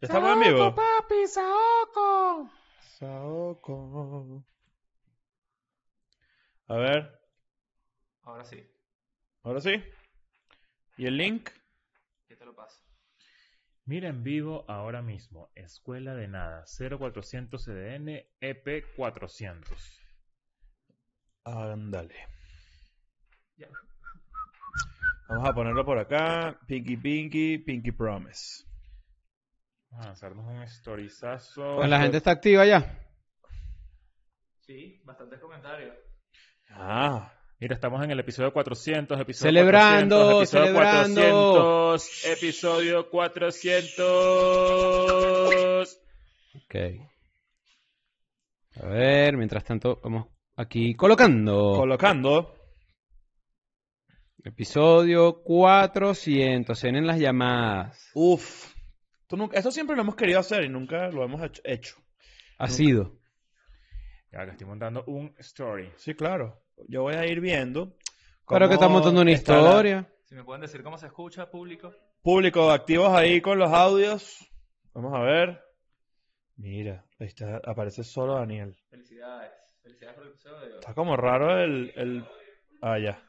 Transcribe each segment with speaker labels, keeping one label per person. Speaker 1: Estamos en vivo.
Speaker 2: papi, Saoko.
Speaker 1: Saoko. A ver,
Speaker 2: Ahora sí,
Speaker 1: ahora sí. ¿Y el link?
Speaker 2: yo te lo paso.
Speaker 1: Mira en vivo ahora mismo. Escuela de Nada. 0400 CDN EP 400. Ándale.
Speaker 2: Ya.
Speaker 1: Vamos a ponerlo por acá. Pinky Pinky, Pinky Promise. Vamos a hacernos un storyzazo.
Speaker 3: Pues la gente está activa ya.
Speaker 2: Sí, bastantes comentarios.
Speaker 1: Ah. Mira, estamos en el episodio 400, episodio
Speaker 3: Celebrando,
Speaker 1: 400,
Speaker 3: celebrando.
Speaker 1: episodio 400.
Speaker 3: Ok. A ver, mientras tanto, vamos aquí colocando.
Speaker 1: Colocando.
Speaker 3: Episodio 400. Se vienen las llamadas.
Speaker 1: Uf. Tú nunca- eso siempre lo hemos querido hacer y nunca lo hemos hecho- hecho.
Speaker 3: Ha sido.
Speaker 4: Ya que estoy montando un story.
Speaker 1: Sí, claro. Yo voy a ir viendo.
Speaker 3: Claro
Speaker 1: cómo
Speaker 3: que estamos montando una
Speaker 1: está la-
Speaker 3: historia.
Speaker 2: Si me pueden decir cómo se escucha, público.
Speaker 1: Público, activos ahí con los audios. Vamos a ver. Mira, ahí está, aparece solo Daniel.
Speaker 2: Felicidades. Felicidades por el episodio.
Speaker 1: Está como raro el. el... Ah, ya.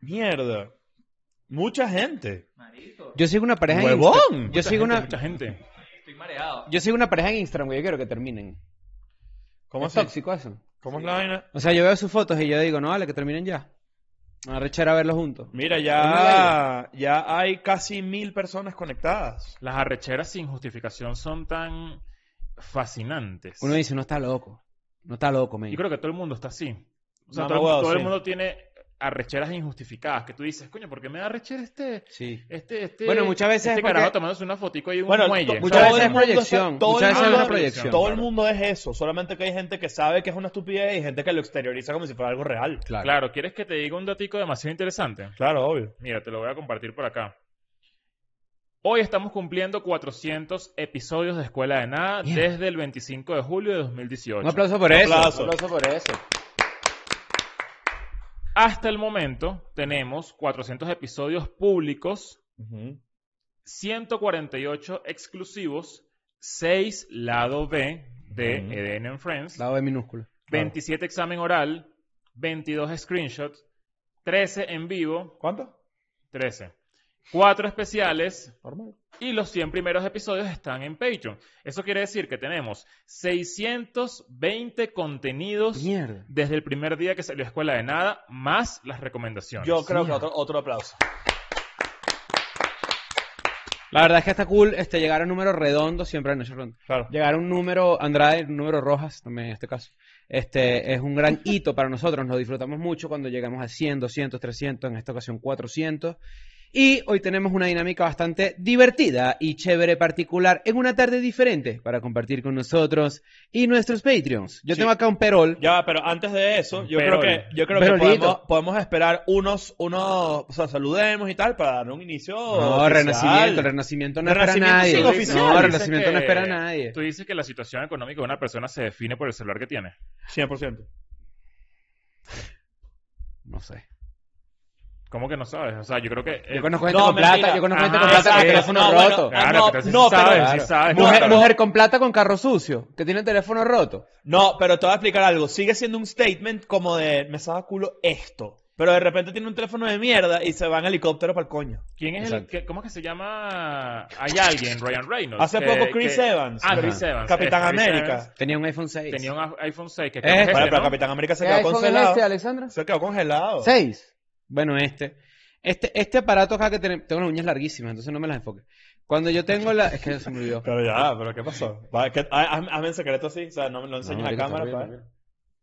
Speaker 1: Mierda. Mucha gente.
Speaker 2: Marico,
Speaker 3: Yo sigo una pareja en
Speaker 1: ¡Huevón!
Speaker 3: Insta- Yo
Speaker 1: Mucha
Speaker 3: sigo una
Speaker 4: Mucha gente.
Speaker 2: estoy mareado.
Speaker 3: yo sigo una pareja en Instagram, güey. Yo quiero que terminen. Este,
Speaker 1: ¿Cómo
Speaker 3: es
Speaker 1: se-
Speaker 3: tóxico eso.
Speaker 1: ¿Cómo es la vaina?
Speaker 3: O sea, yo veo sus fotos y yo digo, no, vale, que terminen ya. Me va a rechar a verlos juntos.
Speaker 1: Mira, ya, ya hay casi mil personas conectadas.
Speaker 4: Las arrecheras sin justificación son tan fascinantes.
Speaker 3: Uno dice, no está loco. No está loco, men.
Speaker 4: Yo creo que todo el mundo está así. O sea,
Speaker 1: Mamá
Speaker 4: todo, el-
Speaker 1: huevo,
Speaker 4: todo el
Speaker 1: sí.
Speaker 4: mundo tiene arrecheras injustificadas. Que tú dices, coño, ¿por qué me da arrechera este,
Speaker 3: Sí.
Speaker 4: este, este?
Speaker 3: Bueno, muchas veces
Speaker 4: Este
Speaker 3: es porque-
Speaker 4: carajo tomándose una fotico y un
Speaker 1: Bueno,
Speaker 4: muelle.
Speaker 1: to-
Speaker 3: muchas
Speaker 1: todo
Speaker 3: veces
Speaker 1: el
Speaker 3: es
Speaker 1: mundo está-
Speaker 3: proyección,
Speaker 1: todo el
Speaker 3: muchas veces es
Speaker 1: mundo-
Speaker 3: una proyección.
Speaker 1: Todo el
Speaker 4: Claro.
Speaker 1: mundo es eso, solamente que hay gente que sabe que es una estupidez y gente que lo exterioriza como si fuera algo real.
Speaker 3: Claro.
Speaker 4: Claro, ¿quieres que te diga un datico demasiado interesante?
Speaker 1: Claro, obvio.
Speaker 4: Mira, te lo voy a compartir por acá. Hoy estamos cumpliendo 400 episodios de Escuela de Nada
Speaker 3: Bien.
Speaker 4: desde el 25 de julio de 2018.
Speaker 3: Un aplauso por eso.
Speaker 1: aplauso.
Speaker 3: por eso.
Speaker 4: Hasta el momento tenemos 400 episodios públicos, 148 exclusivos, 6 lado B de
Speaker 1: Ujú.
Speaker 4: EDN and Friends,
Speaker 3: Lado de minúscula.
Speaker 4: 27 examen oral, 22 screenshots, 13 en vivo,
Speaker 1: ¿Cuánto?
Speaker 4: 13, 4 especiales,
Speaker 1: Normal.
Speaker 4: Y los 100 primeros episodios están en Patreon. Eso quiere decir que tenemos 620 contenidos
Speaker 3: Mierda.
Speaker 4: desde el primer día que salió Escuela de Nada, más las recomendaciones.
Speaker 1: Yo creo que otro, otro aplauso.
Speaker 3: La verdad es que está cool este, llegar a un número redondo siempre en ese rondo.
Speaker 1: Claro.
Speaker 3: Llegar a un número Andrade, un número Rojas, también en este caso. Este es un gran hito para nosotros. Nos disfrutamos mucho cuando llegamos a 100, 200, 300, en esta ocasión 400. Y hoy tenemos una dinámica bastante divertida y chévere particular en una tarde diferente para compartir con nosotros y nuestros Patreons. Yo
Speaker 1: Sí.
Speaker 3: tengo acá un perol.
Speaker 1: Ya, pero antes de eso, yo
Speaker 4: Pero-
Speaker 1: creo que, yo creo que
Speaker 3: Perolito.
Speaker 1: podemos, podemos esperar unos, unos, o sea, saludemos y tal para dar un inicio.
Speaker 3: No,
Speaker 1: oficial.
Speaker 3: renacimiento, renacimiento no espera a
Speaker 1: Renacimiento
Speaker 3: nadie.
Speaker 1: sin
Speaker 3: No,
Speaker 1: oficial.
Speaker 4: Dices
Speaker 3: renacimiento no
Speaker 4: que-
Speaker 3: espera a nadie.
Speaker 4: Tú dices que la situación económica de una persona se define por el celular que tiene.
Speaker 1: 100%.
Speaker 3: No sé.
Speaker 4: ¿Cómo que no sabes? O sea, yo creo que... eh,
Speaker 3: Yo conozco gente con
Speaker 1: mentira.
Speaker 3: plata, yo conozco gente
Speaker 4: Ajá,
Speaker 3: con plata con
Speaker 4: sí,
Speaker 3: teléfono
Speaker 1: no, bueno,
Speaker 3: roto.
Speaker 1: ah,
Speaker 4: Claro,
Speaker 1: no,
Speaker 4: pero sí
Speaker 1: no, pero-
Speaker 4: sabes, sí
Speaker 3: Claro.
Speaker 4: sabes.
Speaker 3: mujer,
Speaker 4: claro.
Speaker 3: mujer con plata con carro sucio, que tiene el teléfono roto.
Speaker 1: No, pero te voy a explicar algo. Sigue siendo un statement como de, me saca culo esto. Pero de repente tiene un teléfono de mierda y se va en helicóptero para el coño.
Speaker 4: ¿Quién es el
Speaker 3: Exacto.
Speaker 4: que, ¿Cómo es que se llama? Hay alguien, Ryan Reynolds.
Speaker 1: Hace
Speaker 4: que-
Speaker 1: poco Chris
Speaker 4: que-
Speaker 1: Evans.
Speaker 4: Ah,
Speaker 1: Ajá.
Speaker 4: Chris Evans.
Speaker 1: Capitán
Speaker 4: es, Chris
Speaker 1: América.
Speaker 4: Evans
Speaker 3: Tenía un iPhone 6.
Speaker 4: Tenía un iPhone 6 que
Speaker 3: Eh,
Speaker 4: creo que es
Speaker 1: Para,
Speaker 4: este,
Speaker 1: pero
Speaker 4: ¿no?
Speaker 1: Capitán América se
Speaker 3: ¿Qué
Speaker 1: quedó
Speaker 3: iPhone es
Speaker 1: congelado.
Speaker 3: este, Alexandra?
Speaker 1: Se quedó congelado.
Speaker 3: 6. Bueno, este. Este, este aparato acá que tenemos, tengo las uñas larguísimas, entonces no me las enfoque. Cuando yo tengo la... Es que se me olvidó.
Speaker 1: Pero ya, pero ¿qué pasó? Va, que- ah, Hazme hazme en secreto así, o sea, no me lo enseñes
Speaker 3: No,
Speaker 1: a
Speaker 3: marico,
Speaker 1: cámara.
Speaker 3: está
Speaker 1: Para...
Speaker 3: bien,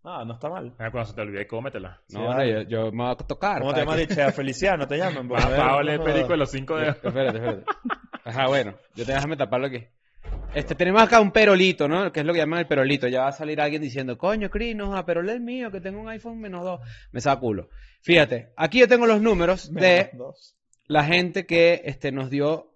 Speaker 1: No, no está mal.
Speaker 4: Ah, Cuando se te olvide, cómetela.
Speaker 3: No,
Speaker 1: Sí,
Speaker 3: bueno,
Speaker 1: vale.
Speaker 3: yo, yo me voy a tocar.
Speaker 1: ¿Cómo te
Speaker 3: ¿sabes
Speaker 1: llamas?
Speaker 3: qué?
Speaker 1: Dice, "Ah, Feliciano, te llaman.
Speaker 4: Va, va a oler
Speaker 1: no
Speaker 4: perico de
Speaker 1: jodas.
Speaker 4: los cinco dedos.
Speaker 3: Espérate, espérate. Ajá, bueno, yo te déjame taparlo aquí. Este, tenemos acá un perolito, ¿no? Que es lo que llaman el perolito. Ya va a salir alguien diciendo, coño, Cris, no, ah, perol es mío, que tengo un iPhone menos 2. Me saca culo. Fíjate, aquí yo tengo los números de
Speaker 1: Menos dos.
Speaker 3: la gente que este, nos dio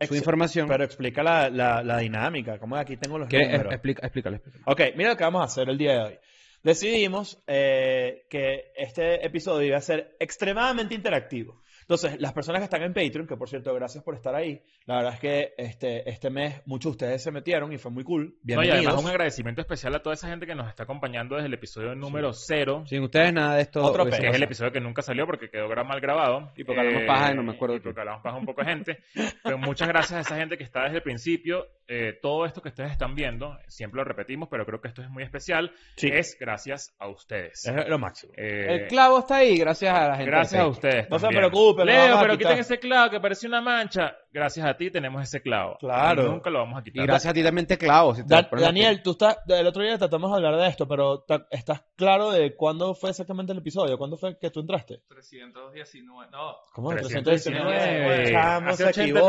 Speaker 3: su
Speaker 1: Ex-
Speaker 3: información.
Speaker 1: Pero explica la, la, la dinámica, como aquí tengo los
Speaker 3: que,
Speaker 1: números.
Speaker 3: explica, explícale, explícale.
Speaker 1: Ok, mira lo que vamos a hacer el día de hoy. Decidimos eh, que este episodio iba a ser extremadamente interactivo. Entonces, las personas que están en Patreon, que por cierto, gracias por estar ahí. La verdad es que este, este mes muchos de ustedes se metieron y fue muy cool.
Speaker 4: No, y
Speaker 1: Bienvenidos.
Speaker 4: además un agradecimiento especial a toda esa gente que nos está acompañando desde el episodio número 0,
Speaker 3: Sin ustedes nada de esto.
Speaker 1: Otro
Speaker 3: hubiese
Speaker 1: pez.
Speaker 4: que es el
Speaker 3: pasado.
Speaker 4: episodio que nunca salió porque quedó gra- mal grabado. Eh,
Speaker 3: Y porque hablamos paja y no me acuerdo
Speaker 4: y
Speaker 3: qué.
Speaker 4: porque hablamos paja un poco de gente. Pero muchas gracias a esa gente que está desde el principio. Eh, todo esto que ustedes están viendo, siempre lo repetimos, pero creo que esto es muy especial,
Speaker 1: Sí, es,
Speaker 4: es gracias a ustedes.
Speaker 1: lo máximo.
Speaker 4: Eh,
Speaker 3: El clavo está ahí, gracias a la gente.
Speaker 4: Gracias a
Speaker 3: de
Speaker 4: ustedes.
Speaker 1: No se
Speaker 4: también.
Speaker 1: preocupen, lo vamos
Speaker 4: Leo,
Speaker 1: a
Speaker 4: pero
Speaker 1: quitar.
Speaker 4: quiten ese clavo que parece una mancha. Gracias a ti tenemos ese clavo.
Speaker 1: Claro.
Speaker 4: Nunca lo vamos a
Speaker 3: Facebook.
Speaker 4: quitar.
Speaker 3: Y gracias a ti también te clavo. si te
Speaker 1: Da-
Speaker 3: lo pones
Speaker 1: Daniel, tú estás, el otro día tratamos de hablar de esto, pero ta- ¿estás claro de cuándo fue exactamente el episodio? ¿Cuándo fue que tú entraste?
Speaker 2: 319. No,
Speaker 1: ¿Cómo?
Speaker 4: 319.
Speaker 1: 319. Chamo,
Speaker 4: Hace
Speaker 1: se
Speaker 4: 80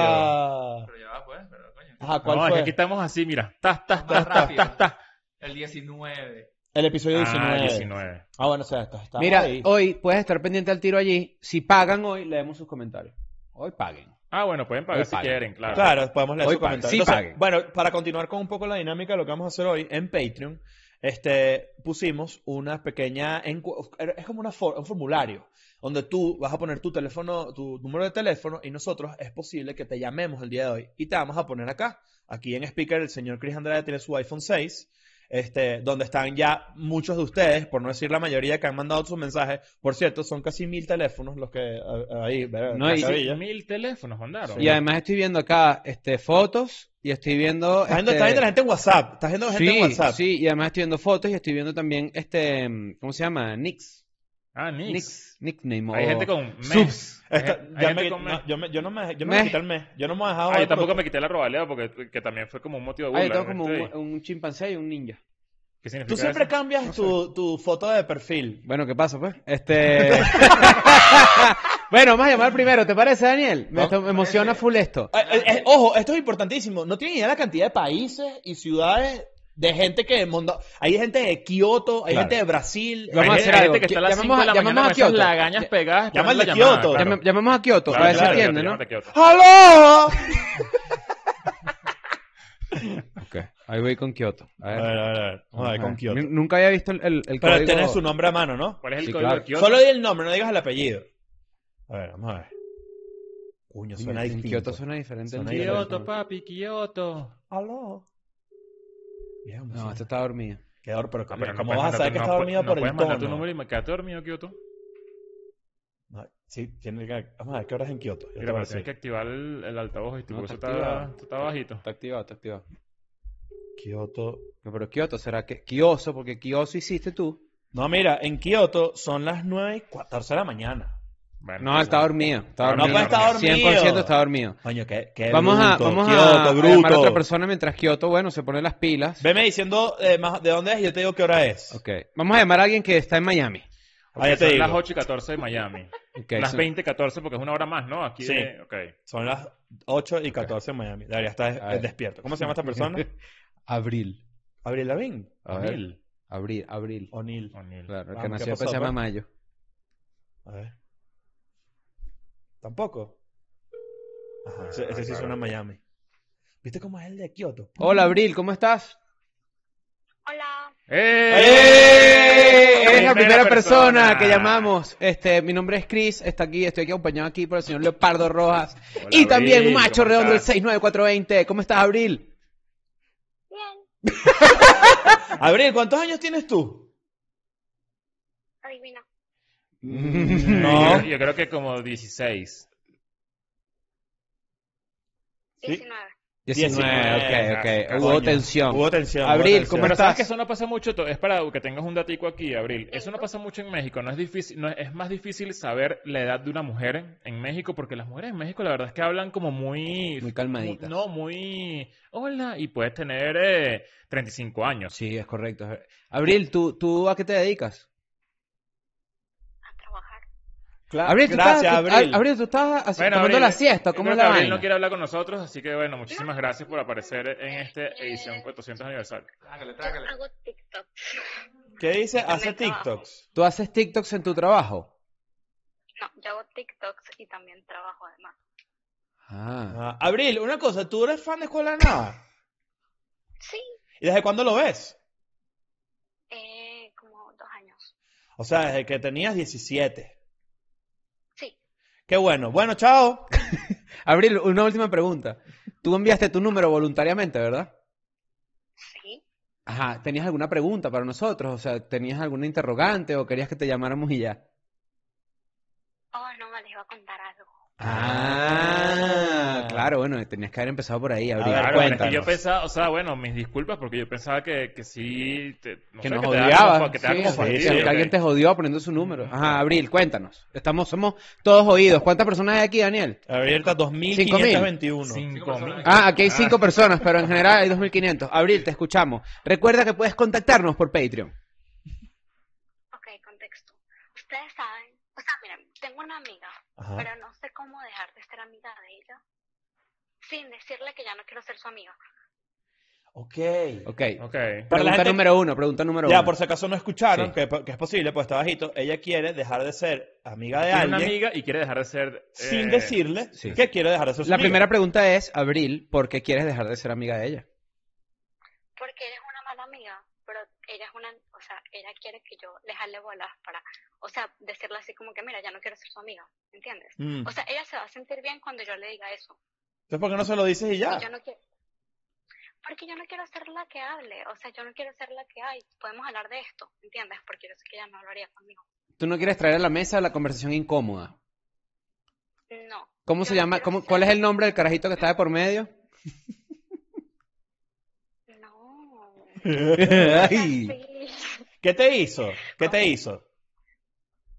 Speaker 1: equivoca.
Speaker 2: pero ya va, pues, pero coño.
Speaker 1: Ajá, ¿cuál
Speaker 4: No, es
Speaker 1: fue?
Speaker 4: que aquí estamos así, mira. Tas, tas,
Speaker 2: Más
Speaker 4: tas, tas,
Speaker 2: rápido.
Speaker 4: tas, tas.
Speaker 2: El 19.
Speaker 1: El episodio
Speaker 4: Ah,
Speaker 1: 19.
Speaker 4: 19.
Speaker 1: Ah, bueno, o sea, está, está
Speaker 3: Mira,
Speaker 1: ahí.
Speaker 3: hoy puedes estar pendiente al tiro allí. Si pagan hoy, leemos sus comentarios. Hoy paguen.
Speaker 4: Ah, bueno, pueden pagar
Speaker 3: Hoy
Speaker 4: si
Speaker 3: pagan.
Speaker 4: quieren, claro.
Speaker 1: Claro, podemos leer
Speaker 3: Hoy
Speaker 1: su
Speaker 3: paguen,
Speaker 1: comentario.
Speaker 3: sí
Speaker 1: Entonces,
Speaker 3: paguen.
Speaker 1: bueno, para continuar con un poco la dinámica de lo que vamos a hacer hoy en Patreon, este, pusimos una pequeña encu- es como una for- un formulario donde tú vas a poner tu teléfono, tu número de teléfono y nosotros es posible que te llamemos el día de hoy y te vamos a poner acá. Aquí en speaker el señor Chris Andrade tiene su iPhone 6. Este, donde están ya muchos de ustedes, por no decir la mayoría que han mandado sus mensajes. Por cierto, son casi mil teléfonos los que a- ahí, ¿verdad?
Speaker 3: No, y-
Speaker 1: Maravilla.
Speaker 4: Mil teléfonos mandaron.
Speaker 3: Y además estoy viendo acá este, fotos y estoy viendo.
Speaker 1: Estás viendo,
Speaker 3: este,
Speaker 1: estás viendo la gente en WhatsApp. Estás viendo gente
Speaker 3: sí,
Speaker 1: en WhatsApp.
Speaker 3: Sí, y además estoy viendo fotos y estoy viendo también este. ¿Cómo se llama? Nix.
Speaker 4: Ah, Nix.
Speaker 3: Nix. Nickname.
Speaker 4: Hay
Speaker 3: o-
Speaker 4: gente con mes.
Speaker 3: subs.
Speaker 4: Hay-
Speaker 1: Esta-
Speaker 4: hay
Speaker 1: ya
Speaker 4: gente
Speaker 1: me-
Speaker 4: con mes.
Speaker 1: no, yo, me- yo no me, yo me,
Speaker 3: Meh.
Speaker 1: quité el mes. Yo no me dejaba.
Speaker 4: Ah, yo tampoco me quité la robalea porque que también fue como un motivo de
Speaker 1: Ah,
Speaker 4: burla.
Speaker 3: Ahí tengo
Speaker 4: ¿no?
Speaker 3: como
Speaker 4: Estoy-
Speaker 3: un, un chimpancé y un ninja.
Speaker 4: ¿Qué significa
Speaker 1: Tú siempre
Speaker 4: eso?
Speaker 1: cambias tu, tu foto de perfil.
Speaker 3: Bueno, ¿qué pasa, pues? Este. bueno, vamos a llamar primero, ¿te parece, Daniel? Me,
Speaker 1: No,
Speaker 3: esto- me emociona
Speaker 2: parece.
Speaker 3: full esto.
Speaker 1: Eh, eh, eh, ojo, esto es importantísimo. No tienen idea la cantidad de países y ciudades de gente que manda- Hay gente de Kioto, hay
Speaker 3: Claro.
Speaker 1: gente de Brasil.
Speaker 3: Vamos a
Speaker 4: Hay
Speaker 3: hacer
Speaker 4: gente
Speaker 3: algo.
Speaker 4: que está a las
Speaker 3: Llamamos
Speaker 4: 5 de la
Speaker 3: a- llamamos
Speaker 4: mañana
Speaker 3: a
Speaker 4: con esas
Speaker 3: Kioto.
Speaker 4: lagañas pegadas.
Speaker 1: Llama
Speaker 4: esperando
Speaker 1: al
Speaker 4: la
Speaker 1: de
Speaker 4: llamada,
Speaker 1: Kioto.
Speaker 4: claro.
Speaker 3: Llam- llamamos a Kioto,
Speaker 4: Claro,
Speaker 3: a ver si
Speaker 4: claro,
Speaker 3: atiende,
Speaker 4: Kioto,
Speaker 3: ¿no?
Speaker 4: llama a Kioto.
Speaker 1: ¡Aló!
Speaker 3: Ok, ahí voy con Kioto. A ver.
Speaker 1: a ver, a ver. Vamos a ver con Kioto.
Speaker 3: N- Nunca había visto el, el, el
Speaker 1: Pero
Speaker 3: código.
Speaker 1: tienes su nombre a mano, ¿no?
Speaker 4: ¿Cuál es el
Speaker 3: Sí,
Speaker 4: código
Speaker 3: claro.
Speaker 4: de Kioto?
Speaker 1: Solo di el nombre, no digas el apellido. A ver, vamos a ver. Coño, suena
Speaker 3: en
Speaker 1: distinto.
Speaker 3: Kioto suena diferente.
Speaker 1: Suena
Speaker 3: el-
Speaker 1: diferente.
Speaker 4: Kioto, papi, Kioto.
Speaker 1: ¡Aló! Mira,
Speaker 3: No, este esta está dormida.
Speaker 1: Qué horror, pero,
Speaker 4: Ah,
Speaker 1: pero
Speaker 4: no
Speaker 1: ¿cómo
Speaker 4: puedes
Speaker 1: vas
Speaker 4: mandar
Speaker 1: a
Speaker 4: tu-
Speaker 1: saber que
Speaker 4: no
Speaker 1: está
Speaker 4: pu-
Speaker 1: dormido
Speaker 4: no
Speaker 1: por el
Speaker 4: puedes mandar tu
Speaker 1: tono?
Speaker 4: número y me quedaste dormido, Kioto.
Speaker 1: No, Sí, tiene que... Vamos a ver qué horas en Kioto. Yo te
Speaker 4: Mira,
Speaker 1: voy a
Speaker 4: pero tienes que
Speaker 1: decir.
Speaker 4: activar el, el altavoz y tú,
Speaker 3: No,
Speaker 4: eso
Speaker 3: está
Speaker 4: está,
Speaker 3: activado.
Speaker 4: eso está bajito.
Speaker 3: Está activado, está activado.
Speaker 1: Kioto...
Speaker 3: No, pero Kioto, ¿será que Kioso? Porque Kioso hiciste tú.
Speaker 1: No, mira, en Kioto son las 9 y 14 de la mañana.
Speaker 4: Bueno,
Speaker 3: No, está dormido. Está
Speaker 4: No,
Speaker 3: dormido.
Speaker 4: pues, está
Speaker 1: dormido.
Speaker 3: 100% está dormido.
Speaker 1: Coño, qué, qué
Speaker 3: Vamos a,
Speaker 1: bruto.
Speaker 3: vamos a-
Speaker 1: Kioto,
Speaker 3: a llamar a
Speaker 1: bruto.
Speaker 3: otra persona mientras Kioto, bueno, se pone las pilas.
Speaker 1: Veme diciendo eh, más- de dónde es y yo te digo qué hora es.
Speaker 3: Ok. Vamos a llamar a alguien que está en Miami.
Speaker 1: Ah, ya
Speaker 4: son
Speaker 1: te digo.
Speaker 4: las 8 y 14 de Miami.
Speaker 3: Ok,
Speaker 4: las
Speaker 3: sí.
Speaker 4: 20 y 14 porque es una hora más, ¿no? Aquí
Speaker 1: Sí.
Speaker 4: de- ok.
Speaker 1: Son las 8 y 14 en Miami. Debería estar
Speaker 3: A
Speaker 1: eh,
Speaker 3: ver.
Speaker 1: despierto. ¿Cómo se llama esta persona?
Speaker 3: Abril.
Speaker 1: Abril Lavín.
Speaker 3: A ver. Abril, abril.
Speaker 1: O'Neill.
Speaker 4: O'Neal.
Speaker 3: Claro, el
Speaker 1: Vamos,
Speaker 3: que
Speaker 1: ¿qué
Speaker 3: nació
Speaker 1: pasó,
Speaker 3: pues, se llama
Speaker 1: pues?
Speaker 3: Mayo.
Speaker 1: A ver. Tampoco. Ajá, ese, ese sí
Speaker 4: claro.
Speaker 1: suena a Miami. ¿Viste cómo es el de Kioto?
Speaker 3: Hola, Abril, ¿cómo estás?
Speaker 5: Hola,
Speaker 1: ¡Eh!
Speaker 4: ¡Eh!
Speaker 3: ¡Eh! Eres la primera persona,
Speaker 1: Ah.
Speaker 3: que llamamos. Este, mi nombre es Chris, está aquí, estoy aquí acompañado aquí por el señor Leopardo Rojas.
Speaker 4: Hola,
Speaker 3: y también
Speaker 4: Abril,
Speaker 3: Macho
Speaker 4: ¿cómo
Speaker 3: Redondo el
Speaker 4: estás?
Speaker 3: 69420. ¿Cómo estás, Abril?
Speaker 5: bien,
Speaker 1: Abril, ¿cuántos años tienes tú?
Speaker 5: adivina.
Speaker 1: No.
Speaker 4: Mm, Yo, yo creo que como 16.
Speaker 5: 19.
Speaker 3: 19, ok, ok.
Speaker 1: Coño.
Speaker 3: Hubo tensión.
Speaker 1: Hubo tensión. hubo
Speaker 3: Abril,
Speaker 1: tensión.
Speaker 3: ¿cómo
Speaker 4: Pero
Speaker 3: estás?
Speaker 4: sabes que eso no pasa mucho, to- es para que tengas un datico aquí, Abril. Eso no
Speaker 5: Eso.
Speaker 4: pasa mucho en México, no es difícil, no es, es más difícil saber la edad de una mujer en, en México porque las mujeres en México la verdad es que hablan como muy
Speaker 3: Muy calmaditas.
Speaker 4: No, muy hola y puedes tener eh, 35 años.
Speaker 3: Sí, es correcto. Abril, ¿tú, ¿tú a qué te dedicas?
Speaker 5: A trabajar.
Speaker 1: Cla-
Speaker 3: Abril, ¿tú
Speaker 1: Gracias,
Speaker 3: estás, tú-
Speaker 1: Abril.
Speaker 3: a- Abril, ¿tú estás así,
Speaker 4: Bueno,
Speaker 3: tomando
Speaker 4: Abril,
Speaker 3: la siesta?
Speaker 4: yo
Speaker 3: ¿Cómo
Speaker 4: creo
Speaker 3: es
Speaker 4: que
Speaker 3: la
Speaker 4: Abril
Speaker 3: vaina?
Speaker 4: no quiere hablar con nosotros, así que bueno, muchísimas gracias por aparecer en esta edición 400 aniversario.
Speaker 2: Trágale,
Speaker 5: Yo
Speaker 2: trágale.
Speaker 5: hago TikTok.
Speaker 1: ¿Qué dice? Hace
Speaker 5: el trabajo.
Speaker 1: TikToks.
Speaker 3: ¿Tú haces TikToks en tu trabajo?
Speaker 5: No, yo hago TikToks y también trabajo además.
Speaker 3: Ah.
Speaker 1: Ah, Abril, una cosa, ¿tú eres fan de Escuela de Nada?
Speaker 5: Sí,
Speaker 1: ¿Y desde cuándo lo ves?
Speaker 5: eh, como dos años.
Speaker 1: O sea, desde que tenías 17.
Speaker 5: Sí,
Speaker 1: Qué bueno. Bueno, chao.
Speaker 3: Abril, una última pregunta. Tú enviaste tu número voluntariamente, ¿verdad?
Speaker 5: Sí.
Speaker 3: Ajá, ¿tenías alguna pregunta para nosotros? O sea, ¿tenías alguna interrogante o querías que te llamáramos y ya?
Speaker 5: Oh, no, me les iba a contar algo.
Speaker 3: Ah, claro, bueno, tenías que haber empezado por ahí, Abril.
Speaker 1: ver,
Speaker 4: Claro, pero es que
Speaker 3: cuéntanos.
Speaker 4: yo pensaba, o sea, bueno, mis disculpas porque yo pensaba que, que sí, te, no
Speaker 3: que
Speaker 4: sé,
Speaker 3: nos
Speaker 4: que te daba
Speaker 3: odiaban.
Speaker 4: como- que te daba como
Speaker 1: sí,
Speaker 4: fastidio,
Speaker 1: sí,
Speaker 3: que
Speaker 4: ok.
Speaker 3: alguien te jodió poniendo su número. Ajá, Abril, cuéntanos. Estamos, somos todos oídos. ¿Cuántas personas hay aquí, Daniel?
Speaker 1: Abierta 2521.
Speaker 4: Cinco
Speaker 2: Cinco
Speaker 4: mil.
Speaker 3: Ah, aquí hay cinco personas, pero en general hay 2.500. Abril, te escuchamos. Recuerda que puedes contactarnos por Patreon.
Speaker 5: Ok, contexto. Ustedes saben, o sea, miren, tengo una amiga,
Speaker 1: Ajá.
Speaker 5: pero no sé cómo dejar de ser amiga de ella sin decirle que ya no quiero ser su amiga.
Speaker 1: Ok.
Speaker 3: Ok.
Speaker 4: Ok.
Speaker 1: Para la
Speaker 3: Pregunta
Speaker 1: gente-
Speaker 3: número uno, pregunta número
Speaker 1: Ya,
Speaker 3: uno.
Speaker 1: por si acaso no escucharon,
Speaker 3: Sí.
Speaker 1: que, que es posible, pues está bajito. Ella quiere dejar de ser amiga de
Speaker 4: Tiene una
Speaker 1: alguien
Speaker 4: amiga y quiere dejar de ser...
Speaker 1: sin
Speaker 4: eh,
Speaker 1: decirle
Speaker 3: sí.
Speaker 1: que quiere dejar de ser su
Speaker 3: La
Speaker 1: amiga.
Speaker 3: primera pregunta es, Abril, ¿por qué quieres dejar de ser amiga de ella?
Speaker 5: Porque ella es una mala amiga, pero ella es una, o sea, ella quiere que yo dejarle bolas para, o sea, decirle así como que, mira, ya no quiero ser su amiga, ¿entiendes?
Speaker 1: Mm.
Speaker 5: O sea, ella se va a sentir bien cuando yo le diga eso.
Speaker 1: Entonces, ¿por qué no se lo dices y ya?
Speaker 5: Y yo no quiero. Porque yo no quiero ser la que hable, o sea, yo no quiero ser la que hay. Podemos hablar de esto, ¿entiendes? Porque yo sé que ella no hablaría conmigo.
Speaker 3: Tú no quieres traer a la mesa la conversación incómoda.
Speaker 5: No.
Speaker 3: ¿Cómo
Speaker 5: Yo
Speaker 3: se
Speaker 5: no
Speaker 3: llama?
Speaker 5: quiero
Speaker 3: cómo-
Speaker 5: ser-
Speaker 3: ¿Cuál es el nombre del carajito que está de por medio?
Speaker 5: No.
Speaker 3: Ay.
Speaker 5: Sí.
Speaker 1: ¿Qué te hizo? ¿Qué te hizo?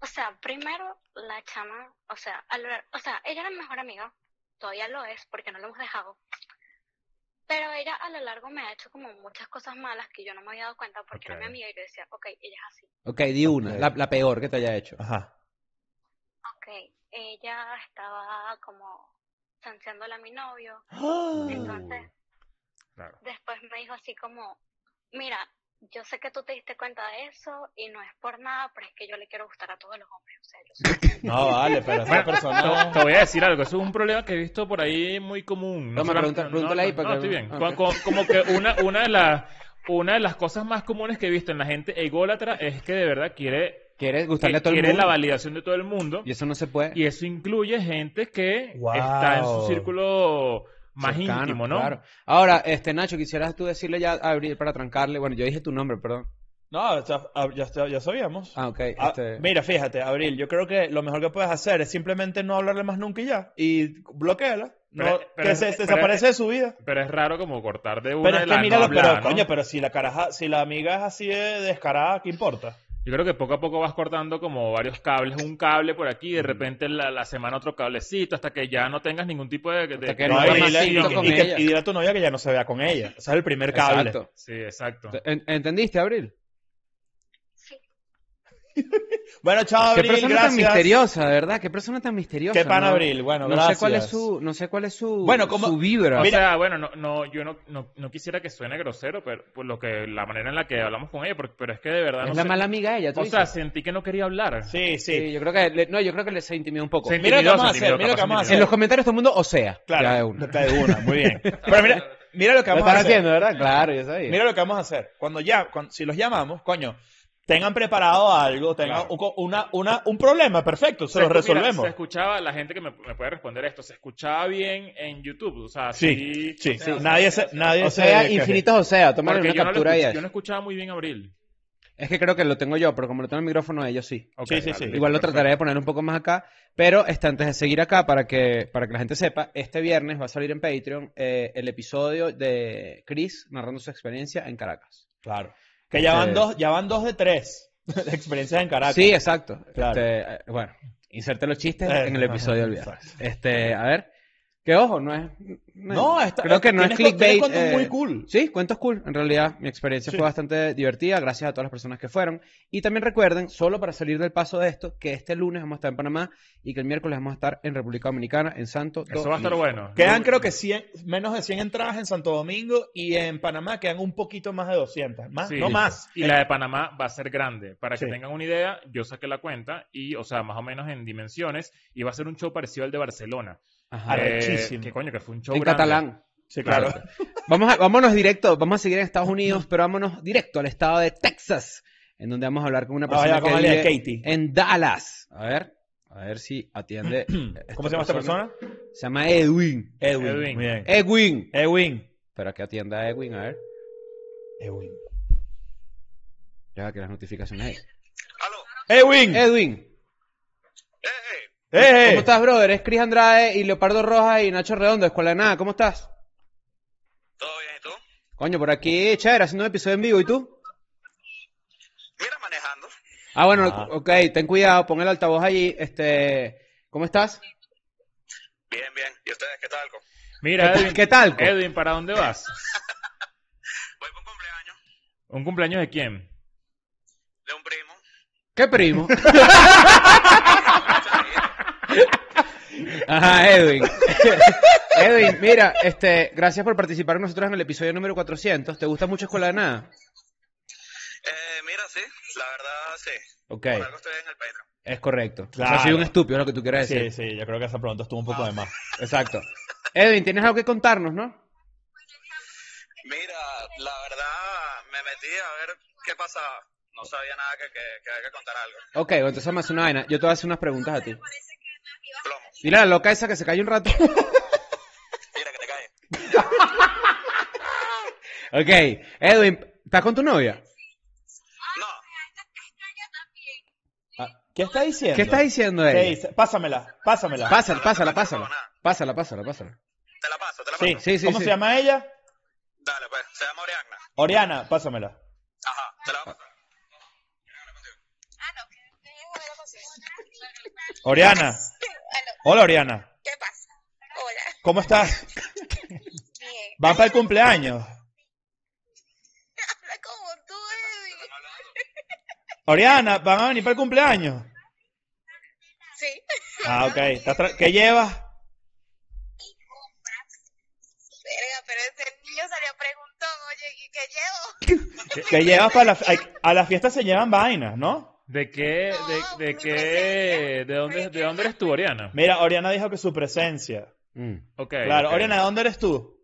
Speaker 5: O sea, primero la chama, o sea, al ver- o sea, ella era mi mejor amiga, todavía lo es porque no lo hemos dejado. Pero ella a lo largo me ha hecho como muchas cosas malas que yo no me había dado cuenta porque era
Speaker 4: Ok.
Speaker 5: mi amiga y yo decía, ok, ella es así.
Speaker 3: Ok, di una,
Speaker 1: Ok.
Speaker 3: la, la peor que te haya hecho.
Speaker 1: Ajá.
Speaker 5: Ok, ella estaba como chanceándole a mi novio. Entonces,
Speaker 4: Claro.
Speaker 5: después me dijo así como, mira, yo sé que tú te diste cuenta de eso y no es por nada, pero es que yo le quiero gustar a todos los hombres. O sea, yo soy
Speaker 1: No, vale, pero esa
Speaker 4: Bueno,
Speaker 1: persona...
Speaker 4: Te voy a decir algo, eso es un problema que he visto por ahí muy común.
Speaker 3: Toma,
Speaker 4: solamente-
Speaker 3: pregunta- pregúntale ahí para que-
Speaker 4: estoy bien.
Speaker 3: Ah,
Speaker 4: Co-
Speaker 3: ok.
Speaker 4: co- Como que una, una, de las, una de las cosas más comunes que he visto en la gente ególatra es que de verdad quiere, eh,
Speaker 3: ¿Quieres gustarle a todo el
Speaker 4: quiere
Speaker 3: mundo?
Speaker 4: la validación de todo el mundo.
Speaker 3: Y eso no se
Speaker 1: Pues,
Speaker 3: puede.
Speaker 4: Y eso incluye gente que
Speaker 1: Wow.
Speaker 4: está en su círculo más
Speaker 3: Cercano,
Speaker 4: íntimo, ¿no?
Speaker 3: claro. Ahora, este Nacho, quisieras tú decirle ya a Abril para trancarle. Bueno, yo dije tu nombre, perdón.
Speaker 1: No, ya, ah, ya- ya sabíamos.
Speaker 3: Ah, ok.
Speaker 1: Ah,
Speaker 3: este-
Speaker 1: Mira, fíjate, Abril, yo creo que lo mejor que puedes hacer es simplemente no hablarle más nunca y ya. Y bloqueala.
Speaker 4: Pero- pero-
Speaker 1: que se
Speaker 4: pero-
Speaker 1: desaparece de su vida.
Speaker 4: Pero es raro como cortar de una
Speaker 1: Pero es
Speaker 4: de
Speaker 1: que
Speaker 4: la
Speaker 1: míralo,
Speaker 4: no hablada,
Speaker 1: pero
Speaker 4: ¿no?
Speaker 1: coño, pero si la caraja, si la amiga es así de descarada, ¿qué importa?
Speaker 4: Yo creo que poco a poco vas cortando como varios cables, un cable por aquí,
Speaker 1: Mm.
Speaker 4: de repente la, la semana otro cablecito, hasta que ya no tengas ningún tipo de... de-
Speaker 3: Hasta que
Speaker 4: de-
Speaker 3: no
Speaker 1: No, y,
Speaker 3: hagas
Speaker 1: dile-
Speaker 3: más
Speaker 1: y-
Speaker 3: cinco
Speaker 1: y-
Speaker 3: con
Speaker 1: y que-
Speaker 3: ella.
Speaker 1: y dile a tu novia que ya no se vea con ella. Ese es el primer cable.
Speaker 3: Exacto.
Speaker 4: Sí, exacto.
Speaker 3: En- ¿Entendiste, Abril?
Speaker 5: así.
Speaker 1: Bueno, chao,
Speaker 3: Qué
Speaker 1: Abril,
Speaker 3: persona
Speaker 1: gracias.
Speaker 3: tan misteriosa, de ¿verdad? Qué persona tan misteriosa.
Speaker 1: Qué pan,
Speaker 3: ¿no?
Speaker 1: Abril. Bueno,
Speaker 3: no
Speaker 1: gracias.
Speaker 3: sé cuál es su, no sé cuál es su,
Speaker 1: Bueno, como-
Speaker 3: su vibra.
Speaker 4: O
Speaker 1: Mira-
Speaker 4: sea, bueno, no, no, yo no, no, no quisiera que suene grosero, pero por lo que la manera en la que hablamos con ella, por- pero, es que de verdad
Speaker 3: es
Speaker 4: no
Speaker 3: la
Speaker 4: sé-
Speaker 3: mala amiga de ella. ¿tú
Speaker 4: O sea,
Speaker 3: dices?
Speaker 4: sentí que no quería hablar.
Speaker 1: Sí,
Speaker 3: sí.
Speaker 1: sí.
Speaker 3: yo creo que le, no, yo creo que le se intimidó un poco.
Speaker 4: Se
Speaker 1: Mira lo que
Speaker 4: intimidó,
Speaker 1: vamos a
Speaker 4: se
Speaker 1: hacer,
Speaker 4: intimidó,
Speaker 1: mira lo que
Speaker 4: capaz
Speaker 1: vamos a
Speaker 4: se
Speaker 1: hacer.
Speaker 3: En los
Speaker 4: intimidó.
Speaker 3: comentarios todo el mundo, o sea.
Speaker 1: Claro.
Speaker 3: Ya de una.
Speaker 1: Está de una, muy bien. Pero mira, mira lo que
Speaker 3: Lo
Speaker 1: vamos
Speaker 3: están
Speaker 1: a hacer.
Speaker 3: haciendo, ¿verdad? Claro, yo sabía.
Speaker 1: Mira lo que vamos a hacer. Cuando ya, cuando- si los llamamos, coño, tengan preparado algo, tengan
Speaker 4: Claro.
Speaker 1: un, co- una, una- un problema, perfecto, se, lo
Speaker 4: escu- mira,
Speaker 1: resolvemos.
Speaker 4: se escuchaba, la gente que me, me puede responder esto, se escuchaba bien en YouTube. O sea,
Speaker 1: sí, sí.
Speaker 4: o sea,
Speaker 1: nadie se, nadie
Speaker 3: o sea,
Speaker 1: se-
Speaker 3: infinitos o sea, tomar
Speaker 4: Porque
Speaker 3: una
Speaker 4: yo no, lo
Speaker 3: captura y
Speaker 4: escuch-
Speaker 3: eso.
Speaker 4: yo no escuchaba muy bien Abril.
Speaker 3: Es que creo que lo tengo yo, pero como lo tengo el micrófono de ellos, sí.
Speaker 4: Ok,
Speaker 1: Sí, sí,
Speaker 4: listo,
Speaker 1: sí.
Speaker 3: Igual lo
Speaker 4: perfecto.
Speaker 3: trataré de poner un poco más acá, pero este, antes de seguir acá, para que, para que la gente sepa, este viernes va a salir en Patreon eh, el episodio de Chris narrando su experiencia en Caracas.
Speaker 1: Claro. Que ya van
Speaker 3: Este-
Speaker 1: dos, ya van dos de tres de experiencias en Caracas.
Speaker 3: Sí, exacto.
Speaker 1: Claro.
Speaker 3: Este, eh, bueno, inserte los chistes
Speaker 1: Eh,
Speaker 3: en el episodio del
Speaker 1: ajá,
Speaker 3: viernes. Este, a ver, que ojo, no es...
Speaker 1: No, esta-
Speaker 3: creo que no es
Speaker 1: tienes cu- tienes
Speaker 3: clickbait.
Speaker 1: cuentos
Speaker 3: eh,
Speaker 1: muy cool.
Speaker 3: Sí, cuentos cool. En realidad, mi experiencia
Speaker 1: Sí.
Speaker 3: fue bastante divertida, gracias a todas las personas que fueron. Y también recuerden, solo para salir del paso de esto, que este lunes vamos a estar en Panamá y que el miércoles vamos a estar en República Dominicana, en Santo
Speaker 4: Eso va a estar
Speaker 3: Domingo.
Speaker 4: bueno.
Speaker 1: Quedan
Speaker 4: Yo-
Speaker 1: creo que 100, menos de 100 entradas en Santo Domingo y en Panamá quedan un poquito más de 200. Más,
Speaker 4: Sí.
Speaker 1: Ah, no más. Eh.
Speaker 4: Y la de Panamá va a ser grande. Para que
Speaker 1: Sí.
Speaker 4: tengan una idea, yo saqué la cuenta y, o sea, más o menos en dimensiones, y va a ser un show parecido al de Barcelona.
Speaker 3: Ajá.
Speaker 1: Eh,
Speaker 3: en
Speaker 1: Arrechísimo.
Speaker 4: que coño, que fue un show grande.
Speaker 3: catalán.
Speaker 1: Sí, claro.
Speaker 3: Vamos a- vámonos directo, vamos a seguir en Estados Unidos, pero vámonos directo al estado de Texas, en donde vamos a hablar con una
Speaker 1: Ah, ya,
Speaker 3: persona que
Speaker 1: vamos a hablar de
Speaker 3: vive
Speaker 1: Katie.
Speaker 3: en Dallas. A ver, A ver si atiende.
Speaker 1: ¿Cómo se llama esta persona?
Speaker 3: Se llama Edwin.
Speaker 1: Edwin.
Speaker 4: Edwin.
Speaker 1: Muy bien.
Speaker 3: Edwin.
Speaker 1: Edwin.
Speaker 3: Espera que atienda a Edwin, a ver.
Speaker 1: Edwin.
Speaker 3: Ya que las notificaciones.
Speaker 6: Aló,
Speaker 1: Edwin.
Speaker 3: Edwin.
Speaker 6: eh,
Speaker 1: ¡Eh!
Speaker 6: eh,
Speaker 3: ¿Cómo estás, brother? Es Cris Andrade y Leopardo Rojas y Nacho Redondo, Escuela de Nada. ¿Cómo estás?
Speaker 6: ¿todo bien y tú?
Speaker 3: Coño, por aquí, chévere, haciendo un episodio en vivo. ¿Y tú?
Speaker 6: Mira, manejando.
Speaker 3: Ah, bueno,
Speaker 1: Ah.
Speaker 3: ok, ten cuidado, pon el altavoz allí. Este, ¿Cómo estás?
Speaker 6: Bien, bien. ¿Y ustedes qué tal? co?
Speaker 4: Mira, Edwin,
Speaker 3: ¿Qué tal? co?
Speaker 4: Edwin, ¿para dónde vas?
Speaker 6: Voy por un cumpleaños
Speaker 4: ¿Un cumpleaños de quién?
Speaker 6: de un primo.
Speaker 3: ¿Qué primo? Ajá, Edwin. Edwin, mira, este, gracias por participar con nosotros en el episodio número 400. ¿Te gusta mucho Escuela de Nada?
Speaker 6: Eh, mira, sí, la verdad, sí.
Speaker 3: Ok,
Speaker 6: Por algo estoy en el Patreon.
Speaker 3: es correcto. O sea,
Speaker 1: Claro.
Speaker 3: soy un estúpido, es lo que tú quieres
Speaker 1: Sí,
Speaker 3: decir.
Speaker 1: sí, yo creo que hasta pronto estuvo un
Speaker 6: Ah,
Speaker 1: poco de más.
Speaker 3: Exacto. Edwin, tienes algo que contarnos, ¿no?
Speaker 6: Mira, la verdad, me metí a ver qué pasaba. No sabía nada que, que, que había que contar algo.
Speaker 3: Ok, bueno, entonces me hace una vaina. Yo te voy a hacer unas preguntas a ti.
Speaker 6: Plomo.
Speaker 3: Dile a la loca esa que se calle un rato.
Speaker 6: Mira, que te cae.
Speaker 3: ok, Edwin, ¿estás con tu novia?
Speaker 6: No,
Speaker 1: Ah, ¿Qué está diciendo?
Speaker 3: ¿Qué estás diciendo,
Speaker 1: ¿Qué
Speaker 3: Edwin?
Speaker 1: dice? Pásamela, pásamela.
Speaker 3: Pásala, pásala, pásala. Pásala, pásala, pásala.
Speaker 6: te la paso, te la paso.
Speaker 1: Sí,
Speaker 3: Sí, sí,
Speaker 1: ¿Cómo
Speaker 3: sí.
Speaker 1: se llama ella?
Speaker 6: Dale, pues. Se llama Oriana.
Speaker 1: Oriana, pásamela.
Speaker 6: Ajá, te la paso.
Speaker 7: Ah,
Speaker 1: Oriana. Hola, Oriana.
Speaker 7: ¿Qué pasa? Hola.
Speaker 1: ¿Cómo estás?
Speaker 7: Bien.
Speaker 1: ¿Vas para el cumpleaños?
Speaker 7: Habla como tú, Edwin.
Speaker 1: Oriana, ¿van a venir para el cumpleaños?
Speaker 7: Sí.
Speaker 1: Ah, ok. ¿Estás tra- ¿Qué llevas?
Speaker 7: Verga, pero ese niño salió preguntón, oye, ¿y qué llevo?
Speaker 1: ¿Qué llevas para la fi- ay, A la fiesta se llevan vainas, ¿no?
Speaker 4: ¿De qué?
Speaker 7: No,
Speaker 4: ¿De, de
Speaker 7: mi
Speaker 4: qué?
Speaker 7: presencia.
Speaker 4: ¿De dónde, de dónde eres tú, Oriana?
Speaker 1: Mira, Oriana dijo que su presencia.
Speaker 3: Mm.
Speaker 4: Ok,
Speaker 1: Claro,
Speaker 4: ok.
Speaker 1: Oriana, ¿de dónde eres tú?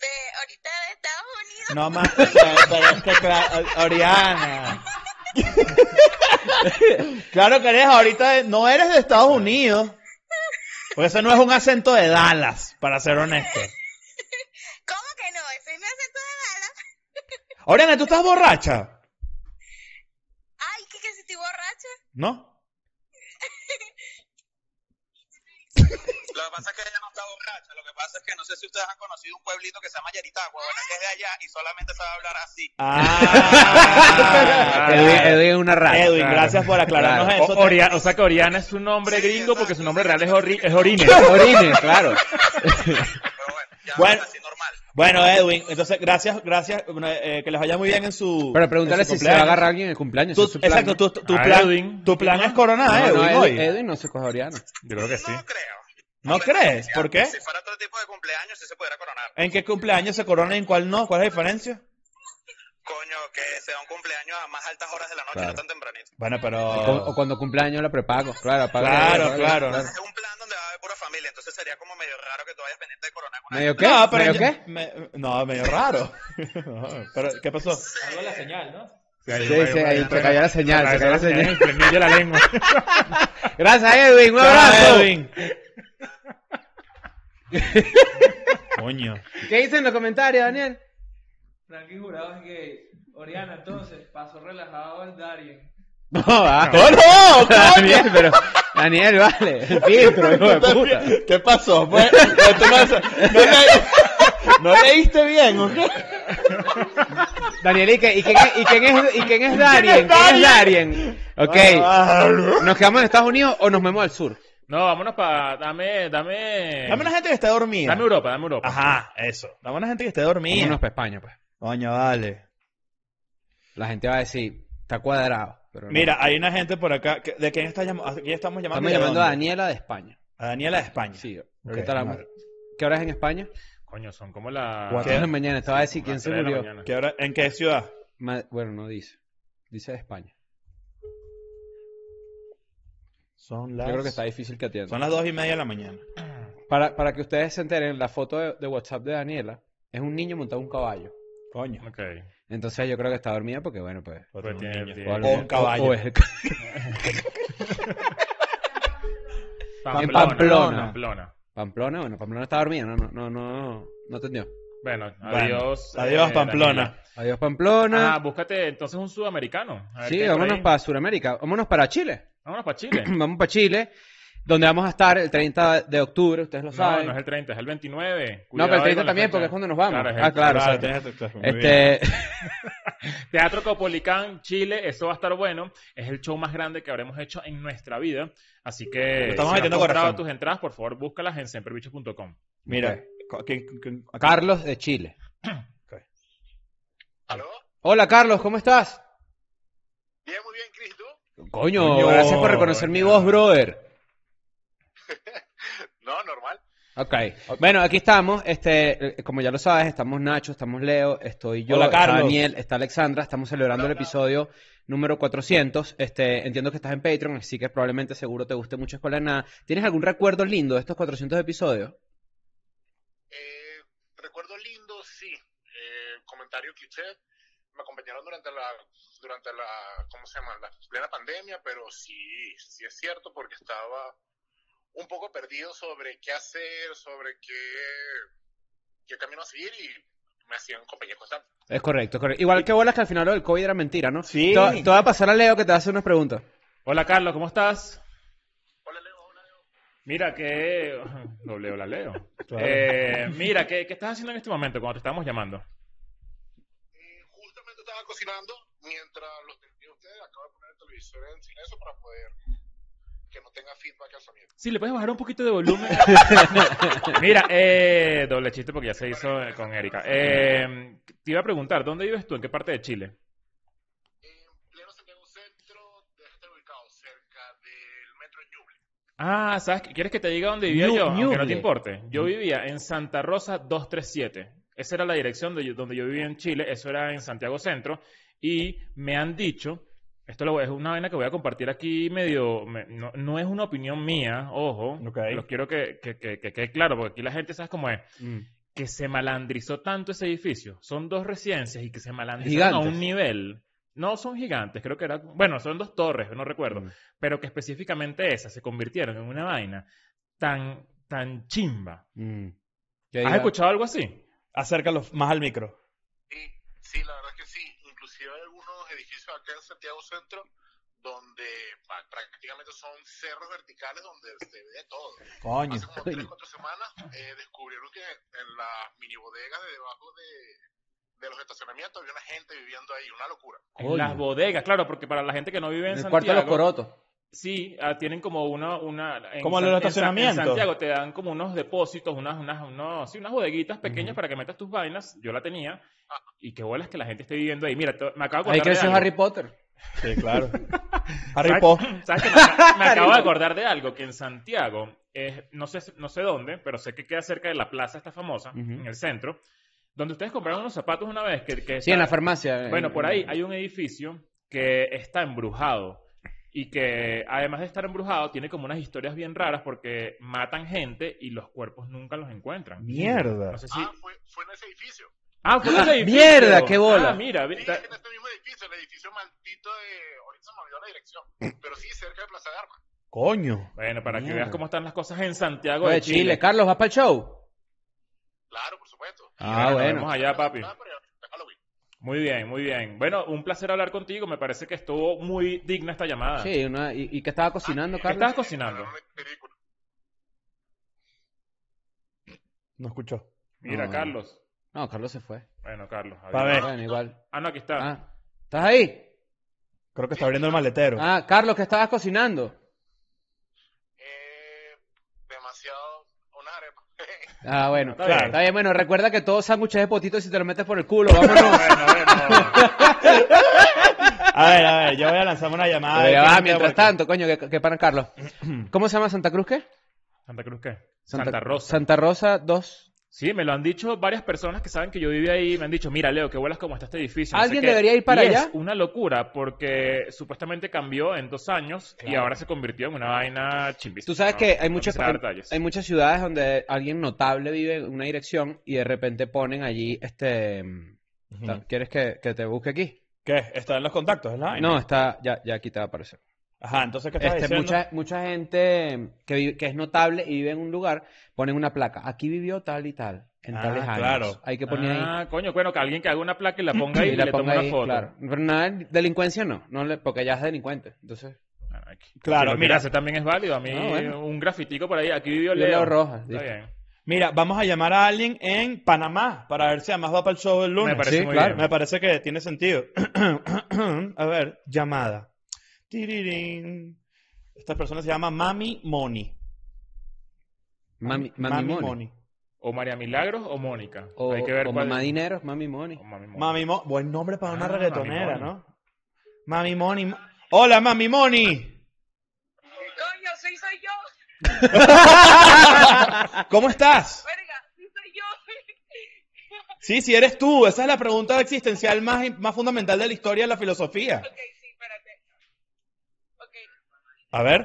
Speaker 7: De ahorita de Estados Unidos.
Speaker 1: No más, o sea, pero es que cla- o- Oriana. claro que eres ahorita, de- no eres de Estados Unidos. Porque ese no es un acento de Dallas, para ser honesto.
Speaker 7: ¿Cómo que no? Ese es mi acento de Dallas.
Speaker 1: Oriana, ¿tú estás borracha?
Speaker 7: Ay, que, que si estoy borracha.
Speaker 1: ¿No?
Speaker 6: Lo que pasa es que ella no está borracha. Lo que pasa es que no sé si ustedes han conocido un pueblito que se llama Yaritagua. Bueno, que es de allá y solamente sabe hablar así.
Speaker 1: Ah,
Speaker 3: Edwin,
Speaker 1: claro.
Speaker 3: Edwin es una rata.
Speaker 1: Edwin,
Speaker 4: claro.
Speaker 1: gracias por aclararnos
Speaker 3: Claro.
Speaker 4: O,
Speaker 1: eso.
Speaker 4: Oria- o sea que Oriana es un nombre gringo porque su nombre real es, Ori- es Orine.
Speaker 3: Orines, claro.
Speaker 6: Pero bueno, ya
Speaker 1: Bueno.
Speaker 6: así normal.
Speaker 1: Bueno, Edwin, entonces gracias, gracias, bueno, eh, que les vaya muy bien en su.
Speaker 3: Pero pregúntale
Speaker 1: en su
Speaker 3: si se va a
Speaker 1: cumpleaños.
Speaker 3: agarrar alguien en el cumpleaños.
Speaker 1: Tú-
Speaker 3: ese es su plan,
Speaker 1: exacto,
Speaker 3: ¿no?
Speaker 1: tu, tu
Speaker 4: A
Speaker 1: plan,
Speaker 4: Edwin.
Speaker 1: tu plan es coronar a
Speaker 3: No, no,
Speaker 1: Edwin
Speaker 3: Edwin,
Speaker 1: hoy.
Speaker 3: Edwin no se coge a Oriana.
Speaker 4: Yo creo que sí.
Speaker 6: No creo.
Speaker 1: ¿No crees? ¿Por qué?
Speaker 6: Si fuera otro tipo de cumpleaños, sí se pudiera coronar.
Speaker 1: ¿En qué cumpleaños se corona y en cuál no? ¿Cuál es la diferencia?
Speaker 6: Coño, que sea un cumpleaños a más altas horas de la noche,
Speaker 3: Claro.
Speaker 6: no tan tempranito.
Speaker 1: Bueno,
Speaker 3: O- O
Speaker 1: pero.
Speaker 3: cuando cumpleaños la prepago. Claro, apaga la-
Speaker 1: Claro,
Speaker 3: apaga la-
Speaker 1: claro.
Speaker 6: Es un plan donde va a haber pura familia, entonces sería como medio raro que tú vayas pendiente de coronar con
Speaker 3: ¿Medio qué?
Speaker 1: No, pero
Speaker 3: ¿Medio
Speaker 1: yo-
Speaker 3: qué?
Speaker 1: me- no, medio raro. No, pero, ¿qué pasó?
Speaker 2: Algo en la señal, ¿no?
Speaker 4: ahí-
Speaker 3: Sí,
Speaker 4: ahí-
Speaker 3: sí,
Speaker 4: ahí-
Speaker 3: ahí
Speaker 4: ahí-
Speaker 3: se cayó la señal, se cayó la
Speaker 4: en
Speaker 3: señal.
Speaker 4: el frenillo de la lengua.
Speaker 3: Gracias, Edwin, un
Speaker 1: Chao,
Speaker 3: abrazo.
Speaker 1: Edwin. Coño.
Speaker 3: ¿Qué dicen en los comentarios, Daniel?
Speaker 2: Frankie Jurado es gay. Oriana, entonces, pasó relajado al Darien.
Speaker 3: No, va.
Speaker 1: Ah, ¡No, no! coño!
Speaker 3: Daniel, pero. Daniel, vale. El filtro, hijo de puta.
Speaker 1: ¿Qué pasó? Pues, esto no, es- no le- ¿no leíste bien, ¿o qué?
Speaker 3: Daniel, ¿y, qué- y quién, es- y quién es, y quién es Darien? ¿Quién es Darien? Ok.
Speaker 1: Ah,
Speaker 3: ¿Nos quedamos en Estados Unidos o nos vemos al sur?
Speaker 4: No, vámonos para... Dame, dame...
Speaker 1: Dame una gente que esté dormida.
Speaker 4: Dame Europa, dame Europa.
Speaker 1: Ajá, eso. Dame una gente que esté dormida.
Speaker 3: Vámonos para España, pues.
Speaker 1: Coño, vale.
Speaker 3: La gente va a decir, está cuadrado. Pero no.
Speaker 1: Mira, hay una gente por acá. que- ¿De quién está llamando? Aquí estamos llamando.
Speaker 3: Estamos
Speaker 1: ¿De
Speaker 3: llamando a
Speaker 1: dónde?
Speaker 3: Daniela de España.
Speaker 1: A Daniela de España.
Speaker 3: Sí,
Speaker 1: Ok,
Speaker 3: ahorita hablamos.
Speaker 1: vale.
Speaker 3: ¿Qué hora Ah, es en España?
Speaker 4: Coño, son como la...
Speaker 3: Cuatro de la mañana. Estaba a decir quién
Speaker 4: las
Speaker 3: se
Speaker 4: tres de la
Speaker 3: murió.
Speaker 4: mañana.
Speaker 1: ¿Qué hora- ¿En qué ciudad?
Speaker 3: Ma- Bueno, no dice. Dice de España.
Speaker 1: Son
Speaker 3: Yo
Speaker 1: las,
Speaker 3: creo que está difícil que atienda.
Speaker 1: son las dos y media de la mañana.
Speaker 3: Para, para que ustedes se enteren, la foto de, de WhatsApp de Daniela es un niño montado en un caballo.
Speaker 1: Coño.
Speaker 4: Ok.
Speaker 3: Entonces yo creo que está dormida porque, bueno, pues.
Speaker 4: Pues tiene-
Speaker 1: niño.
Speaker 4: tiene-
Speaker 3: o algo-
Speaker 1: O un caballo.
Speaker 3: o- o es-
Speaker 4: Pamplona.
Speaker 3: Pamplona.
Speaker 4: Pamplona.
Speaker 3: Pamplona, bueno, Pamplona está dormida, no, no, no, no, no entendió.
Speaker 4: Bueno,
Speaker 1: Bueno,
Speaker 4: adiós.
Speaker 1: adiós,
Speaker 4: eh,
Speaker 1: Pamplona.
Speaker 3: Adiós,
Speaker 4: Daniela.
Speaker 3: Pamplona.
Speaker 4: Ah, búscate entonces un sudamericano. A ver
Speaker 3: sí,
Speaker 4: qué hay por
Speaker 3: vámonos
Speaker 4: ahí.
Speaker 3: para Sudamérica, vámonos para Chile.
Speaker 4: Vámonos para Chile.
Speaker 3: vamos para Chile, donde vamos a estar el 30 de octubre, ustedes lo
Speaker 4: No,
Speaker 3: saben.
Speaker 4: no es el 30, es el 29.
Speaker 3: No, pero el
Speaker 4: Cuidado ahí
Speaker 3: 30
Speaker 4: con la
Speaker 3: también,
Speaker 4: fecha.
Speaker 3: porque es cuando nos vamos.
Speaker 4: Claro, es el-
Speaker 3: ah, claro,
Speaker 1: Claro,
Speaker 3: exacto.
Speaker 1: tienes- claro, muy bien.
Speaker 3: Este,
Speaker 4: Teatro Copolicán, Chile, eso va a estar bueno. Es el show más grande que habremos hecho en nuestra vida. Así que,
Speaker 1: estamos
Speaker 4: si no has
Speaker 1: metiendo
Speaker 4: comprado
Speaker 1: corazón.
Speaker 4: tus entradas, por favor, búscalas en semperbichos.com.
Speaker 1: Mira, co- ¿quién- quién- quién- acá?
Speaker 3: Carlos de Chile.
Speaker 6: ¿Aló?
Speaker 3: Hola, Carlos, ¿cómo estás?
Speaker 6: Bien, muy bien, Cris, ¿y ¿tú?
Speaker 3: Coño,
Speaker 1: Coño,
Speaker 3: gracias por reconocer mi
Speaker 4: coño.
Speaker 3: voz, brother.
Speaker 6: No, normal.
Speaker 3: Ok. Bueno, aquí estamos. Este, eh, como ya lo sabes, estamos Nacho, estamos Leo, estoy yo,
Speaker 1: Hola,
Speaker 3: está
Speaker 1: Carlos.
Speaker 3: Daniel, está Alexandra. Estamos celebrando el episodio número 400. Este, entiendo que estás en Patreon, así que probablemente seguro te guste mucho Escuela de Nada. ¿Tienes algún recuerdo lindo de estos 400 episodios?
Speaker 6: Eh, recuerdo lindo, sí. Eh, comentario cliché. Me acompañaron durante la, durante la, ¿cómo se llama? La plena pandemia, pero sí, sí es cierto porque estaba un poco perdido sobre qué hacer, sobre qué, qué camino a seguir y me hacían compañía constante.
Speaker 3: Es correcto, es correcto. Igual que bolas que al final lo del COVID era mentira, ¿no?
Speaker 1: Sí.
Speaker 3: Te, va- te voy a pasar a Leo que te va a hacer unas preguntas.
Speaker 4: Hola, Carlos, ¿cómo estás?
Speaker 6: Hola, Leo, hola, Leo.
Speaker 4: Mira que... No leo, la leo.
Speaker 1: Claro.
Speaker 4: Eh, mira, ¿qué, ¿qué estás haciendo en este momento cuando te estamos llamando?
Speaker 6: Eh, justamente estaba cocinando mientras los tenía ustedes. Acabo de poner el televisor en silencio para poder que no tenga feedback al sonido.
Speaker 4: Sí, le puedes bajar un poquito de volumen. Mira, eh, doble chiste porque ya se hizo eh, con Erika. Eh, te iba a preguntar, ¿dónde vives tú? ¿En qué parte de Chile?
Speaker 6: En pleno Santiago Centro, debe estar ubicado cerca del metro Ñuble.
Speaker 4: Ah, ¿sabes? qué? ¿Quieres que te diga dónde vivía
Speaker 3: Ñu-
Speaker 4: yo? Aunque no
Speaker 3: Ñuble.
Speaker 4: te importe. Yo vivía en Santa Rosa 237. Esa era la dirección de yo- donde yo vivía en Chile. Eso era en Santiago Centro. Y me han dicho, esto lo voy- es una vaina que voy a compartir aquí medio... me- no, no es una opinión mía, ojo.
Speaker 1: Ok.
Speaker 4: Los quiero que que- que- que quede claro, porque aquí la gente, ¿sabes cómo es? que se malandrizó tanto ese edificio. Son dos residencias y que se malandrizaron a
Speaker 3: Gigantes.
Speaker 4: un nivel. No son gigantes, creo que era. Bueno, son dos torres, no recuerdo.
Speaker 3: Mm.
Speaker 4: Pero que específicamente esas se convirtieron en una vaina tan, tan chimba.
Speaker 1: Mm.
Speaker 3: Que
Speaker 4: ¿Has
Speaker 3: diga-
Speaker 4: escuchado algo así?
Speaker 1: Acércalo más al micro.
Speaker 6: Sí, sí, la verdad que sí. Inclusive hay algunos edificios acá en Santiago Centro donde pa- prácticamente son cerros verticales donde se ve de todo.
Speaker 1: Coño.
Speaker 6: Hace como tres, cuatro semanas eh, descubrieron que en las mini bodegas de debajo de, de los estacionamientos había una gente viviendo ahí, una locura.
Speaker 4: En las bodegas, claro, porque para la gente que no vive en,
Speaker 3: En el cuarto de los
Speaker 4: Santiago.
Speaker 3: corotos.
Speaker 4: Sí, ah, tienen como una... una en
Speaker 1: Como
Speaker 4: San-
Speaker 1: los
Speaker 4: en San-
Speaker 1: estacionamientos.
Speaker 4: En Santiago te dan como unos depósitos, unas, unas, unos- sí, unas bodeguitas pequeñas para que metas tus vainas. Yo la tenía. Y qué bolas que la gente esté viviendo ahí. Mira, to- me acabo de acordar
Speaker 3: Ahí
Speaker 4: de
Speaker 3: creció
Speaker 4: algo.
Speaker 3: Harry Potter.
Speaker 1: Sí, claro. Harry
Speaker 4: ¿Sabes-
Speaker 1: Potter.
Speaker 4: ¿Sabes qué? Me, aca- me acabo de acordar de algo, que en Santiago, eh, no, sé, no sé dónde, pero sé que queda cerca de la plaza esta famosa,
Speaker 3: Ujú.
Speaker 4: en el centro, donde ustedes compraron unos zapatos una vez que... que
Speaker 3: Sí,
Speaker 4: está-
Speaker 3: en la farmacia.
Speaker 4: Bueno,
Speaker 3: en-
Speaker 4: por ahí hay un edificio que está embrujado y que además de estar embrujado tiene como unas historias bien raras porque matan gente y los cuerpos nunca los encuentran.
Speaker 1: Mierda.
Speaker 4: No sé si...
Speaker 6: Ah, fue, fue en ese edificio.
Speaker 4: Ah, fue en ese edificio.
Speaker 3: ¡Mierda, qué bola!
Speaker 4: Ah, mira,
Speaker 6: Sí,
Speaker 4: vi-
Speaker 6: es
Speaker 4: ta-
Speaker 6: en este mismo edificio, el edificio maldito de... Ahorita se me olvidó la dirección, pero sí, cerca de Plaza de Armas.
Speaker 1: Coño.
Speaker 4: bueno, para que
Speaker 3: Mierda.
Speaker 4: veas cómo están las cosas en Santiago
Speaker 3: Oye,
Speaker 4: de
Speaker 3: Chile.
Speaker 4: Chile.
Speaker 3: Carlos, ¿vas para el show?
Speaker 6: Claro, por supuesto.
Speaker 3: Ah,
Speaker 4: nos
Speaker 3: bueno.
Speaker 4: vemos allá, papi.
Speaker 6: Ah, pero ya- Halloween.
Speaker 4: Muy bien, muy bien. Bueno, un placer hablar contigo. Me parece que estuvo muy digna esta llamada.
Speaker 3: Sí, una- y, y que estaba cocinando,
Speaker 6: Ah,
Speaker 4: ¿Qué
Speaker 3: Carlos.
Speaker 4: estabas cocinando?
Speaker 6: Hablaron de película.
Speaker 1: No escuchó.
Speaker 4: Mira,
Speaker 3: No.
Speaker 4: Carlos.
Speaker 3: No, Carlos se fue.
Speaker 4: Bueno, Carlos. adiós.
Speaker 1: Pa' ver.
Speaker 3: Bueno, igual.
Speaker 4: Ah, no, aquí está.
Speaker 3: Ah, ¿Estás ahí?
Speaker 1: Creo que está abriendo el maletero.
Speaker 3: Ah, Carlos, ¿qué estabas cocinando?
Speaker 6: Eh, demasiado... Una arepa.
Speaker 3: Ah, bueno.
Speaker 4: Está bien.
Speaker 3: Está bien, bueno, recuerda que todo sándwich es de potito si te lo metes por el culo. Vámonos.
Speaker 4: Bueno, bueno.
Speaker 1: A ver, a ver, yo voy a lanzar una llamada.
Speaker 3: Pero
Speaker 1: de
Speaker 3: ya va,
Speaker 1: gente,
Speaker 3: mientras
Speaker 1: porque-
Speaker 3: tanto, coño, que, que para Carlos. ¿Cómo se llama Santa Cruz qué?
Speaker 4: ¿Santa Cruz qué? Santa, Rosa.
Speaker 3: Santa Rosa 2.
Speaker 4: Sí, me lo han dicho varias personas que saben que yo vivía ahí. Me han dicho, mira, Leo, qué vuelas como está este edificio. no sé
Speaker 3: ¿Alguien
Speaker 4: qué".
Speaker 3: debería ir para
Speaker 4: Y es
Speaker 3: allá?
Speaker 4: una locura porque supuestamente cambió en dos años y ahora se convirtió en una vaina chimbista.
Speaker 3: Tú sabes
Speaker 4: No,
Speaker 3: que
Speaker 4: no
Speaker 3: hay muchas,
Speaker 4: quisiera dar
Speaker 3: hay-
Speaker 4: detalles.
Speaker 3: hay muchas ciudades donde alguien notable vive en una dirección y de repente ponen allí este Está- ¿Quieres que, que te busque aquí?
Speaker 1: ¿Qué? ¿Está en los contactos? es la vaina?
Speaker 3: No, está, ya, ya aquí te va a aparecer.
Speaker 1: Ajá, entonces, ¿qué estás
Speaker 3: Este,
Speaker 1: diciendo?
Speaker 3: mucha, mucha gente que, vive- que es notable y vive en un lugar ponen una placa. Aquí vivió tal y tal, en
Speaker 1: Ah,
Speaker 3: tales años.
Speaker 1: claro.
Speaker 3: Hay que poner ahí.
Speaker 4: Ah, coño, bueno, que alguien que haga una placa y la ponga ahí y,
Speaker 3: y la
Speaker 4: le
Speaker 3: ponga
Speaker 4: tome
Speaker 3: ahí,
Speaker 4: una foto.
Speaker 3: claro. Pero nada, delincuencia no, no le- porque ya es delincuente. Entonces,
Speaker 4: Ah, aquí.
Speaker 1: Claro,
Speaker 4: Si lo
Speaker 1: mira.
Speaker 4: mira. también es válido. A mí
Speaker 3: Ah, bueno.
Speaker 4: un grafitico por ahí. Aquí vivió
Speaker 3: yo
Speaker 4: Leo.
Speaker 3: leo rojas.
Speaker 4: Está
Speaker 3: listo.
Speaker 4: bien.
Speaker 1: Mira, vamos a llamar a alguien en Panamá para ver si además va para el show el
Speaker 4: Me
Speaker 1: lunes.
Speaker 4: parece
Speaker 3: Sí,
Speaker 4: muy
Speaker 3: claro.
Speaker 4: bien.
Speaker 1: Me parece que tiene sentido. a ver, llamada. Tirirín. Esta persona se llama Mami Moni.
Speaker 3: Mami, mami, money.
Speaker 4: O María Milagros o Mónica.
Speaker 3: O,
Speaker 4: Hay que ver
Speaker 3: o
Speaker 4: cuál-
Speaker 3: mamá dinero, mami money.
Speaker 4: o Mami Moni.
Speaker 1: Mami Mo- Buen nombre para una
Speaker 4: Ah,
Speaker 1: reggaetonera,
Speaker 4: Mami Moni.
Speaker 1: ¿no? Mami Moni. Hola, Mami Moni.
Speaker 7: Coño, sí soy yo.
Speaker 1: ¿Cómo estás?
Speaker 7: Verga, sí soy yo.
Speaker 1: Sí, sí, eres tú. Esa es la pregunta existencial más, más fundamental de la historia de la filosofía.
Speaker 7: ok, sí, espérate. Ok,
Speaker 1: A ver,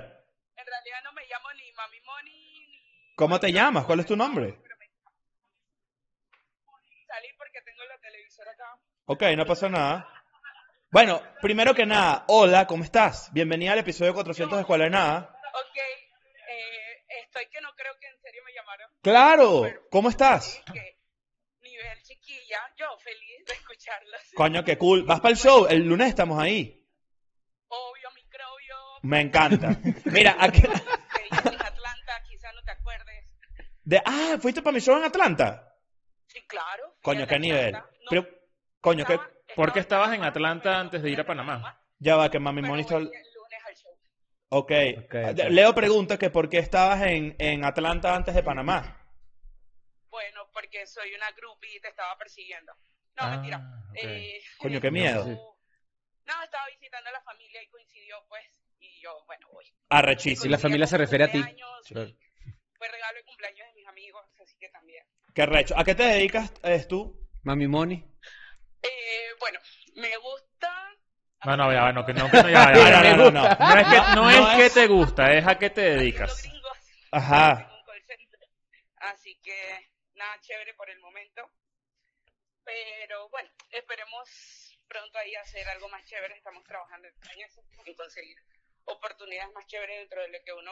Speaker 7: en realidad no me llamo ni Mami Moni ni
Speaker 1: ¿cómo te llamas? ¿Cuál es tu nombre?
Speaker 7: salí porque tengo la televisora acá.
Speaker 1: Ok, no pasa nada. Bueno, primero que nada, hola, ¿cómo estás? Bienvenida al episodio 400 de Escuela de Nada.
Speaker 7: Ok, eh, estoy que no creo que en serio me llamaron.
Speaker 1: Claro, ¿cómo estás?
Speaker 7: Que nivel chiquilla, yo feliz de escucharlos.
Speaker 1: Coño, qué cool. ¿Vas para el show? El lunes estamos ahí.
Speaker 7: Obvio, microbio.
Speaker 1: Me encanta. Mira, aquí...
Speaker 7: Te dije en Atlanta, quizá no te acuerdes.
Speaker 1: de- Ah, ¿fuiste para mi show en Atlanta?
Speaker 7: Sí, claro. fui
Speaker 1: Coño,
Speaker 7: a
Speaker 1: qué
Speaker 7: Atlanta.
Speaker 1: nivel.
Speaker 7: No,
Speaker 1: Pero, coño, qué...
Speaker 7: estaba-
Speaker 4: ¿Por qué
Speaker 7: estaba
Speaker 4: estabas en Atlanta antes de ir a Panamá?
Speaker 1: Ya va, que mami
Speaker 7: Pero
Speaker 1: Moni
Speaker 7: voy
Speaker 1: está-
Speaker 7: el lunes al show.
Speaker 1: Ok.
Speaker 3: ok.
Speaker 1: Leo pregunta que por qué estabas en, en Atlanta antes de Panamá.
Speaker 7: Bueno, porque soy una groupie y te estaba persiguiendo. No,
Speaker 4: Ah,
Speaker 7: mentira.
Speaker 4: ok.
Speaker 7: Eh,
Speaker 1: Coño, qué miedo.
Speaker 7: No, estaba visitando a la familia y coincidió, pues, y yo, bueno, voy.
Speaker 1: Arrechísimo.
Speaker 3: la familia se refiere a ti.
Speaker 7: Cumpleaños,
Speaker 3: Claro.
Speaker 7: y Fue regalo de cumpleaños de mis amigos, así que también.
Speaker 1: Qué recho. ¿A qué te dedicas eh, tú?
Speaker 3: Mami money.
Speaker 7: Eh, bueno, me gusta...
Speaker 4: No, no, ya, va, no, que no, que no, ya, va, ya, va.
Speaker 1: No, no, no, no, no.
Speaker 4: No es que, no
Speaker 1: No
Speaker 4: es que
Speaker 1: es-
Speaker 4: te gusta, es a qué te
Speaker 7: Haciendo
Speaker 4: dedicas.
Speaker 7: gringos.
Speaker 1: Ajá.
Speaker 7: Tengo un call center. Así que nada chévere por el momento. Pero bueno, esperemos pronto ahí hacer algo más chévere. Estamos trabajando en eso, en conseguir oportunidades más chéveres dentro de lo que uno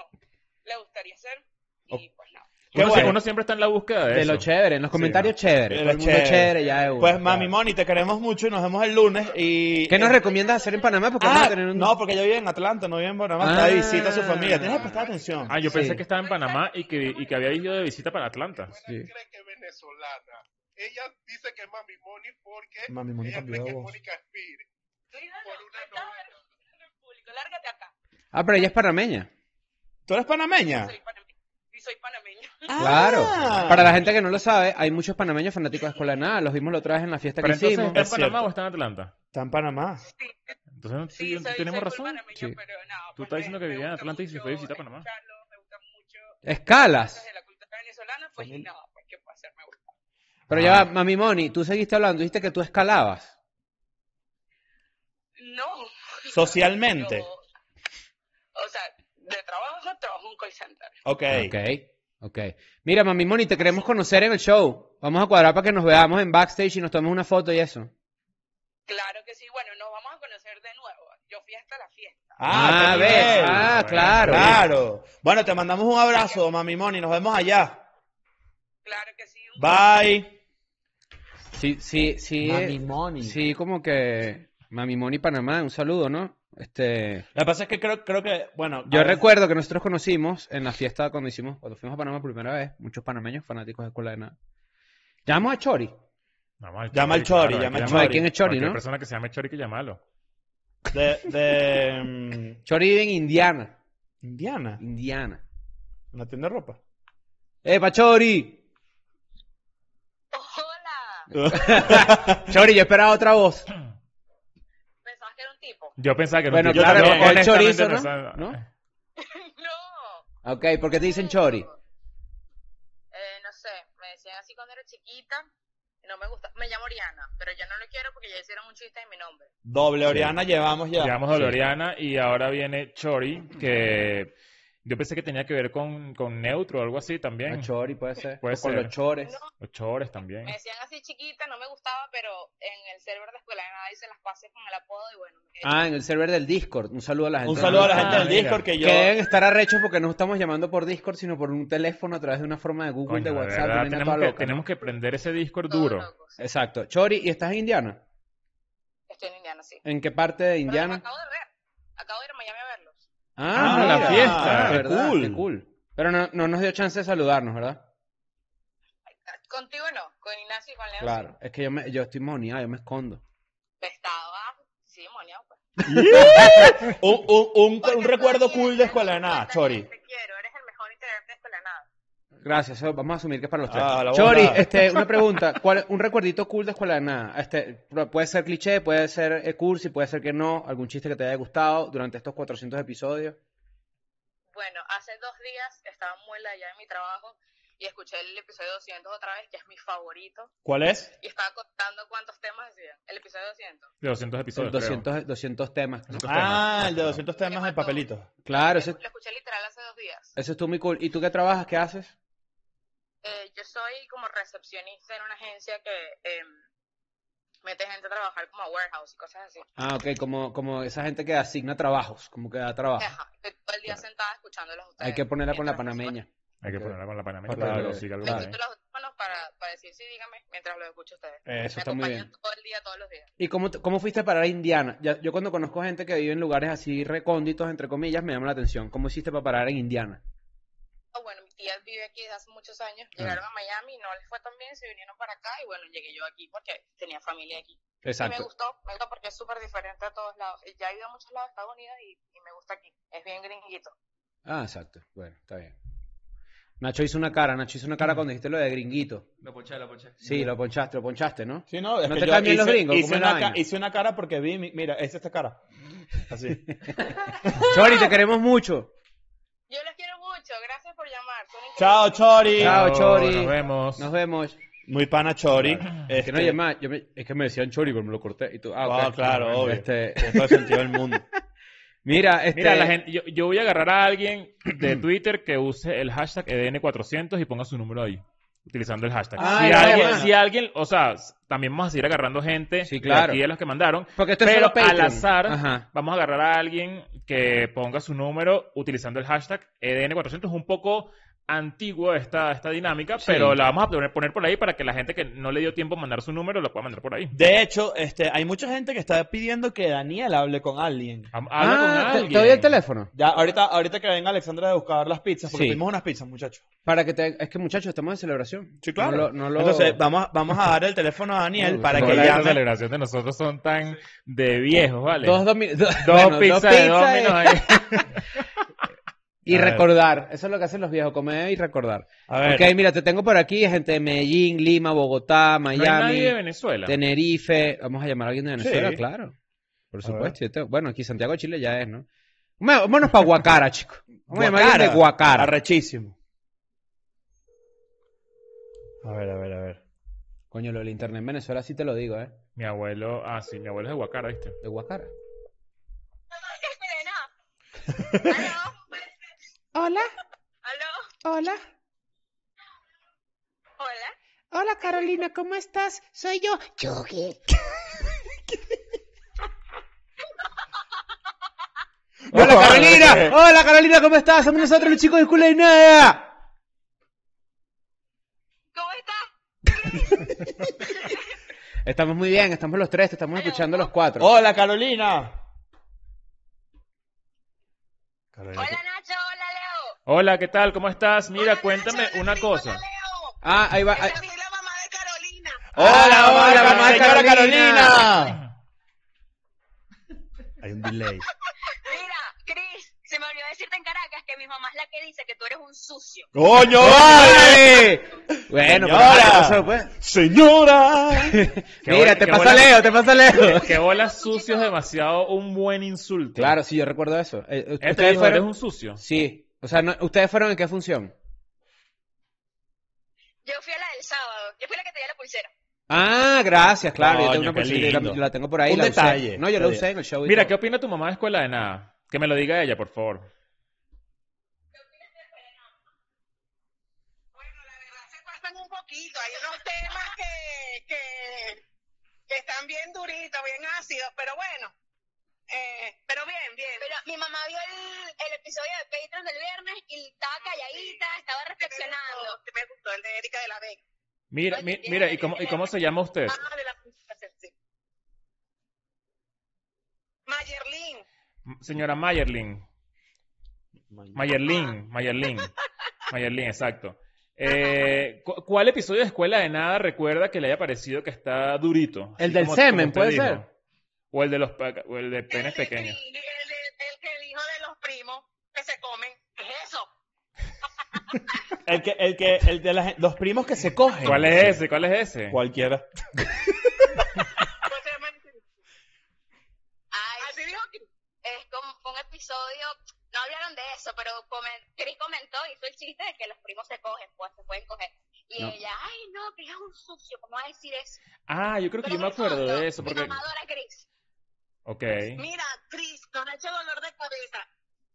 Speaker 7: le gustaría hacer. Y pues nada.
Speaker 1: Qué
Speaker 4: Uno,
Speaker 1: bueno.
Speaker 4: uno siempre está en la búsqueda de,
Speaker 3: De
Speaker 4: eso.
Speaker 3: lo chévere, en los comentarios
Speaker 1: De
Speaker 3: chévere. Todo
Speaker 1: lo
Speaker 3: el mundo chévere,
Speaker 1: chévere.
Speaker 3: ya es uno,
Speaker 1: Pues mami
Speaker 3: claro.
Speaker 1: Moni, te queremos mucho y nos vemos el lunes y... eh,
Speaker 3: ¿Qué nos recomiendas hacer en Panamá? Porque vamos
Speaker 1: Ah,
Speaker 3: a tener un...
Speaker 1: no, porque ella vive en Atlanta, no vive en Panamá, está
Speaker 3: Ah.
Speaker 1: de visita a su familia. Tienes que prestar atención.
Speaker 4: Ah, yo pensé
Speaker 3: Sí.
Speaker 4: que estaba en Panamá y que, y que había ido de visita para Atlanta.
Speaker 3: Sí.
Speaker 6: cree que es venezolana. Ella dice que es Mami Moni porque
Speaker 1: Mami Moni
Speaker 6: ella
Speaker 1: cambió de
Speaker 6: cree que es
Speaker 1: voz.
Speaker 6: Mónica Spears. Por una novela.
Speaker 7: público, lárgate acá.
Speaker 3: Ah, pero ella es panameña.
Speaker 1: ¿Tú eres panameña?
Speaker 7: Soy panameña. Y soy panameña.
Speaker 3: Claro.
Speaker 1: Ah.
Speaker 3: Para la gente que no lo sabe, hay muchos panameños fanáticos de Escuela de Nada. Los vimos la otra vez en la fiesta
Speaker 4: Pero
Speaker 3: que
Speaker 4: entonces,
Speaker 3: hicimos.
Speaker 4: ¿está en
Speaker 1: Es
Speaker 4: Panamá
Speaker 1: cierto.
Speaker 4: o está en Atlanta?
Speaker 1: Está en Panamá.
Speaker 7: Sí,
Speaker 4: Entonces,
Speaker 7: sí,
Speaker 4: sí,
Speaker 7: soy-
Speaker 4: tenemos
Speaker 7: soy full
Speaker 4: razón.
Speaker 7: panameña,
Speaker 3: Sí.
Speaker 7: pero nada,
Speaker 4: Tú
Speaker 7: pues,
Speaker 4: estás
Speaker 7: me-
Speaker 4: diciendo que
Speaker 7: me
Speaker 4: vivías en
Speaker 7: gusta
Speaker 4: Atlanta y se fue de
Speaker 7: mucho
Speaker 4: visita a Panamá.
Speaker 7: escucharlos, me gusta mucho cosas
Speaker 3: Escalas.
Speaker 7: de la cultura venezolana, pues y nada, pues qué puedo hacer, me gusta.
Speaker 3: Pero
Speaker 1: Ah.
Speaker 3: ya, va, Mami Moni, tú seguiste hablando, dijiste que tú escalabas.
Speaker 7: No.
Speaker 1: Socialmente.
Speaker 7: Yo- o sea, de trabajo, trabajo en un call center.
Speaker 1: Ok.
Speaker 3: Ok, ok. Mira, Mami Moni, te queremos conocer en el show. Vamos a cuadrar para que nos veamos en backstage y nos tomemos una foto y eso.
Speaker 7: Claro que sí, bueno, nos vamos a conocer de nuevo. Yo fui hasta la fiesta.
Speaker 1: Ah,
Speaker 3: a
Speaker 1: qué nivel.
Speaker 3: Ah,
Speaker 4: Bueno,
Speaker 3: claro.
Speaker 1: Claro. Bueno, te mandamos un abrazo, mami Moni. Nos vemos allá.
Speaker 7: Claro que sí. un-
Speaker 1: Bye.
Speaker 3: Sí, sí, sí. eh,
Speaker 1: Moni.
Speaker 3: Sí, como que Mami Moni Panamá, un saludo, ¿no? Este,
Speaker 1: Lo que pasa es que creo, creo que, bueno.
Speaker 3: yo
Speaker 1: a ver,
Speaker 3: recuerdo que nosotros conocimos en la fiesta cuando hicimos, cuando fuimos a Panamá por primera vez, muchos panameños fanáticos de Escuela de Nada. Llamamos a Chori.
Speaker 1: Llama al Chori, llama al
Speaker 3: Llamamos
Speaker 1: Chori.
Speaker 3: a quién es Chori,
Speaker 4: Cualquier
Speaker 3: ¿no?
Speaker 4: persona que se llame Chori que llamalo.
Speaker 1: De, de, mm,
Speaker 3: Chori vive en Indiana.
Speaker 1: Indiana.
Speaker 3: Indiana. ¡Eh,
Speaker 1: Una tienda de ropa.
Speaker 3: ¡Epa, Chori!
Speaker 7: Hola.
Speaker 3: Chori, yo esperaba otra voz.
Speaker 7: Pensabas que era un tipo.
Speaker 4: Yo pensaba que
Speaker 3: Bueno,
Speaker 4: yo
Speaker 3: claro,
Speaker 4: también,
Speaker 3: porque el
Speaker 4: honestamente,
Speaker 3: chorizo, ¿no?
Speaker 4: pensaba-
Speaker 3: ¿No?
Speaker 7: no.
Speaker 3: Ok, ¿por qué te dicen Chori?
Speaker 7: Eh, no sé, me decían así cuando era chiquita. y No me gusta. Me llamo Oriana, pero yo no lo quiero porque ya hicieron un chiste en mi nombre.
Speaker 1: Doble Oriana llevamos ya.
Speaker 4: Llamamos a Doloriana y ahora viene Chori, que Yo pensé que tenía que ver con, con neutro o algo así también.
Speaker 3: Los chori puede ser.
Speaker 4: Puede
Speaker 3: o con
Speaker 4: ser.
Speaker 3: los chores.
Speaker 7: No,
Speaker 4: Los chores también.
Speaker 7: me decían así chiquita, no me gustaba, pero en el server de escuela de nada hice las pases con el apodo y bueno, me quedé.
Speaker 3: Ah, en el server del Discord. Un saludo a la gente.
Speaker 1: Un saludo a la
Speaker 4: Ah,
Speaker 1: gente del
Speaker 4: mira.
Speaker 1: Discord que
Speaker 3: Que
Speaker 1: yo.
Speaker 3: deben estar arrechos porque no estamos llamando por Discord, sino por un teléfono a través de una forma de Google,
Speaker 4: Coño,
Speaker 3: de
Speaker 4: de
Speaker 3: WhatsApp.
Speaker 4: verdad,
Speaker 3: una vaina
Speaker 4: tenemos,
Speaker 3: toda
Speaker 4: que,
Speaker 3: loca, ¿no?
Speaker 4: tenemos que prender ese Discord
Speaker 7: todos
Speaker 4: duro.
Speaker 7: locos.
Speaker 3: Exacto. Chori, ¿y estás en Indiana?
Speaker 7: Estoy en Indiana, sí.
Speaker 3: ¿En qué parte de
Speaker 7: Pero
Speaker 3: Indiana?
Speaker 7: los acabo de ver. Acabo de ir a Miami a verlos.
Speaker 1: Ah, la fiesta,
Speaker 3: de
Speaker 1: qué
Speaker 3: verdad,
Speaker 1: cool.
Speaker 3: qué cool. Pero no, no nos dio chance de saludarnos, ¿verdad?
Speaker 7: Contigo no, con Ignacio y con Leo.
Speaker 3: Claro, es que yo, me, yo estoy moniado, yo me escondo.
Speaker 7: sí. Estaba, sí, moniado, pues.
Speaker 1: Un, un- un- un
Speaker 7: Porque
Speaker 1: recuerdo
Speaker 7: tú
Speaker 1: cool de
Speaker 7: eres
Speaker 1: escuela de nada,
Speaker 7: Natalia,
Speaker 1: Chori.
Speaker 7: Te quiero, eres el mejor integrante de escuela de nada.
Speaker 3: Gracias, eso vamos a asumir que es para los tres.
Speaker 1: Ah, la
Speaker 3: Chori,
Speaker 1: bola.
Speaker 3: este, una pregunta, ¿cuál, un recuerdito cool de escuela de nada. Este, pu- puede ser cliché, puede ser eh, cursi, puede ser que no, algún chiste que te haya gustado durante estos 400 episodios.
Speaker 7: Bueno, hace dos días estaba muela allá en mi trabajo y escuché el episodio 200 otra vez, que es mi favorito,
Speaker 1: ¿Cuál es?
Speaker 7: y estaba contando cuántos temas decían. El episodio 200.
Speaker 4: De 200
Speaker 3: Son
Speaker 4: episodios. creo.
Speaker 3: 200, 200 temas.
Speaker 4: Esos
Speaker 1: Ah,
Speaker 4: temas.
Speaker 1: el de 200 temas de papelitos.
Speaker 3: Claro,
Speaker 7: Lo-
Speaker 3: eso,
Speaker 7: Lo escuché literal hace dos días.
Speaker 3: eso estuvo muy cool. ¿Y tú qué trabajas, qué haces?
Speaker 7: Eh, yo soy como recepcionista en una agencia que em, mete gente a trabajar como a warehouse y cosas así.
Speaker 3: Ah, ok, como, como esa gente que asigna trabajos, como que da trabajo.
Speaker 7: Ajá, estoy todo el día sentada escuchándolos a ustedes.
Speaker 3: Hay que ponerla con la
Speaker 7: mientras recibo-
Speaker 3: panameña.
Speaker 4: Hay que ponerla con la panameña
Speaker 3: Claro,
Speaker 4: para que lo siga el
Speaker 7: Me
Speaker 3: claro.
Speaker 4: brother,
Speaker 7: quito
Speaker 4: ¿eh?
Speaker 7: los audífonos para, para decir sí, dígame, mientras los escucho a ustedes.
Speaker 3: Eso
Speaker 7: me
Speaker 3: está muy
Speaker 7: acompañan
Speaker 3: bien.
Speaker 7: todo el día, todos los días.
Speaker 3: ¿Y cómo, te- cómo fuiste a parar a Indiana? Ya- yo cuando conozco gente que vive en lugares así recónditos, entre comillas, me llama la atención. ¿Cómo hiciste para parar en Indiana?
Speaker 7: Oh, bueno, mi tía vive aquí desde hace muchos años. Llegaron a Miami, no les fue tan bien, se vinieron para acá y bueno, llegué yo aquí porque tenía familia aquí. Y me
Speaker 3: Exacto.
Speaker 7: gustó, me gustó porque es súper diferente a todos lados. Ya he ido a muchos lados de Estados Unidos y, y me gusta aquí. Es bien gringuito.
Speaker 3: Ah, exacto. Bueno, está bien. Nacho hizo una cara, Nacho hizo una cara cuando dijiste lo de gringuito.
Speaker 2: Lo poché, lo poché.
Speaker 3: Sí, lo ponchaste, lo ponchaste, ¿no?
Speaker 1: Sí, no, es
Speaker 3: No
Speaker 1: que
Speaker 3: te
Speaker 1: yo
Speaker 3: cambien los
Speaker 1: hice-
Speaker 3: gringos, ¿cómo
Speaker 1: Hice
Speaker 3: es la
Speaker 1: una, ca-
Speaker 3: vaina?
Speaker 1: hice una cara porque vi, mi- mira, es esta cara. Así.
Speaker 3: Chori, te queremos mucho.
Speaker 7: Yo los quiero mucho, gracias por llamar. son increíbles.
Speaker 1: Chao, Chori.
Speaker 3: Chao, Chori.
Speaker 4: Nos vemos.
Speaker 3: Nos vemos.
Speaker 1: Muy pana, Chori.
Speaker 3: Es
Speaker 1: Este,
Speaker 3: que no oye más, yo me- es que me decían Chori cuando me lo corté y tú, ah,
Speaker 1: Ah,
Speaker 3: ok.
Speaker 1: claro, obvio.
Speaker 3: Este,
Speaker 1: Tiene todo el sentido del mundo.
Speaker 3: mira, este,
Speaker 4: Mira, la gente, yo, yo voy a agarrar a alguien de Twitter que use el hashtag E EDN400 y ponga su número ahí, utilizando el hashtag.
Speaker 3: Ah,
Speaker 4: si,
Speaker 3: ya,
Speaker 4: alguien,
Speaker 3: bueno.
Speaker 4: si alguien, o sea, s- también vamos a seguir agarrando gente
Speaker 3: Sí,
Speaker 4: de
Speaker 3: claro.
Speaker 4: aquí de los que mandaron,
Speaker 3: porque esto es
Speaker 4: pero
Speaker 3: solo
Speaker 4: al
Speaker 3: Patreon.
Speaker 4: azar
Speaker 3: Ajá.
Speaker 4: vamos a agarrar a alguien que ponga su número utilizando el hashtag E EDN400. Es un poco antiguo esta, esta dinámica,
Speaker 3: Sí.
Speaker 4: pero la vamos a poner, poner por ahí para que la gente que no le dio tiempo a mandar su número lo pueda mandar por ahí.
Speaker 1: De hecho, este, hay mucha gente que está pidiendo que Daniel hable con alguien.
Speaker 4: Ham- Habla con
Speaker 3: Ah, te-
Speaker 4: alguien.
Speaker 3: te doy el teléfono.
Speaker 1: Ya, ahorita, ahorita que venga Alexandra a buscar las pizzas, porque
Speaker 3: Sí.
Speaker 1: tuvimos unas pizzas, muchachos.
Speaker 3: Para que te... Es que muchachos, estamos en celebración.
Speaker 1: Sí, claro.
Speaker 3: No lo- no lo-
Speaker 1: Entonces, vamos, vamos a dar el teléfono a Daniel
Speaker 3: Uh,
Speaker 1: para
Speaker 4: Porque
Speaker 1: que
Speaker 4: la
Speaker 1: llame.
Speaker 4: celebración de nosotros son tan de viejos, ¿vale?
Speaker 3: Dos, domi- do-
Speaker 4: Dos
Speaker 3: bueno,
Speaker 4: pizzas
Speaker 3: dos
Speaker 4: de
Speaker 3: pizzas
Speaker 4: Domino's ahí.
Speaker 3: y y
Speaker 4: A ver.
Speaker 3: recordar. Eso es lo que hacen los viejos, comer y recordar.
Speaker 1: A ver,
Speaker 3: Ok, mira, te tengo por aquí gente de Medellín, Lima, Bogotá,
Speaker 4: No hay
Speaker 3: Miami,
Speaker 4: nadie de Venezuela.
Speaker 3: Tenerife. Vamos a llamar a alguien de Venezuela,
Speaker 1: Sí.
Speaker 3: claro. Por
Speaker 1: A
Speaker 3: supuesto. yo te- Bueno, aquí Santiago de Chile ya es, ¿no? Bueno, Vámonos para Guacara, chicos. Vamos a llamar a alguien de Guacara.
Speaker 1: Arrechísimo. A ver, a ver, a ver.
Speaker 3: Coño, lo del internet en Venezuela sí te lo digo, ¿eh?
Speaker 4: Mi abuelo, ah, sí, mi abuelo es de Guacara, ¿viste?
Speaker 3: De Guacara.
Speaker 8: Hola,
Speaker 7: ¿Aló? ¿Aló?
Speaker 8: hola,
Speaker 7: ¿Hola?
Speaker 8: hola Carolina, ¿cómo estás? Soy yo, Yogi.
Speaker 3: ¡Hola,
Speaker 1: Ojo,
Speaker 3: Carolina!
Speaker 1: eh.
Speaker 3: ¡Hola, Carolina! ¿Cómo estás? Somos nosotros los chicos de Escuela de Nada.
Speaker 7: ¿Cómo estás?
Speaker 3: Estamos muy bien, estamos los tres, te estamos escuchando los cuatro.
Speaker 1: Hola, Carolina. Carolina.
Speaker 7: Hola Nacho, hola Leo.
Speaker 4: Hola, ¿qué tal? ¿Cómo estás? Mira,
Speaker 7: Hola,
Speaker 4: cuéntame
Speaker 7: Nacho, hola,
Speaker 4: una
Speaker 7: Luis,
Speaker 4: cosa.
Speaker 7: Hola Leo.
Speaker 3: Ah, ahí va. ahí-
Speaker 7: Esa es la mamá de Carolina.
Speaker 1: Hola,
Speaker 3: Ah,
Speaker 1: hola,
Speaker 3: mamá de
Speaker 1: señora
Speaker 3: Carolina.
Speaker 1: Carolina. Hay un delay.
Speaker 7: Mira, Cris, se me olvidó decirte en Caracas que mi mamá es la que dice que tú eres un sucio.
Speaker 1: ¡Coño,
Speaker 3: ¡Vale! Bueno, pero
Speaker 1: Señora.
Speaker 3: ¿qué pasó, pues?
Speaker 1: ¡Señora!
Speaker 3: Eh,
Speaker 4: buena-
Speaker 3: Mira, te
Speaker 4: qué
Speaker 3: pasa
Speaker 4: buena-
Speaker 3: Leo, te pasa Leo.
Speaker 4: Que hola sucio es demasiado un buen insulto.
Speaker 3: Claro, sí, yo recuerdo eso. Eh,
Speaker 4: Este
Speaker 3: ¿Ustedes
Speaker 4: dijo,
Speaker 3: fueron?
Speaker 4: eres un sucio.
Speaker 3: Sí. O sea, no- ¿ustedes fueron en qué función?
Speaker 7: Yo fui a la del sábado, yo fui la que te di la pulsera.
Speaker 3: Ah, gracias, claro. yo tengo
Speaker 1: Coño,
Speaker 3: una
Speaker 1: qué
Speaker 3: pulsera, yo la,
Speaker 1: lindo.
Speaker 3: yo la tengo por ahí.
Speaker 1: Un
Speaker 3: la Usé.
Speaker 1: detalle.
Speaker 3: No, yo la
Speaker 1: Está
Speaker 3: usé en el show. y
Speaker 4: Mira, ¿qué
Speaker 3: todo.
Speaker 4: opina tu mamá de escuela de nada? Que me lo diga ella, por favor.
Speaker 7: unos temas que, que, que están bien duritos, bien ácidos, pero bueno. Eh, pero bien, bien.
Speaker 5: Pero mi mamá vio el, el episodio de Patreon del viernes y estaba calladita, estaba reflexionando.
Speaker 7: Me gustó el de Erika de la Vega.
Speaker 4: Mira, mi- mira, ¿y cómo, y cómo se llama usted?
Speaker 7: Ah, de la sí. Mayerlin.
Speaker 4: Señora Mayerlin. Mayerlin, Mayerlin. Mayerlin, exacto. Eh, cu- ¿Cuál episodio de Escuela de Nada recuerda que le haya parecido que está durito?
Speaker 3: El del semen,
Speaker 4: usted
Speaker 3: ¿puede
Speaker 4: dijo?
Speaker 3: ser?
Speaker 4: O el de los pa- o el de penes
Speaker 7: El de
Speaker 4: pequeños.
Speaker 7: pri- El, de- el que dijo de los primos que se comen. ¿Qué es eso?
Speaker 1: El, que, el, que, el de la gen- los primos que se cogen.
Speaker 4: ¿Cuál es ese? ¿Cuál es ese?
Speaker 1: Cualquiera.
Speaker 7: No se llama-
Speaker 5: Ay,
Speaker 7: Así dijo que
Speaker 5: es como fue un episodio, no hablaron de eso, pero comen- Chris comentó, hizo el chiste de que los primos se cogen, pues se pueden coger. Y
Speaker 4: No.
Speaker 5: ella, ay no, Chris es un sucio, ¿cómo va a decir eso?
Speaker 4: Ah, yo creo que yo me acuerdo de eso. Porque...
Speaker 5: Mi mamá adora a Chris.
Speaker 4: Ok.
Speaker 7: Mira, Cris, nos ha hecho dolor de cabeza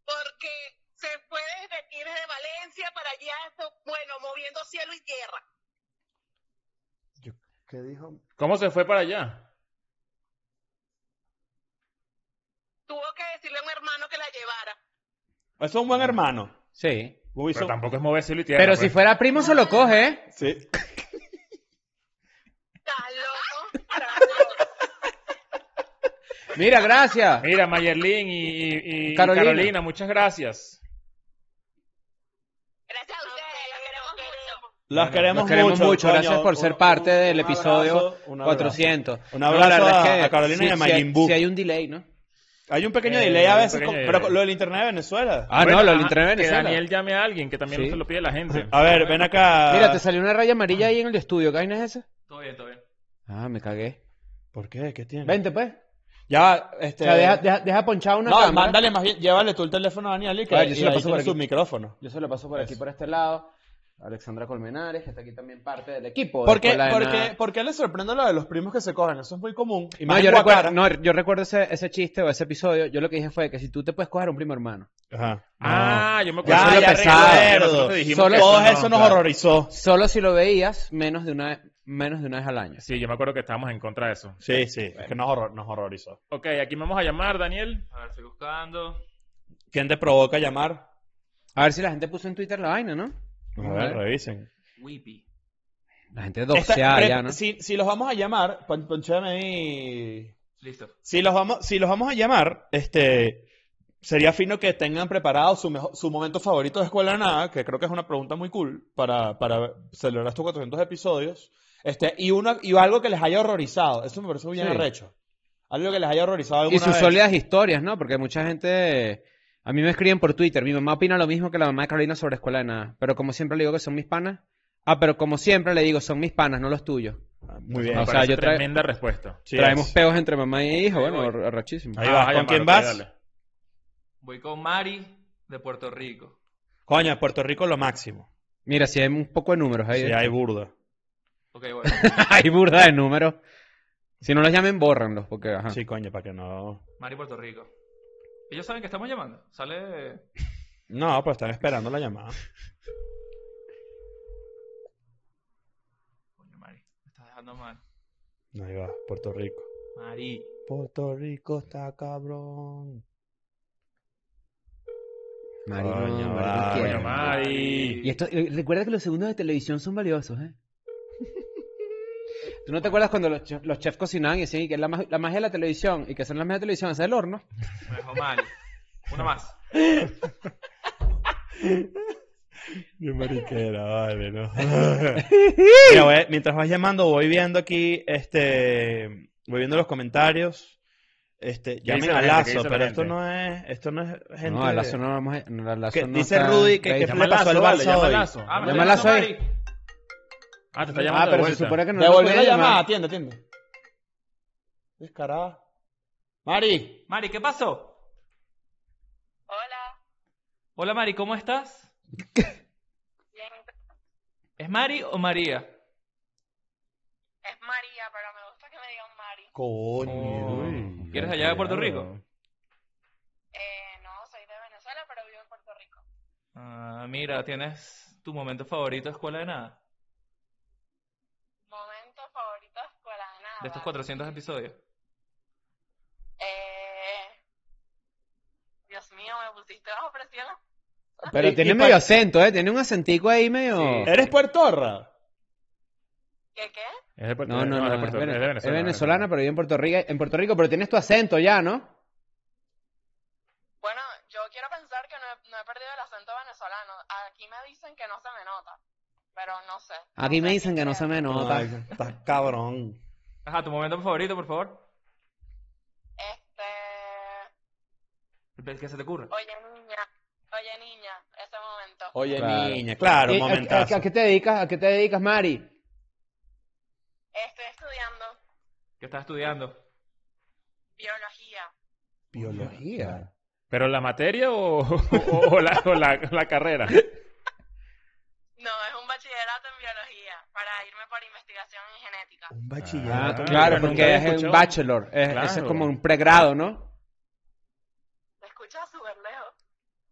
Speaker 7: porque se fue desde aquí, desde Valencia para allá, esto, bueno, moviendo cielo y tierra.
Speaker 9: ¿Qué dijo?
Speaker 4: ¿Cómo se fue para allá?
Speaker 7: Tuvo que decirle a un hermano que la llevara.
Speaker 1: Eso es un buen hermano.
Speaker 3: Sí.
Speaker 1: Wilson.
Speaker 4: Pero tampoco es mover cielo y tierra.
Speaker 3: Pero si
Speaker 4: pues.
Speaker 3: fuera primo se lo coge, ¿eh?
Speaker 1: Sí.
Speaker 7: ¿Estás loco? ¿Estás loco?
Speaker 3: Mira, gracias.
Speaker 4: Mira, Mayerlin y, y- y
Speaker 3: Carolina.
Speaker 4: Carolina. muchas gracias.
Speaker 5: Gracias a ustedes, los queremos mucho.
Speaker 1: Los
Speaker 4: Bueno,
Speaker 1: queremos,
Speaker 3: Los queremos mucho,
Speaker 1: coño.
Speaker 3: gracias por ser
Speaker 1: Un-
Speaker 3: parte
Speaker 1: un-
Speaker 3: del
Speaker 1: un
Speaker 3: episodio
Speaker 1: abrazo, un abrazo.
Speaker 3: 400.
Speaker 1: Un abrazo
Speaker 3: la verdad
Speaker 1: a- a Carolina y a Majin Buu.
Speaker 3: Si hay un delay, ¿no?
Speaker 1: Hay un pequeño
Speaker 4: Eh,
Speaker 1: delay a
Speaker 4: un
Speaker 1: veces,
Speaker 4: pequeño
Speaker 1: con-
Speaker 4: delay.
Speaker 1: pero con lo del internet de Venezuela.
Speaker 3: Ah,
Speaker 4: Bueno,
Speaker 3: no, lo
Speaker 4: ajá,
Speaker 3: del internet de
Speaker 4: Que
Speaker 3: Venezuela.
Speaker 4: Daniel llame a alguien, que también
Speaker 3: Sí.
Speaker 4: no se lo pide la gente.
Speaker 1: A ver, ven acá.
Speaker 3: Mira, te salió una raya amarilla ahí en el estudio. ¿Qué vaina es esa?
Speaker 2: Todo bien, todo bien.
Speaker 3: Ah, me cagué.
Speaker 1: ¿Por qué? ¿Qué tiene?
Speaker 3: Vente, pues.
Speaker 1: Ya, va,
Speaker 3: O
Speaker 1: este.
Speaker 3: sea, deja, deja, deja ponchada una
Speaker 1: no,
Speaker 3: cámara.
Speaker 1: mándale más bien, llévale tú el teléfono a Daniel y que
Speaker 3: Ah, yo se
Speaker 1: y
Speaker 3: lo
Speaker 1: ahí
Speaker 3: paso
Speaker 1: tiene
Speaker 3: por aquí.
Speaker 1: su micrófono.
Speaker 3: Yo se lo paso por aquí, por este lado. Alexandra Colmenares, que está aquí también parte del equipo.
Speaker 1: ¿Por qué,
Speaker 3: Escuela de
Speaker 1: por
Speaker 3: Nada.
Speaker 1: qué- por qué le sorprende lo de los primos que se cogen? Eso es muy común. Y
Speaker 3: No,
Speaker 1: más
Speaker 3: yo
Speaker 1: en
Speaker 3: recuerdo,
Speaker 1: Guacara.
Speaker 3: no, yo recuerdo ese, ese chiste o ese episodio. Yo lo que dije fue que si tú te puedes coger un primo hermano.
Speaker 1: Ajá.
Speaker 4: Ah, yo me acuerdo.
Speaker 1: Ya,
Speaker 4: Eso
Speaker 1: ya
Speaker 4: lo pesado.
Speaker 1: recuerdo.
Speaker 4: Nosotros te dijimos
Speaker 3: Solo
Speaker 4: que
Speaker 1: Todo
Speaker 3: no,
Speaker 1: eso nos
Speaker 4: claro.
Speaker 1: horrorizó.
Speaker 3: Solo si lo veías menos de una, menos de una vez al año.
Speaker 4: Sí, yo me acuerdo que estábamos en contra de eso.
Speaker 1: Sí, sí, es que nos, horror- nos horrorizó.
Speaker 4: Ok, aquí vamos a llamar, Daniel.
Speaker 2: A ver, estoy buscando.
Speaker 1: ¿Quién te provoca llamar?
Speaker 3: A ver si la gente puso en Twitter la vaina, ¿no?
Speaker 1: A ver, revisen.
Speaker 2: Whippy.
Speaker 3: La gente
Speaker 1: Esta-
Speaker 3: doxeada
Speaker 1: pre-
Speaker 3: ya, ¿no?
Speaker 1: si, si los vamos a llamar, pon- ponchéame ahí.
Speaker 2: Listo.
Speaker 1: Si los vamos, si los vamos a llamar, este, sería fino que tengan preparado su, mejo- su momento favorito de Escuela de Nada, que creo que es una pregunta muy cool para, para celebrar estos 400 episodios. Este, y, una, y algo que les haya horrorizado. Eso me parece muy bien
Speaker 3: Sí.
Speaker 1: arrecho. Algo que les haya horrorizado alguna
Speaker 3: Y sus
Speaker 1: vez.
Speaker 3: sólidas historias, ¿no? Porque mucha gente... A mí me escriben por Twitter. Mi mamá opina lo mismo que la mamá de Carolina sobre Escuela de Nada. Pero como siempre le digo que son mis panas. Ah, pero como siempre le digo, son mis panas, no los tuyos.
Speaker 1: Ah, Muy
Speaker 4: Me
Speaker 1: bien.
Speaker 3: O sea,
Speaker 4: parece
Speaker 3: yo tra-
Speaker 4: tremenda respuesta.
Speaker 1: Sí,
Speaker 3: Traemos
Speaker 1: es.
Speaker 3: peos entre mamá y hijo. Bueno, ar- arrachísimo.
Speaker 1: Ahí vas,
Speaker 4: vas a
Speaker 1: ¿con
Speaker 4: llamar,
Speaker 1: quién
Speaker 4: ok,
Speaker 1: vas?
Speaker 4: pues, dale.
Speaker 2: Voy con Mari de Puerto Rico.
Speaker 1: Coño, Puerto Rico lo máximo.
Speaker 3: Mira, si hay un poco de números ahí. ¿eh?
Speaker 1: Sí, hay burda.
Speaker 2: Ok, bueno.
Speaker 3: Hay burda de números. Si no los llamen, bórranlos, porque ajá.
Speaker 1: Sí, coño, para que no.
Speaker 2: Mari Puerto Rico. Ellos saben que estamos llamando. Sale.
Speaker 1: No, pero están esperando la llamada.
Speaker 2: Coño, Mari. Me estás dejando mal.
Speaker 1: Ahí va, Puerto Rico.
Speaker 2: Mari.
Speaker 1: Puerto Rico está cabrón.
Speaker 3: Mari, no,
Speaker 1: Coño,
Speaker 3: Mari, no
Speaker 1: vale.
Speaker 3: quiero.
Speaker 4: Coño, Mari.
Speaker 3: Y esto, eh, recuerda que los segundos de televisión son valiosos, ¿eh? ¿Tú no te acuerdas cuando los, chef- los chefs cocinaban y decían "Y que la, ma- la magia de la televisión y que son las magias de la televisión es el horno?
Speaker 2: Me dejó mal. Una más.
Speaker 1: Qué mariquera, vale, ¿no? Mira, voy- mientras vas llamando, voy viendo aquí, este, voy viendo los comentarios. Este, llamen
Speaker 4: dice la
Speaker 1: a
Speaker 4: gente? ¿Qué
Speaker 1: Lazo,
Speaker 4: dice la
Speaker 1: pero
Speaker 4: gente?
Speaker 1: esto no es, esto no es gente.
Speaker 3: No, a Lazo no vamos a- no, a Lazo
Speaker 1: Que
Speaker 3: no
Speaker 1: dice
Speaker 3: está-
Speaker 1: Rudy que-
Speaker 3: ahí
Speaker 1: que
Speaker 3: está.
Speaker 1: flipa- pasó al Barça
Speaker 4: llama a
Speaker 1: hoy?
Speaker 4: Lazo.
Speaker 2: Ah, me
Speaker 3: Llámala,
Speaker 2: está
Speaker 3: soy.
Speaker 2: llamando Mari.
Speaker 4: Ah, te está llamando
Speaker 3: Ah,
Speaker 4: de
Speaker 3: pero se
Speaker 4: vuelta.
Speaker 3: supone que no lo
Speaker 1: Devolví
Speaker 3: podía
Speaker 1: la llamada,
Speaker 3: llamar.
Speaker 1: atiende, atiende. Descarada. Mari,
Speaker 2: Mari, ¿qué pasó?
Speaker 7: Hola,
Speaker 2: Hola, Mari, ¿cómo estás?
Speaker 7: bien,
Speaker 2: ¿Es Mari o María?
Speaker 7: es María, pero me gusta que me digan Mari.
Speaker 1: coño.
Speaker 2: ¿Quieres allá de Puerto Rico?
Speaker 7: Eh, no, soy de Venezuela, pero vivo en Puerto Rico.
Speaker 2: Ah, mira, ¿tienes tu momento favorito de escuela de nada?
Speaker 9: de estos 400 episodios?
Speaker 7: Eh, Dios mío, me pusiste bajo presión.
Speaker 3: Pero
Speaker 1: Y-
Speaker 3: tiene
Speaker 1: y
Speaker 3: medio
Speaker 1: pa-
Speaker 3: acento, ¿eh? Tiene un acentico ahí medio...
Speaker 9: Sí.
Speaker 1: ¿Eres puertorra?
Speaker 7: ¿Qué qué?
Speaker 4: Es de Puerto-
Speaker 3: No, no, no,
Speaker 4: es de
Speaker 3: es,
Speaker 4: Eh, Puerto-
Speaker 3: vene-
Speaker 4: es de
Speaker 3: es
Speaker 4: Venezuela,
Speaker 3: venezolana, pero vive en Puerto Rico, en Puerto Rico, pero tienes tu acento ya, ¿no?
Speaker 7: Bueno, yo quiero pensar que no he, no he perdido el acento venezolano. Aquí me dicen que no se me nota, pero no sé.
Speaker 3: Aquí
Speaker 7: No
Speaker 3: me
Speaker 7: sé
Speaker 3: dicen
Speaker 7: si
Speaker 3: que no
Speaker 7: sea.
Speaker 3: se me nota.
Speaker 1: Ay, estás cabrón.
Speaker 9: Ajá, tu momento favorito, por favor.
Speaker 7: Este,
Speaker 9: El que se te ocurra.
Speaker 7: oye niña, oye niña, ese momento.
Speaker 1: Oye,
Speaker 3: Claro.
Speaker 1: niña, claro,
Speaker 3: Eh,
Speaker 1: un
Speaker 3: ¿a-
Speaker 1: momentazo.
Speaker 3: a, a qué te dedicas? ¿A qué te dedicas, Mari?
Speaker 7: Estoy estudiando
Speaker 9: ¿Qué estás estudiando?
Speaker 7: biología.
Speaker 1: Biología.
Speaker 4: ¿Pero la materia o, o- o la, o la- la carrera?
Speaker 7: No, es un bachillerato en biología para irme por investigación en genética.
Speaker 1: Un
Speaker 4: bachillerato. Ah,
Speaker 3: claro,
Speaker 4: nunca
Speaker 3: porque
Speaker 4: había
Speaker 3: es un
Speaker 4: escuchado.
Speaker 3: bachelor. Es,
Speaker 4: Claro.
Speaker 3: Eso es como un pregrado, ¿no?
Speaker 7: Te escuchas súper lejos.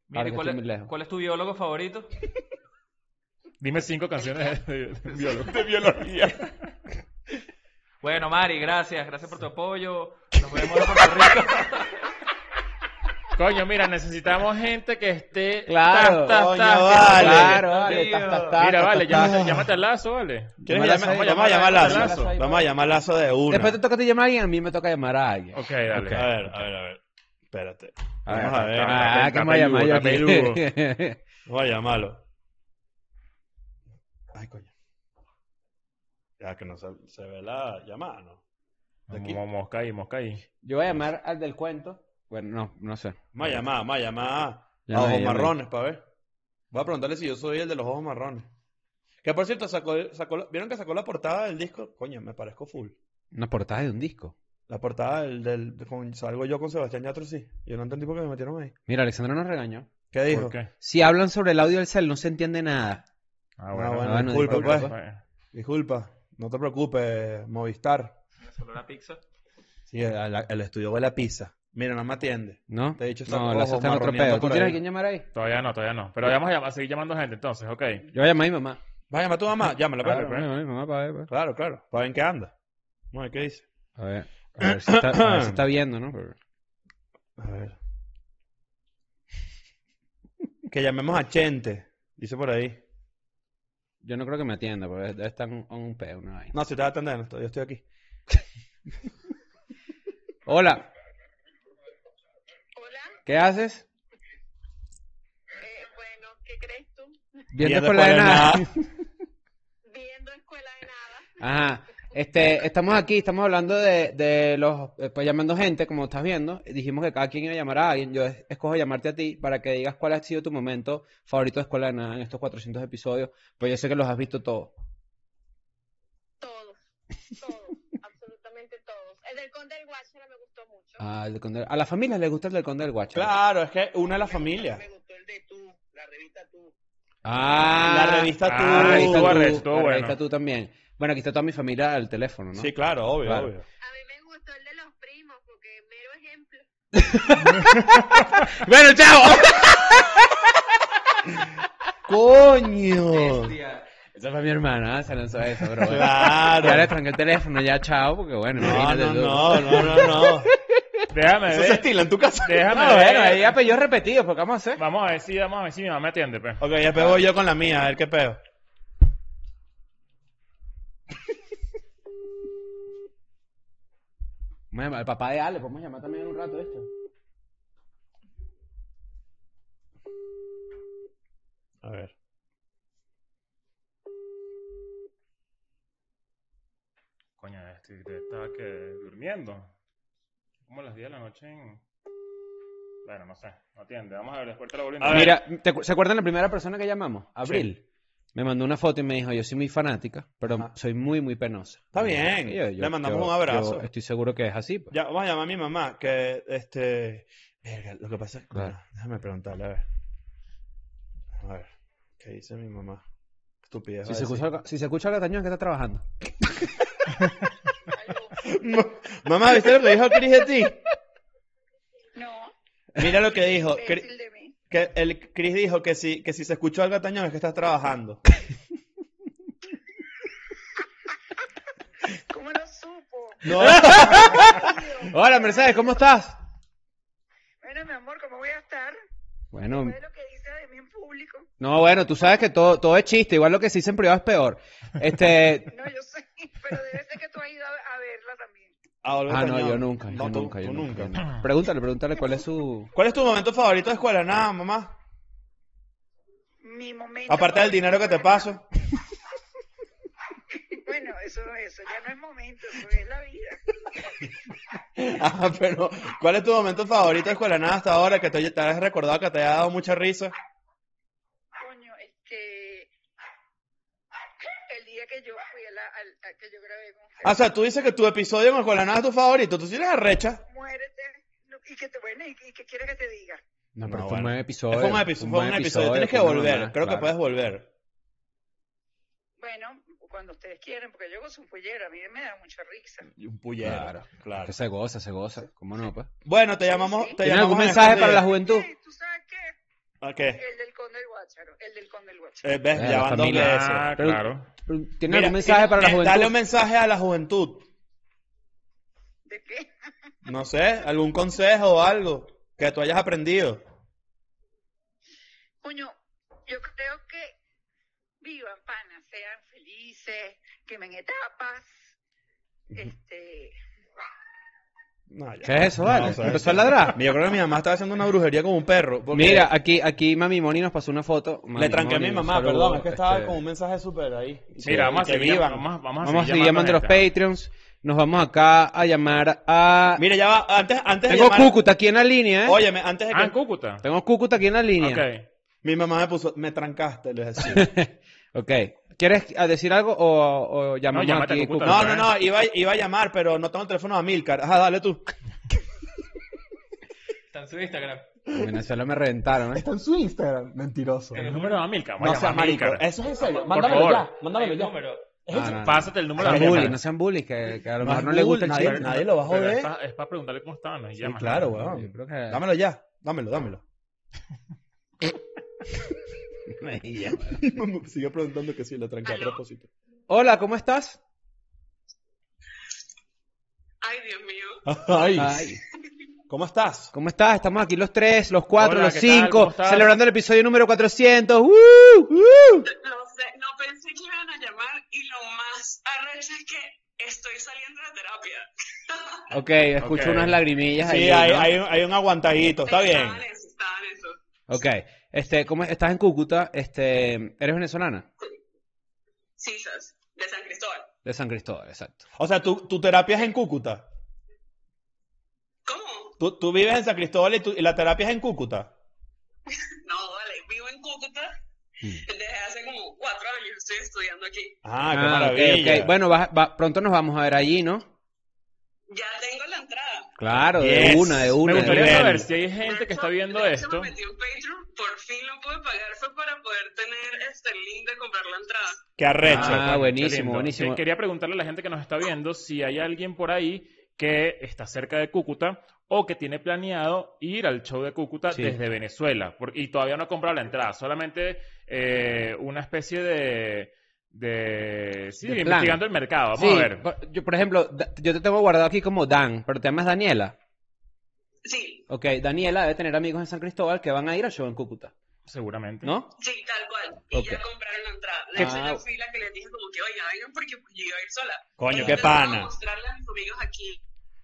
Speaker 9: Mira,
Speaker 3: Ahora
Speaker 9: ¿y
Speaker 3: que
Speaker 9: ¿cuál,
Speaker 3: estoy
Speaker 9: es-
Speaker 3: muy lejos.
Speaker 9: cuál es tu biólogo favorito?
Speaker 4: Dime cinco canciones de, de biolo- de biología.
Speaker 9: Bueno, Mari, gracias. Gracias por tu apoyo. Nos vemos en Puerto Rico.
Speaker 4: Coño, mira, necesitamos gente que esté...
Speaker 3: Claro,
Speaker 1: coño,
Speaker 4: que-
Speaker 1: vale.
Speaker 3: Claro, vale,
Speaker 9: Dios
Speaker 3: tas,
Speaker 9: mío.
Speaker 3: tas, tas,
Speaker 4: Mira,
Speaker 3: tas,
Speaker 4: vale,
Speaker 3: tas, tas.
Speaker 4: llámate, llámate al lazo, vale.
Speaker 1: ¿Quieres
Speaker 3: Llámala
Speaker 1: llamar-
Speaker 3: ahí,
Speaker 1: Vamos a llamar a
Speaker 4: llámala ahí,
Speaker 1: Lazo.
Speaker 3: llámala ahí,
Speaker 1: Vamos a llamar a Lazo de una.
Speaker 3: Después te toca a ti llamar a alguien, a mí me toca llamar a alguien.
Speaker 4: Ok, dale.
Speaker 1: A ver, a ver, a ver. Espérate.
Speaker 3: A ver,
Speaker 1: Vamos a ver.
Speaker 3: ah,
Speaker 4: está
Speaker 3: ¿qué me voy a llamar yo
Speaker 4: peludo,
Speaker 3: aquí?
Speaker 1: Vamos a llamarlo. Ay, coño. Ya que no se, se ve la llamada, ¿no? De aquí.
Speaker 4: Mo- Mosca ahí, mosca ahí.
Speaker 3: Yo voy a llamar al del cuento. Bueno, no, no sé.
Speaker 1: Vamos a llamar, vamos a llamar a
Speaker 3: Llama,
Speaker 1: Ojos
Speaker 3: llama.
Speaker 1: Marrones para ver. Voy a preguntarle si yo soy el de los Ojos Marrones. Que por cierto, sacó, sacó la- ¿vieron que sacó la portada del disco? Coño, me parezco full.
Speaker 3: Una portada de un disco.
Speaker 1: La portada del, del de- con- salgo yo con Sebastián Yatra, sí. Yo no entendí por qué me metieron ahí.
Speaker 3: Mira, Alexandra nos regañó.
Speaker 1: ¿Qué dijo?
Speaker 4: ¿Por qué?
Speaker 3: Si hablan sobre el audio del cel, no se entiende nada.
Speaker 4: Ah,
Speaker 1: Ah, bueno,
Speaker 3: bueno,
Speaker 1: disculpa,
Speaker 3: disculpa,
Speaker 1: pues. Disculpa, no te preocupes, Movistar.
Speaker 9: Solo una pizza.
Speaker 1: Sí, el, el estudio huele a pizza. Mira, no me atiende.
Speaker 3: ¿No?
Speaker 1: Te he dicho,
Speaker 3: no,
Speaker 1: saco
Speaker 3: la
Speaker 1: ojos
Speaker 3: está en otro
Speaker 1: marroneando
Speaker 3: pedo. ¿Tú
Speaker 1: por
Speaker 3: tienes
Speaker 1: ahí.
Speaker 3: a quién llamar ahí?
Speaker 4: Todavía no, todavía no. Pero vamos a, llam- a seguir llamando gente entonces, ok.
Speaker 3: Yo voy a llamar a mi mamá.
Speaker 1: Vaya, llama a tu mamá, llámala, pues.
Speaker 4: Claro,
Speaker 3: Voy a llamar a mi mamá para ver. pues.
Speaker 1: Claro, claro. Para ver en qué anda. Vamos a ver qué dice.
Speaker 3: A ver, a ver si está, a ver si está viendo, ¿no? Pero-
Speaker 1: A ver. Que llamemos a Chente. Dice por ahí.
Speaker 3: Yo no creo que me atienda, porque debe estar en un, en un pedo, una vaina.
Speaker 1: No, si te va a atender, no estoy- yo estoy aquí.
Speaker 3: Hola,
Speaker 7: Hola,
Speaker 3: ¿qué haces?
Speaker 7: eh, bueno, ¿qué crees tú?
Speaker 3: Viendo
Speaker 1: Viendo
Speaker 3: escuela
Speaker 1: Escuela
Speaker 3: de
Speaker 1: de
Speaker 3: nada.
Speaker 7: Viendo escuela de nada.
Speaker 3: Ajá. Este, estamos aquí, estamos hablando de, de los, eh, pues llamando gente, como estás viendo. Dijimos que cada quien iba a llamar a alguien. Yo es- escojo llamarte a ti para que digas cuál ha sido tu momento favorito de Escuela de Nada en estos 400 episodios. Pues yo sé que los has visto todos.
Speaker 7: Todos, todos, absolutamente todos. El del Conde del Guachara me gustó mucho.
Speaker 3: Ah, el del Conde- A las familias les gusta el del Conde del Guacho.
Speaker 1: Claro, es que una es la familia.
Speaker 10: Me gustó el de tú, la revista tú.
Speaker 3: Ah,
Speaker 1: La revista
Speaker 4: ah,
Speaker 1: tú.
Speaker 3: la
Speaker 4: ahí
Speaker 3: revista
Speaker 4: estuvo
Speaker 3: tú,
Speaker 4: arrecho, estuvo
Speaker 3: la
Speaker 4: bueno.
Speaker 3: revista tú también. Bueno, aquí está toda mi familia al teléfono, ¿no?
Speaker 1: Sí, claro, obvio,
Speaker 3: Claro.
Speaker 1: obvio.
Speaker 7: A mí me gustó el de los primos, porque mero ejemplo.
Speaker 3: Bueno, chao.
Speaker 1: ¡Coño!
Speaker 2: Bestia.
Speaker 3: Esa fue mi hermana, ¿eh? se lanzó eso, bro. Ya le
Speaker 1: Claro.
Speaker 3: tranqué el teléfono, ya chao, porque bueno,
Speaker 1: No,
Speaker 3: imagínate
Speaker 1: no,
Speaker 3: tú.
Speaker 1: no, no, no, no.
Speaker 4: Déjame
Speaker 1: Eso se
Speaker 4: ver.
Speaker 1: estila en tu casa.
Speaker 4: Déjame
Speaker 3: Ah,
Speaker 4: ver.
Speaker 3: bueno, ahí apellidos repetidos, porque vamos a hacer.
Speaker 4: Vamos a ver si, vamos a ver si mi mamá me atiende, pues.
Speaker 1: Ok, ya pego yo con la mía, a ver qué peo.
Speaker 3: Vamos a llamar al papá de Ale, podemos llamar también en un rato ¿eh? esto.
Speaker 1: A ver.
Speaker 4: Coño, este, este estaba que durmiendo. Como a las 10 de la noche en... Bueno, no sé, no atiende. Vamos a ver, después te la volvemos.
Speaker 3: Mira, ¿te acu- ¿se acuerdan la primera persona que llamamos? Abril. Me mandó una foto y me dijo, yo soy muy fanática, pero
Speaker 1: Ajá.
Speaker 3: soy muy, muy penosa.
Speaker 1: Está bien, le mandamos un abrazo.
Speaker 3: yo estoy seguro que es así. pues.
Speaker 1: Ya, vamos a llamar a mi mamá, que este. Verga, lo que pasa es que.
Speaker 3: Claro.
Speaker 1: Déjame preguntarle, a ver. A ver, ¿qué dice mi mamá? Estupidez.
Speaker 3: Si
Speaker 1: va a
Speaker 3: se,
Speaker 1: decir.
Speaker 3: escucha, algo- si se escucha algo tañón, es que está trabajando.
Speaker 1: Ma- mamá, ¿viste lo que dijo Cris de ti?
Speaker 7: No,
Speaker 1: Mira lo que dijo. Cri-
Speaker 7: imbécil de mí.
Speaker 1: que el Cris dijo que si, que si se escuchó algo tañón es que estás trabajando.
Speaker 7: ¿Cómo lo supo?
Speaker 1: No.
Speaker 3: Hola, Mercedes, ¿cómo estás?
Speaker 7: Bueno, mi amor, ¿cómo voy a estar?
Speaker 3: Bueno,
Speaker 7: ¿Sabes lo que dice de mí en público?
Speaker 3: no, bueno, tú sabes que todo, todo es chiste, igual lo que se dice en privado es peor. Este,
Speaker 7: No, yo sé, pero debe ser que tú has ido a a verla también.
Speaker 3: ah, no, yo nunca, yo
Speaker 1: tú-
Speaker 3: nunca, yo
Speaker 1: tú
Speaker 3: nunca. yo nunca. Pregúntale, pregúntale cuál es su...
Speaker 1: ¿Cuál es tu momento favorito de escuela? Nada, mamá.
Speaker 7: Mi momento.
Speaker 1: Aparte del dinero que te paso.
Speaker 7: Bueno, eso, eso ya no es momento, eso es la vida.
Speaker 1: Ah, pero ¿cuál es tu momento favorito de escuela? Nada hasta ahora que te, te has recordado que te ha dado mucha risa.
Speaker 7: Coño, este. El día que yo fui a la. al- a- que yo grabé con
Speaker 1: Ah, o sea, tú dices que tu episodio con escuela nada es tu favorito. Tú sí eres arrecha.
Speaker 7: Muérete. no, y que te. Bueno, y, y que quiere que te diga.
Speaker 3: No,
Speaker 1: No,
Speaker 3: pero fue
Speaker 1: bueno.
Speaker 3: un buen episodio.
Speaker 1: fue un episodio, fue un episodio. Tienes que
Speaker 3: fue una
Speaker 1: volver.
Speaker 3: mamá,
Speaker 1: Creo que
Speaker 3: claro.
Speaker 1: puedes volver.
Speaker 7: Bueno, cuando ustedes quieren, porque yo gozo un pollero, a mí me da mucha risa.
Speaker 1: Y Un pullero.
Speaker 3: Claro.
Speaker 1: Claro,
Speaker 3: Que se goza, se goza. ¿Cómo no, pues?
Speaker 1: Bueno, te llamamos. Te
Speaker 3: ¿Tienes
Speaker 1: llamamos
Speaker 3: algún
Speaker 1: en
Speaker 3: mensaje
Speaker 1: estos
Speaker 3: para la
Speaker 1: días.
Speaker 3: juventud?
Speaker 7: Sí, ¿Tú sabes qué?
Speaker 1: ¿A qué?
Speaker 7: El del conde del Guácharo. El del conde del Guácharo.
Speaker 1: Eh, ves,
Speaker 3: Eh,
Speaker 1: ya
Speaker 3: la
Speaker 1: van dos
Speaker 3: familia.
Speaker 1: veces.
Speaker 4: Ah,
Speaker 3: Pero-
Speaker 4: claro.
Speaker 3: ¿Tienes
Speaker 1: Mira,
Speaker 3: algún mensaje para la
Speaker 1: eh,
Speaker 3: juventud?
Speaker 1: Dale un mensaje a la juventud.
Speaker 7: ¿De qué?
Speaker 1: No sé, algún consejo o algo que tú hayas aprendido.
Speaker 7: Coño, yo creo que vivan panas, sean felices, quemen etapas.
Speaker 4: Eh.
Speaker 7: Este.
Speaker 1: No, ya.
Speaker 3: ¿Qué es eso,
Speaker 1: No,
Speaker 3: vale?
Speaker 1: ¿sabes?
Speaker 3: Empezó a ladrar.
Speaker 1: Yo creo que mi mamá estaba haciendo una brujería con un perro. porque
Speaker 3: Mira, aquí, aquí Mami Moni nos pasó una foto. Mami
Speaker 1: le tranqué a mi
Speaker 3: Moni,
Speaker 1: mamá,
Speaker 3: saludo,
Speaker 1: perdón, es que estaba
Speaker 3: este,
Speaker 1: con un mensaje súper ahí.
Speaker 4: Mira, vamos a
Speaker 1: que
Speaker 4: seguir
Speaker 1: vivan.
Speaker 4: vamos, vamos a
Speaker 3: Vamos a
Speaker 4: seguir
Speaker 3: seguir llamando a los
Speaker 4: gente.
Speaker 3: Patreons. Nos vamos acá a llamar a...
Speaker 1: Mira, ya va, antes, antes
Speaker 3: Tengo
Speaker 1: de llamar-
Speaker 3: Cúcuta aquí en la línea, ¿eh?
Speaker 1: Óyeme, antes de que
Speaker 4: Ah, en Cúcuta.
Speaker 3: Tengo Cúcuta aquí en la línea.
Speaker 4: Ok.
Speaker 1: mi mamá me puso, me trancaste, les decía.
Speaker 3: Ok. ¿Quieres a- decir algo o, o llamamos
Speaker 4: No, llámate
Speaker 3: aquí
Speaker 4: a Cúcuta.
Speaker 1: No, no, no, iba, iba a llamar, pero no tengo el teléfono a Milcar. Ajá, dale tú.
Speaker 9: Está en su Instagram.
Speaker 3: En Venezuela me reventaron, ¿eh?
Speaker 1: en su Instagram, mentiroso.
Speaker 4: El número de Amilcar.
Speaker 1: No
Speaker 4: sea
Speaker 1: seas marico, eso es en serio.
Speaker 4: Por
Speaker 1: Mándamelo
Speaker 4: favor.
Speaker 1: ya, mándamelo
Speaker 9: Hay
Speaker 1: ya.
Speaker 9: número.
Speaker 3: Ah, No, no, no.
Speaker 4: Pásate el número
Speaker 3: No
Speaker 4: de
Speaker 3: sean bullies,
Speaker 4: Amilcar.
Speaker 3: no sean bullies, Eh, que, que a lo
Speaker 1: No
Speaker 3: mejor
Speaker 1: es
Speaker 3: no les
Speaker 1: bull,
Speaker 3: gusta el
Speaker 1: nadie-
Speaker 3: chiste.
Speaker 1: nadie lo va a
Speaker 4: Pero
Speaker 1: joder.
Speaker 4: Es para, preguntarle cómo estaban. nos
Speaker 1: Sí,
Speaker 4: llaman.
Speaker 1: claro,
Speaker 3: Yo
Speaker 1: weón.
Speaker 3: creo que-
Speaker 1: Dámelo ya, dámelo, dámelo. Me Siguió preguntando que sí, la tranca a propósito.
Speaker 3: Hola, ¿cómo estás?
Speaker 7: Ay, Dios mío.
Speaker 1: Ay,
Speaker 3: Ay,
Speaker 1: ¿cómo estás?
Speaker 3: ¿Cómo estás? Estamos aquí los tres, los cuatro,
Speaker 4: Hola,
Speaker 3: los
Speaker 4: ¿qué tal? ¿Cómo
Speaker 3: cinco,
Speaker 4: estás?
Speaker 3: celebrando el episodio número 400. ¡Uh! ¡Uh!
Speaker 7: No sé, no pensé que iban a llamar y lo más arrecho es que estoy saliendo de terapia.
Speaker 3: Ok, escucho
Speaker 4: Ok.
Speaker 3: unas lagrimillas
Speaker 1: Sí,
Speaker 3: ahí.
Speaker 1: hay,
Speaker 3: ¿no?
Speaker 1: hay un, hay un aguantadito, está bien.
Speaker 7: eso, estaban eso.
Speaker 3: Ok, este, ¿cómo es? estás en Cúcuta? Este, ¿Eres venezolana?
Speaker 7: Cisas, de San Cristóbal.
Speaker 3: De San Cristóbal, exacto.
Speaker 1: O sea, tu, tu terapia es en Cúcuta.
Speaker 7: ¿Cómo?
Speaker 1: Tú, tú vives en San Cristóbal y, tu- y la terapia es en Cúcuta.
Speaker 7: No, vale, vivo en Cúcuta. Desde hace como cuatro años estoy estudiando aquí.
Speaker 1: Ah, qué
Speaker 3: ok,
Speaker 1: maravilla.
Speaker 3: ok. Bueno, vas- va- pronto nos vamos a ver allí, ¿no?
Speaker 7: Ya tengo la entrada.
Speaker 3: Claro, de
Speaker 1: Yes.
Speaker 3: una, de una.
Speaker 4: Me
Speaker 3: de
Speaker 4: gustaría
Speaker 3: una.
Speaker 1: Bien.
Speaker 4: saber si hay gente que está viendo
Speaker 7: De hecho,
Speaker 4: esto.
Speaker 7: Me metí en Patreon, por fin lo pude pagar, fue para poder tener este link de comprar la entrada.
Speaker 1: Qué arrecho.
Speaker 3: Ah,
Speaker 4: coño,
Speaker 3: buenísimo,
Speaker 4: qué lindo.
Speaker 3: buenísimo.
Speaker 4: Que- Quería preguntarle a la gente que nos está viendo si hay alguien por ahí que está cerca de Cúcuta o que tiene planeado ir al show de Cúcuta
Speaker 3: Sí.
Speaker 4: desde Venezuela por- y todavía no ha comprado la entrada, solamente eh, una especie de... de sí,
Speaker 3: De plan.
Speaker 4: investigando el mercado, vamos
Speaker 3: Sí,
Speaker 4: a ver.
Speaker 3: por- Yo, por ejemplo, da- yo te tengo guardado aquí como Dan, pero te llamas Daniela.
Speaker 7: Sí,
Speaker 3: Ok, Daniela debe tener amigos en San Cristóbal que van a ir al show en Cúcuta,
Speaker 4: Seguramente.
Speaker 3: ¿no?
Speaker 7: sí, tal cual. Y
Speaker 3: Ok.
Speaker 7: ya compraron la entrada. De
Speaker 3: Ah.
Speaker 7: hecho, yo fui la que les dije como que, oiga, vengan porque pues, yo iba a ir sola.
Speaker 1: Coño,
Speaker 7: Y
Speaker 1: qué
Speaker 7: yo les iba
Speaker 1: pana.
Speaker 7: a mostrarle a mis amigos aquí.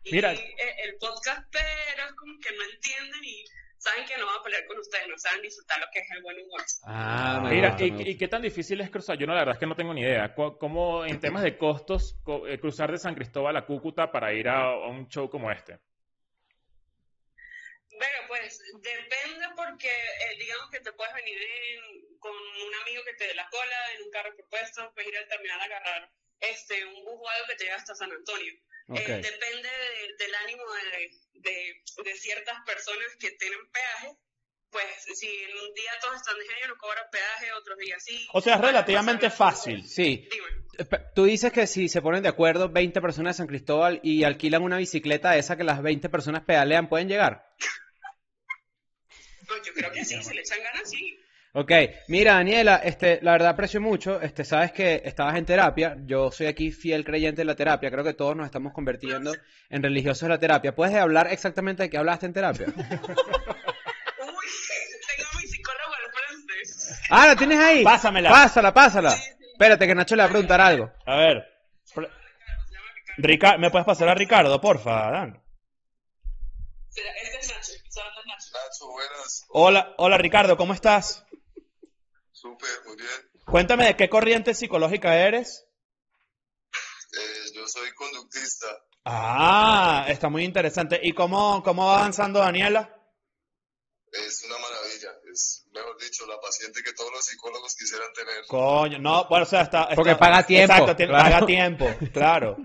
Speaker 7: Y
Speaker 4: Mira.
Speaker 7: eh, el podcast, pero es como que no entienden y saben que no van a pelear con ustedes, no saben disfrutar lo que es el buen humor.
Speaker 3: Ah, me
Speaker 4: Mira,
Speaker 3: gusta,
Speaker 4: y,
Speaker 3: me
Speaker 4: y
Speaker 3: gusta.
Speaker 4: qué tan difícil es cruzar? Yo no, la verdad es que no tengo ni idea. Co- ¿Cómo en temas de costos co- eh, cruzar de San Cristóbal a Cúcuta para ir a, a un show como este?
Speaker 7: Bueno, pues depende porque eh, digamos que te puedes venir en- con un amigo que te dé la cola, en un carro propuesto, puedes ir al terminal a agarrar este, un bus o algo que te lleve hasta San Antonio. Eh,
Speaker 3: Ok.
Speaker 7: depende de- del ánimo de, de- de ciertas personas que tienen peaje. Pues si en un día todos están de genio, no cobran peaje, otros días sí.
Speaker 1: O sea, es relativamente
Speaker 7: Pasan-
Speaker 1: fácil.
Speaker 3: Sí, Eh,
Speaker 7: Dime.
Speaker 3: Pe- tú dices que si se ponen de acuerdo 20 personas de San Cristóbal y alquilan una bicicleta esa que las 20 personas pedalean, ¿pueden llegar?
Speaker 7: Pues, yo creo que sí, si le echan ganas, sí.
Speaker 3: Ok, mira Daniela, este, la verdad aprecio mucho, este, sabes que estabas en terapia, yo soy aquí fiel creyente de la terapia, creo que todos nos estamos convirtiendo en religiosos de la terapia. ¿Puedes hablar exactamente de qué hablaste en terapia?
Speaker 7: Uy, tengo a mi psicólogo al frente.
Speaker 3: Ah, ¿la tienes ahí?
Speaker 1: Pásamela.
Speaker 3: Pásala, pásala. Espérate que Nacho le va a preguntar algo.
Speaker 1: A ver. Pre- Rica- ¿Me puedes pasar a Ricardo, porfa, Dan?
Speaker 7: Será- Este es Nacho, estoy hablando de Nacho.
Speaker 10: Nacho, buenas.
Speaker 1: Hola, hola Ricardo, ¿cómo estás?
Speaker 10: Súper, muy bien.
Speaker 1: Cuéntame de qué corriente psicológica eres.
Speaker 10: Eh, yo soy conductista.
Speaker 1: Ah, está muy interesante. ¿Y cómo, cómo va avanzando Daniela?
Speaker 10: Es una maravilla. Es, mejor dicho, la paciente que todos los psicólogos quisieran tener.
Speaker 1: Coño, no, bueno, o sea, está... está-
Speaker 3: Porque paga tiempo,
Speaker 1: Exacto, tiene-
Speaker 3: claro.
Speaker 1: paga tiempo, claro.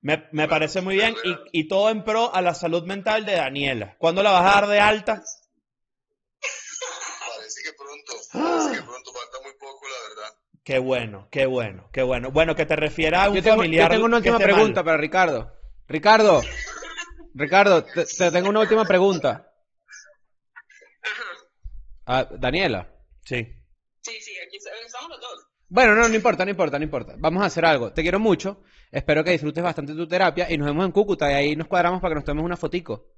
Speaker 1: Me, me parece muy bien y, y todo en pro a la salud mental de Daniela. ¿Cuándo la vas a dar de alta?
Speaker 10: Parece que pronto. Parece que pronto. Falta muy poco, la verdad.
Speaker 1: Qué bueno, qué bueno, qué bueno. Bueno, que te refiera a un
Speaker 3: Yo tengo, yo
Speaker 1: familiar
Speaker 3: tengo una
Speaker 1: que
Speaker 3: última
Speaker 1: esté mal.
Speaker 3: pregunta para Ricardo. Ricardo, Ricardo, te, te tengo una última pregunta. Ah, Daniela.
Speaker 1: Sí.
Speaker 7: Sí, sí, aquí estamos los dos.
Speaker 3: Bueno, no, no importa, no importa, no importa. Vamos a hacer algo. Te quiero mucho. Espero que disfrutes bastante tu terapia y nos vemos en Cúcuta y ahí nos cuadramos para que nos tomemos una fotico.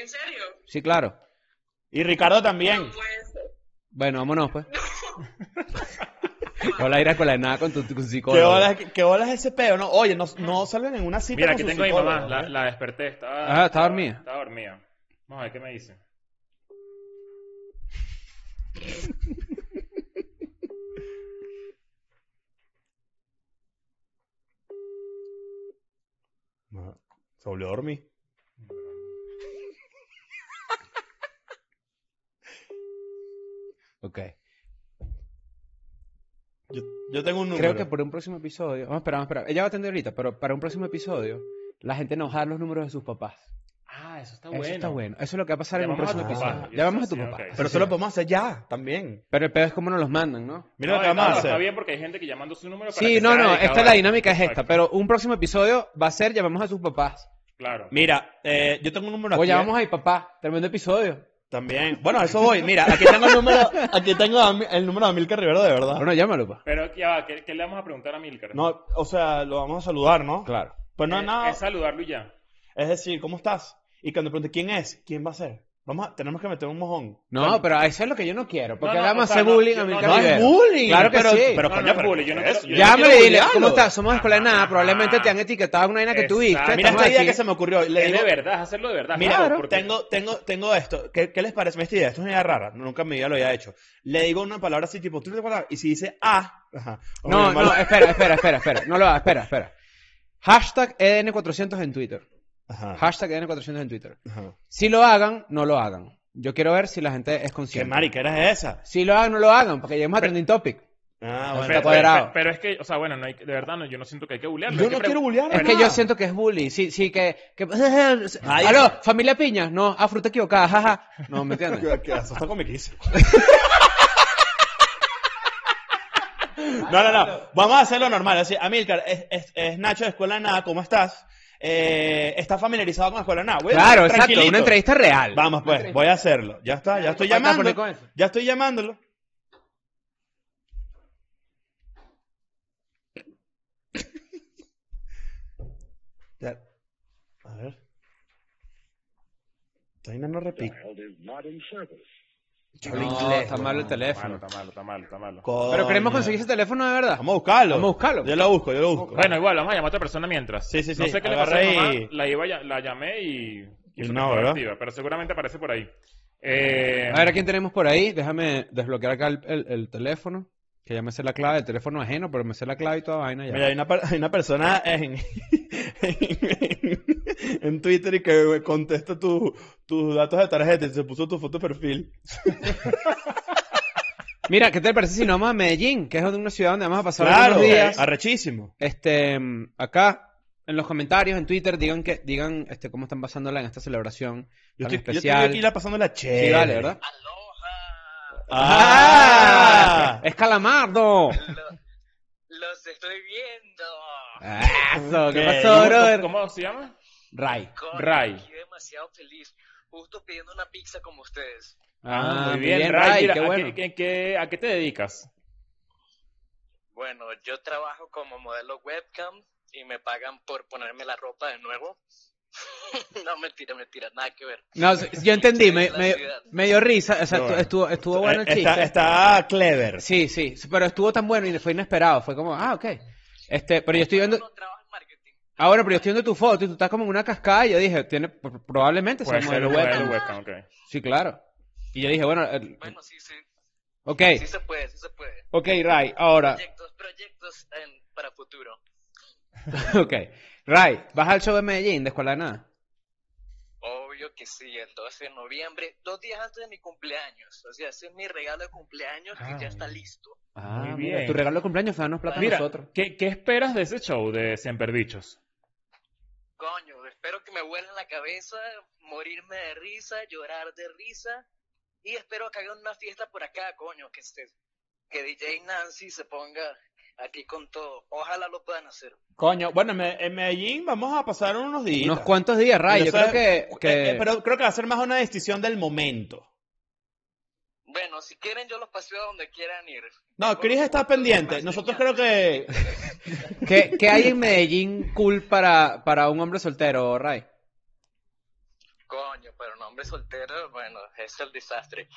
Speaker 7: ¿En serio?
Speaker 3: Sí, claro.
Speaker 1: Y Ricardo también.
Speaker 7: Pues,
Speaker 3: Bueno, vámonos pues. Hola, ir a colar nada con tu, tu
Speaker 1: ¿Qué
Speaker 3: psicólogo.
Speaker 1: bolas, qué bolas ese peo? No, oye, no, no salen en una cita
Speaker 4: Mira, aquí
Speaker 1: con su
Speaker 4: tengo a mi
Speaker 1: psicólogo,
Speaker 4: mamá, la,
Speaker 1: ¿eh?
Speaker 4: la desperté. Estaba,
Speaker 3: Ah, ¿está dormida?
Speaker 4: Estaba dormida. Vamos a ver qué me dice.
Speaker 1: No, Se volvió a dormir.
Speaker 3: Ok.
Speaker 1: Yo, yo tengo un número.
Speaker 3: Creo que por un próximo episodio, vamos a esperar, vamos a esperar. Ella va a atender ahorita, pero para un próximo episodio, la gente nos va a dar los números de sus papás.
Speaker 4: Ah, eso está
Speaker 3: Eso
Speaker 4: bueno.
Speaker 3: está bueno. Eso es lo que va a pasar en un
Speaker 4: Llamamos a
Speaker 3: próximo
Speaker 4: tu papá.
Speaker 3: episodio.
Speaker 4: Yo
Speaker 3: Llamamos a tu
Speaker 4: sé,
Speaker 3: papá.
Speaker 4: ok.
Speaker 1: Pero eso lo podemos hacer ya, también.
Speaker 3: Pero el peor es cómo nos los mandan, ¿no?
Speaker 1: Mira
Speaker 4: No,
Speaker 1: lo
Speaker 4: está,
Speaker 1: que vamos a
Speaker 4: está
Speaker 1: hacer.
Speaker 4: bien porque hay gente que llamando su número para
Speaker 3: Sí,
Speaker 4: que
Speaker 3: no,
Speaker 4: sea
Speaker 3: no,
Speaker 4: dedicado
Speaker 3: esta
Speaker 4: a
Speaker 3: la
Speaker 4: eso.
Speaker 3: dinámica es esta,
Speaker 4: Exacto.
Speaker 3: pero un próximo episodio va a ser llamamos a sus papás.
Speaker 4: Claro.
Speaker 1: Mira, eh, yo tengo un número
Speaker 3: O
Speaker 1: aquí. ¿eh?
Speaker 3: llamamos a mi papá, tremendo episodio.
Speaker 1: También. Bueno, a eso voy. Mira, aquí tengo el número, aquí tengo a mi- el número de Milka Rivero de verdad.
Speaker 3: Bueno, llámalo, pa.
Speaker 4: Pero ya va, ¿qué, qué le vamos a preguntar a Milcar?
Speaker 1: No, o sea, lo vamos a saludar, ¿no?
Speaker 3: Claro.
Speaker 1: Pues no,
Speaker 4: Eh,
Speaker 1: nada.
Speaker 4: Es saludarlo y ya.
Speaker 1: Es decir, ¿cómo estás? Y cuando pregunte quién es, ¿quién va a ser? Vamos a- tenemos que meter un mojón.
Speaker 3: No, pero eso es lo que yo no quiero, porque
Speaker 4: No, no,
Speaker 3: le vamos a
Speaker 4: o sea,
Speaker 3: hacer
Speaker 4: no,
Speaker 3: bullying
Speaker 4: yo
Speaker 3: a mi
Speaker 4: no-
Speaker 1: No es bullying.
Speaker 3: Claro que
Speaker 1: pero,
Speaker 3: sí.
Speaker 1: Pero
Speaker 4: No,
Speaker 1: coño,
Speaker 4: no es
Speaker 1: pero
Speaker 4: bullying, Ah. yo no
Speaker 1: ¿qué
Speaker 4: quiero-
Speaker 1: es eso?
Speaker 4: yo no
Speaker 3: Llámale y dile,
Speaker 1: bullearlo.
Speaker 3: ¿cómo estás? Somos escuela de nada, probablemente te han etiquetado en una vaina que
Speaker 4: Exacto.
Speaker 3: tuviste. te
Speaker 1: Mira
Speaker 3: vamos a
Speaker 1: esta idea que
Speaker 3: decir-
Speaker 1: se me ocurrió. Le
Speaker 4: es
Speaker 1: digo-
Speaker 4: de verdad, es hacerlo de verdad.
Speaker 1: Mira,
Speaker 4: claro, porque-
Speaker 1: tengo, tengo, tengo esto. ¿Qué, qué les parece? Esta idea, esto es una idea rara. Nunca en mi vida lo había hecho. Le digo una palabra así, tipo, ¿tú te acuerdas? Y si dice ah, ajá. O mi
Speaker 3: No,
Speaker 1: hermano-
Speaker 3: no, espera, espera, espera, espera. No lo hagas, espera, espera. Hashtag E EDN400 en Twitter.
Speaker 1: Ajá,
Speaker 3: Hashtag E EDN400 en Twitter.
Speaker 1: ajá.
Speaker 3: Si lo hagan, no lo hagan. Yo quiero ver si la gente
Speaker 1: ¿Qué
Speaker 3: es consciente.
Speaker 1: mariquera es esa?
Speaker 3: Si lo hagan, no lo hagan, porque lleguemos a
Speaker 4: Pero-
Speaker 3: trending topic.
Speaker 1: Ah,
Speaker 4: Pero,
Speaker 1: bueno.
Speaker 4: pero-
Speaker 3: cuadrado.
Speaker 4: pero es que, o sea, bueno, no hay, de verdad, no, yo no siento que hay que bulearlo.
Speaker 1: Yo
Speaker 4: hay que
Speaker 1: no
Speaker 4: pre-
Speaker 1: quiero bullear.
Speaker 3: Es que yo siento que es bully. Sí, sí, que. que-
Speaker 1: Ay.
Speaker 3: Aló, familia Piña. No, ah, fruta equivocada, jaja. No, ¿me entiendes?
Speaker 1: que eso está comiquísimo. No, no, no. Vamos a hacerlo normal. Así, Amilcar, es, es- es Nacho de Escuela de Nada. ¿Cómo estás? Eh, ¿Estás familiarizado con Escuela de Nada? Voy a-
Speaker 3: Claro, exacto.
Speaker 1: tranquilito.
Speaker 3: Una entrevista real.
Speaker 1: Vamos, pues, voy a hacerlo. Ya está, ya estoy
Speaker 3: Falta
Speaker 1: llamando.
Speaker 3: poner con eso.
Speaker 1: Ya estoy llamándolo. Ya. A ver. Taina no repica.
Speaker 3: No, está malo el
Speaker 4: Está malo,
Speaker 3: teléfono.
Speaker 4: está malo, está malo, está malo.
Speaker 3: Pero queremos
Speaker 1: Coño.
Speaker 3: conseguir ese teléfono de verdad.
Speaker 1: Vamos a buscarlo.
Speaker 3: Vamos a buscarlo.
Speaker 1: Yo lo busco, yo lo busco.
Speaker 4: Bueno, igual, vamos a llamar a otra persona mientras.
Speaker 1: Sí, sí, sí,
Speaker 4: No sé qué le pasó
Speaker 1: agarra
Speaker 4: a mi mamá,
Speaker 1: y-
Speaker 4: la, iba, a ll- la llamé y...
Speaker 1: Y
Speaker 4: eso que
Speaker 1: no,
Speaker 4: estaba
Speaker 1: ¿verdad?
Speaker 4: activa, pero seguramente aparece por ahí. Eh,
Speaker 3: A ver, ¿a quién tenemos por ahí? Déjame desbloquear acá el, el- el teléfono. Que ya me sé la clave, el teléfono ajeno, pero me sé la clave y toda vaina ya.
Speaker 1: Mira, hay una, per- hay una persona en, en, en Twitter y que contesta tu- tus datos de tarjeta y se puso tu foto de perfil.
Speaker 3: Mira, ¿qué te parece si nos vamos a Medellín? Que es donde- una ciudad donde vamos a pasar
Speaker 1: Claro,
Speaker 3: algunos días.
Speaker 1: arrechísimo.
Speaker 3: Este, mm, acá, en los comentarios, en Twitter, digan que, digan este, cómo están pasándola en esta celebración
Speaker 1: Yo estoy, yo
Speaker 3: tan
Speaker 1: estoy
Speaker 3: especial.
Speaker 1: aquí la pasando la chévere.
Speaker 3: Sí, vale, ¿verdad?
Speaker 10: Aloha.
Speaker 1: ¡Ah!
Speaker 3: ¡Es calamardo!
Speaker 10: Lo- los estoy viendo.
Speaker 3: Eso, ¿Qué
Speaker 1: Ok.
Speaker 3: pasó,
Speaker 4: ¿cómo,
Speaker 3: brother?
Speaker 4: cómo se llama?
Speaker 3: Ray.
Speaker 10: Coño,
Speaker 4: Ray.
Speaker 10: estoy demasiado feliz. Justo pidiendo una pizza como ustedes.
Speaker 4: Ah, muy bien, Ray,
Speaker 3: Ray,
Speaker 4: mira,
Speaker 3: qué
Speaker 4: ¿a
Speaker 3: bueno.
Speaker 4: qué- en qué- ¿A qué te dedicas?
Speaker 11: Bueno, yo trabajo como modelo webcam y me pagan por ponerme la ropa de nuevo. no, mentira, mentira, nada que ver.
Speaker 3: No, s- yo entendí, me, me- me dio risa, o sea,
Speaker 1: No,
Speaker 3: estu-
Speaker 1: bueno.
Speaker 3: estuvo, estuvo bueno el
Speaker 1: Eh,
Speaker 3: chiste.
Speaker 1: está- está clever.
Speaker 3: Sí, sí, s- pero estuvo tan bueno y fue inesperado, fue como, ah, ok. Este, pero yo estoy viendo... Ah, bueno, pero yo estoy viendo tu foto y tú estás como en una cascada y yo dije, tiene, pr- probablemente sea
Speaker 4: Puede ser
Speaker 3: modelo
Speaker 4: un
Speaker 3: webcam.
Speaker 4: modelo webcam, ok.
Speaker 3: Sí, claro. Y yo dije, bueno... bueno, sí, sí. Ok. Sí se puede, sí se puede. Ok, Ray, ahora...
Speaker 11: Proyectos, proyectos en- para futuro.
Speaker 3: ok. Ray, ¿vas al show de Medellín de Escuela de Nada?
Speaker 11: Obvio que sí, el 12 de noviembre, dos días antes de mi cumpleaños. O sea, ese es mi regalo de cumpleaños y ya está listo.
Speaker 3: Ah,
Speaker 4: Muy
Speaker 3: mira,
Speaker 4: bien.
Speaker 3: tu regalo de cumpleaños fue darnos plata a
Speaker 4: Mira,
Speaker 3: nosotros.
Speaker 4: ¿qué, qué esperas de ese show de Bichos?
Speaker 11: Coño, espero que me vuelen la cabeza, morirme de risa, llorar de risa. Y espero que haga una fiesta por acá, coño, que, se- que DJ Nancy se ponga aquí con todo. Ojalá lo puedan hacer.
Speaker 1: Coño, bueno, en Me- en Medellín vamos a pasar unos días. eh,
Speaker 3: Unos cuantos días, Ray, yo creo que- que-
Speaker 1: pero creo que va a ser más una decisión del momento.
Speaker 11: Bueno, si quieren, yo los paseo a donde quieran ir.
Speaker 1: No, Chris está pendiente. Nosotros creo que...
Speaker 3: ¿Qué, qué hay en Medellín cool para, para un hombre soltero, Ray?
Speaker 11: Coño, pero un hombre soltero, bueno, es el desastre.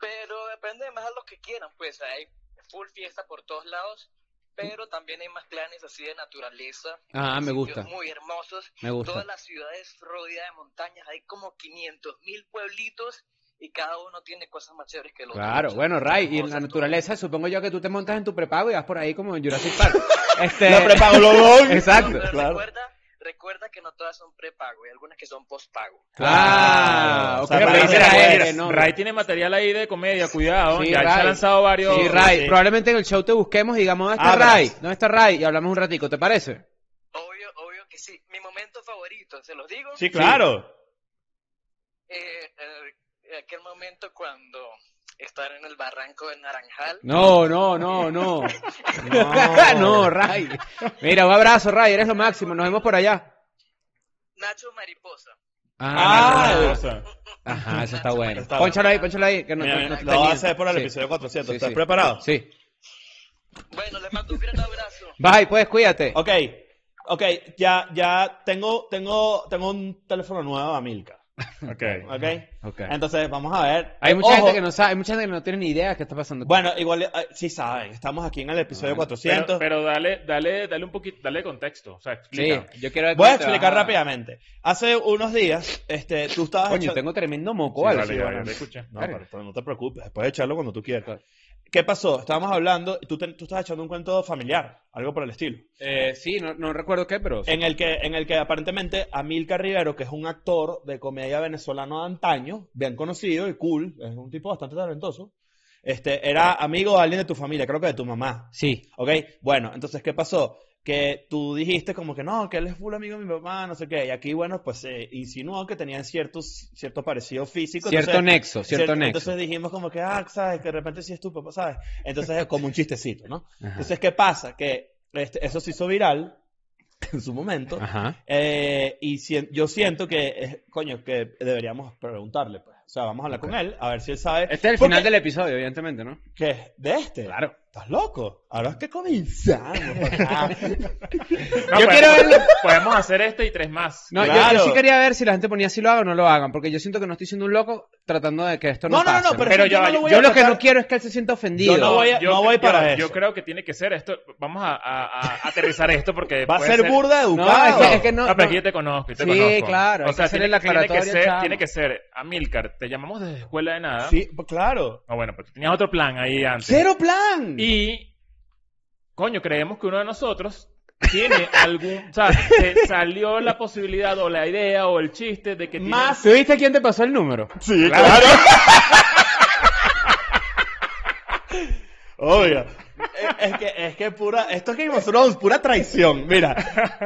Speaker 11: Pero depende más de lo que quieran, pues hay full fiesta por todos lados, pero también hay más planes así de naturaleza.
Speaker 3: Ah, me
Speaker 11: sitios
Speaker 3: gusta.
Speaker 11: Muy hermosos.
Speaker 3: Me gusta.
Speaker 11: Todas las ciudades rodeadas de montañas, hay como 500 mil pueblitos y cada uno tiene cosas más chéveres que el otro.
Speaker 3: Claro, bueno, Ray, y en la naturaleza supongo yo que tú te montas en tu prepago y vas por ahí como en Jurassic Park. Este...
Speaker 1: La prepago, lo doy.
Speaker 3: Exacto.
Speaker 1: Pero Claro.
Speaker 11: Recuerda, recuerda que no todas son prepago, hay algunas que son postpago.
Speaker 3: Ah,
Speaker 4: o sea,
Speaker 3: ok,
Speaker 4: Ray,
Speaker 3: pero
Speaker 4: mira,
Speaker 3: era
Speaker 4: Ray,
Speaker 3: él, ¿no?
Speaker 4: Ray tiene material ahí de comedia, cuidado.
Speaker 3: Sí,
Speaker 4: ya se
Speaker 3: Ray.
Speaker 4: han lanzado varios.
Speaker 3: Sí, Ray, probablemente en el show te busquemos y digamos,
Speaker 11: Ah,
Speaker 3: ¿dónde está
Speaker 4: Abras.
Speaker 3: Ray? ¿Dónde está Ray? Y hablamos un ratico, ¿te parece?
Speaker 11: Obvio, obvio que sí. Mi momento favorito, ¿se los digo?
Speaker 1: Sí, claro.
Speaker 11: Eh, eh, aquel momento cuando estar en el barranco del Naranjal.
Speaker 3: No, no, no, no. No, Ray. Mira, un abrazo, Ray, eres lo máximo, nos vemos por allá.
Speaker 11: Nacho Mariposa.
Speaker 1: Ah,
Speaker 3: Nacho,
Speaker 1: el-
Speaker 3: Mariposa. Ajá, eso está bueno.
Speaker 1: Está
Speaker 3: Pónchalo ahí, pónchalo ahí. Que no,
Speaker 1: Mira,
Speaker 3: no-
Speaker 1: mira,
Speaker 3: no
Speaker 1: lo
Speaker 3: está
Speaker 1: vas a
Speaker 3: bien.
Speaker 1: hacer por el
Speaker 3: Sí.
Speaker 1: episodio 400.
Speaker 3: Sí,
Speaker 1: ¿Estás
Speaker 3: sí.
Speaker 1: preparado?
Speaker 3: Sí.
Speaker 11: Bueno, les mando un gran abrazo.
Speaker 3: Bye, pues, cuídate.
Speaker 1: Ok, ok, ya, ya tengo, tengo, tengo un teléfono nuevo a Milka.
Speaker 4: Ok.
Speaker 1: Ok.
Speaker 3: Ok.
Speaker 1: Entonces, vamos a ver.
Speaker 3: Hay
Speaker 1: Eh,
Speaker 3: mucha
Speaker 1: ojo,
Speaker 3: gente que no sabe, hay mucha gente que no tiene ni idea de qué está pasando.
Speaker 1: Bueno, igual, eh, sí saben, estamos aquí en el episodio 400.
Speaker 4: Pero, pero dale, dale, dale un poquito, dale contexto. O sea,
Speaker 3: sí,
Speaker 4: explica.
Speaker 3: yo quiero ver
Speaker 1: Voy a
Speaker 3: cómo te
Speaker 1: explicar
Speaker 3: va.
Speaker 1: rápidamente. Hace unos días, este, tú estabas...
Speaker 3: Coño,
Speaker 1: echando-
Speaker 3: tengo tremendo moco,
Speaker 4: Sí,
Speaker 3: ¿vale?
Speaker 4: vale,
Speaker 3: Sí,
Speaker 4: ya,
Speaker 3: bueno.
Speaker 4: ya te escuché.
Speaker 1: No,
Speaker 3: Claro.
Speaker 1: pero, pero no te preocupes, puedes echarlo cuando tú quieras. ¿Qué pasó? Estábamos hablando, tú, te- tú estás echando un cuento familiar, algo por el estilo.
Speaker 3: Eh, sí, no, no recuerdo qué, pero...
Speaker 1: En el que, en el que aparentemente Amilcar Rivero, que es un actor de comedia venezolano de antaño, bien conocido y cool, es un tipo bastante talentoso, este, era amigo de alguien de tu familia, creo que de tu mamá.
Speaker 3: Sí.
Speaker 1: ¿Ok? Bueno, entonces, ¿qué pasó? Que tú dijiste como que no, que él es full amigo de mi mamá, no sé qué. Y aquí, bueno, pues se insinuó que tenían cierto, cierto parecido físico.
Speaker 3: Cierto
Speaker 1: entonces-
Speaker 3: nexo, cierto nexo.
Speaker 1: Entonces dijimos como que, ah, sabes, que de repente sí es tu papá, ¿sabes? Entonces es como un chistecito, ¿no?
Speaker 3: Ajá.
Speaker 1: Entonces, ¿qué pasa? Que este, eso se hizo viral en su momento.
Speaker 3: Ajá.
Speaker 1: Eh, y sien- yo siento que, eh, coño, que deberíamos preguntarle, pues. O sea, vamos a hablar con él, a ver si él sabe.
Speaker 3: Este es el
Speaker 1: Porque-
Speaker 3: final del episodio, evidentemente, ¿no?
Speaker 1: ¿Qué? ¿De este?
Speaker 3: Claro.
Speaker 1: ¿Estás loco? Ahora es que comenzamos. pues. Ah,
Speaker 4: No,
Speaker 1: papá.
Speaker 3: Yo
Speaker 4: podemos-
Speaker 3: quiero verlo.
Speaker 4: Podemos hacer este y tres más.
Speaker 3: No, yo-
Speaker 1: Claro.
Speaker 3: yo, sí quería ver si la gente ponía si lo haga o no lo hagan, porque yo siento que no estoy siendo un loco tratando de que esto no,
Speaker 1: No, no, no,
Speaker 3: pase.
Speaker 1: no, pero,
Speaker 4: Pero
Speaker 1: yo,
Speaker 4: ya
Speaker 1: no
Speaker 4: va,
Speaker 1: lo voy
Speaker 3: yo
Speaker 1: a
Speaker 3: lo que
Speaker 1: tratar-
Speaker 3: no quiero es que él se sienta ofendido.
Speaker 1: Yo no voy a- no voy para
Speaker 4: yo
Speaker 1: eso.
Speaker 4: creo que tiene que ser esto. Vamos a, a- a aterrizar esto porque.
Speaker 1: Va a
Speaker 4: puede
Speaker 1: ser burda
Speaker 3: No,
Speaker 1: educado.
Speaker 3: es que- es que no-
Speaker 4: No, pero
Speaker 3: no.
Speaker 4: aquí yo te conozco, yo te
Speaker 3: Sí,
Speaker 4: conozco.
Speaker 3: claro, hay
Speaker 4: O sea,
Speaker 3: que hacerle
Speaker 4: tiene,
Speaker 3: la
Speaker 4: tiene que
Speaker 3: aclaratoria,
Speaker 4: ser,
Speaker 3: chamo.
Speaker 4: tiene que ser, Amilcar, te llamamos desde escuela de nada.
Speaker 1: Sí, pues, claro.
Speaker 4: No, bueno, pero tú tenías otro plan ahí antes.
Speaker 1: ¡Cero plan!
Speaker 4: Y, coño, creemos que uno de nosotros tiene algún, o sea, se salió la posibilidad o la idea o el chiste de que tiene-
Speaker 1: Más...
Speaker 3: ¿Tú viste quién te pasó el número?
Speaker 1: Ah, Sí, claro. Obvio. Eh, Es que, es que pura, esto es Game of Thrones, pura traición. Mira,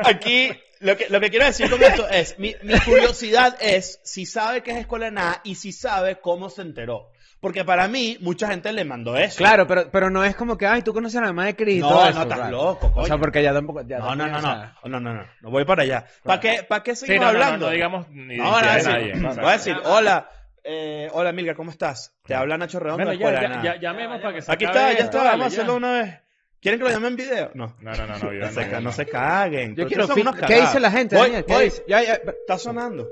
Speaker 1: aquí lo que, lo que quiero decir con esto es, mi, mi curiosidad es si sabe que es escuela de nada y si sabe cómo se enteró. Porque para mí, mucha gente le mandó eso.
Speaker 3: Claro, pero, pero no es como que, ay, tú conoces a la mamá de Cris. y
Speaker 1: No,
Speaker 3: todo
Speaker 1: no,
Speaker 3: eso,
Speaker 1: estás
Speaker 3: claro.
Speaker 1: loco,
Speaker 3: O sea,
Speaker 1: coño.
Speaker 3: porque ya tampoco. ya
Speaker 1: No, no,
Speaker 3: también,
Speaker 1: no,
Speaker 3: o
Speaker 1: no,
Speaker 3: sea,
Speaker 1: no, no, no, no voy para allá. ¿Para qué, para qué
Speaker 4: Sí,
Speaker 1: seguimos
Speaker 4: no, no, no,
Speaker 1: hablando?
Speaker 4: no digamos ni
Speaker 1: No, van a
Speaker 4: de
Speaker 1: decir,
Speaker 4: nadie.
Speaker 1: van a decir, hola, Eh, hola, Milgar, ¿cómo estás? Te habla Nacho Redondo.
Speaker 4: Bueno,
Speaker 1: de
Speaker 4: ya,
Speaker 1: Escuela de
Speaker 4: ya,
Speaker 1: Nada.
Speaker 4: ya, llamemos para que se
Speaker 1: Aquí
Speaker 4: acabe
Speaker 1: está, ya
Speaker 4: esto,
Speaker 1: está,
Speaker 4: dale,
Speaker 1: vamos a
Speaker 4: ya.
Speaker 1: hacerlo una vez. ¿Quieren que lo llamen en video? No.
Speaker 4: No, no, no, no, video
Speaker 1: No,
Speaker 4: no,
Speaker 1: se, ca-
Speaker 4: no.
Speaker 1: no se caguen.
Speaker 3: Yo
Speaker 1: Ustedes
Speaker 3: quiero
Speaker 1: son
Speaker 3: fit-
Speaker 1: unos
Speaker 3: ¿Qué
Speaker 1: cagados.
Speaker 3: dice la gente,
Speaker 1: Voy,
Speaker 3: Daniel? ¿Qué
Speaker 1: voy.
Speaker 3: dice? Ya, ya.
Speaker 1: Está sonando.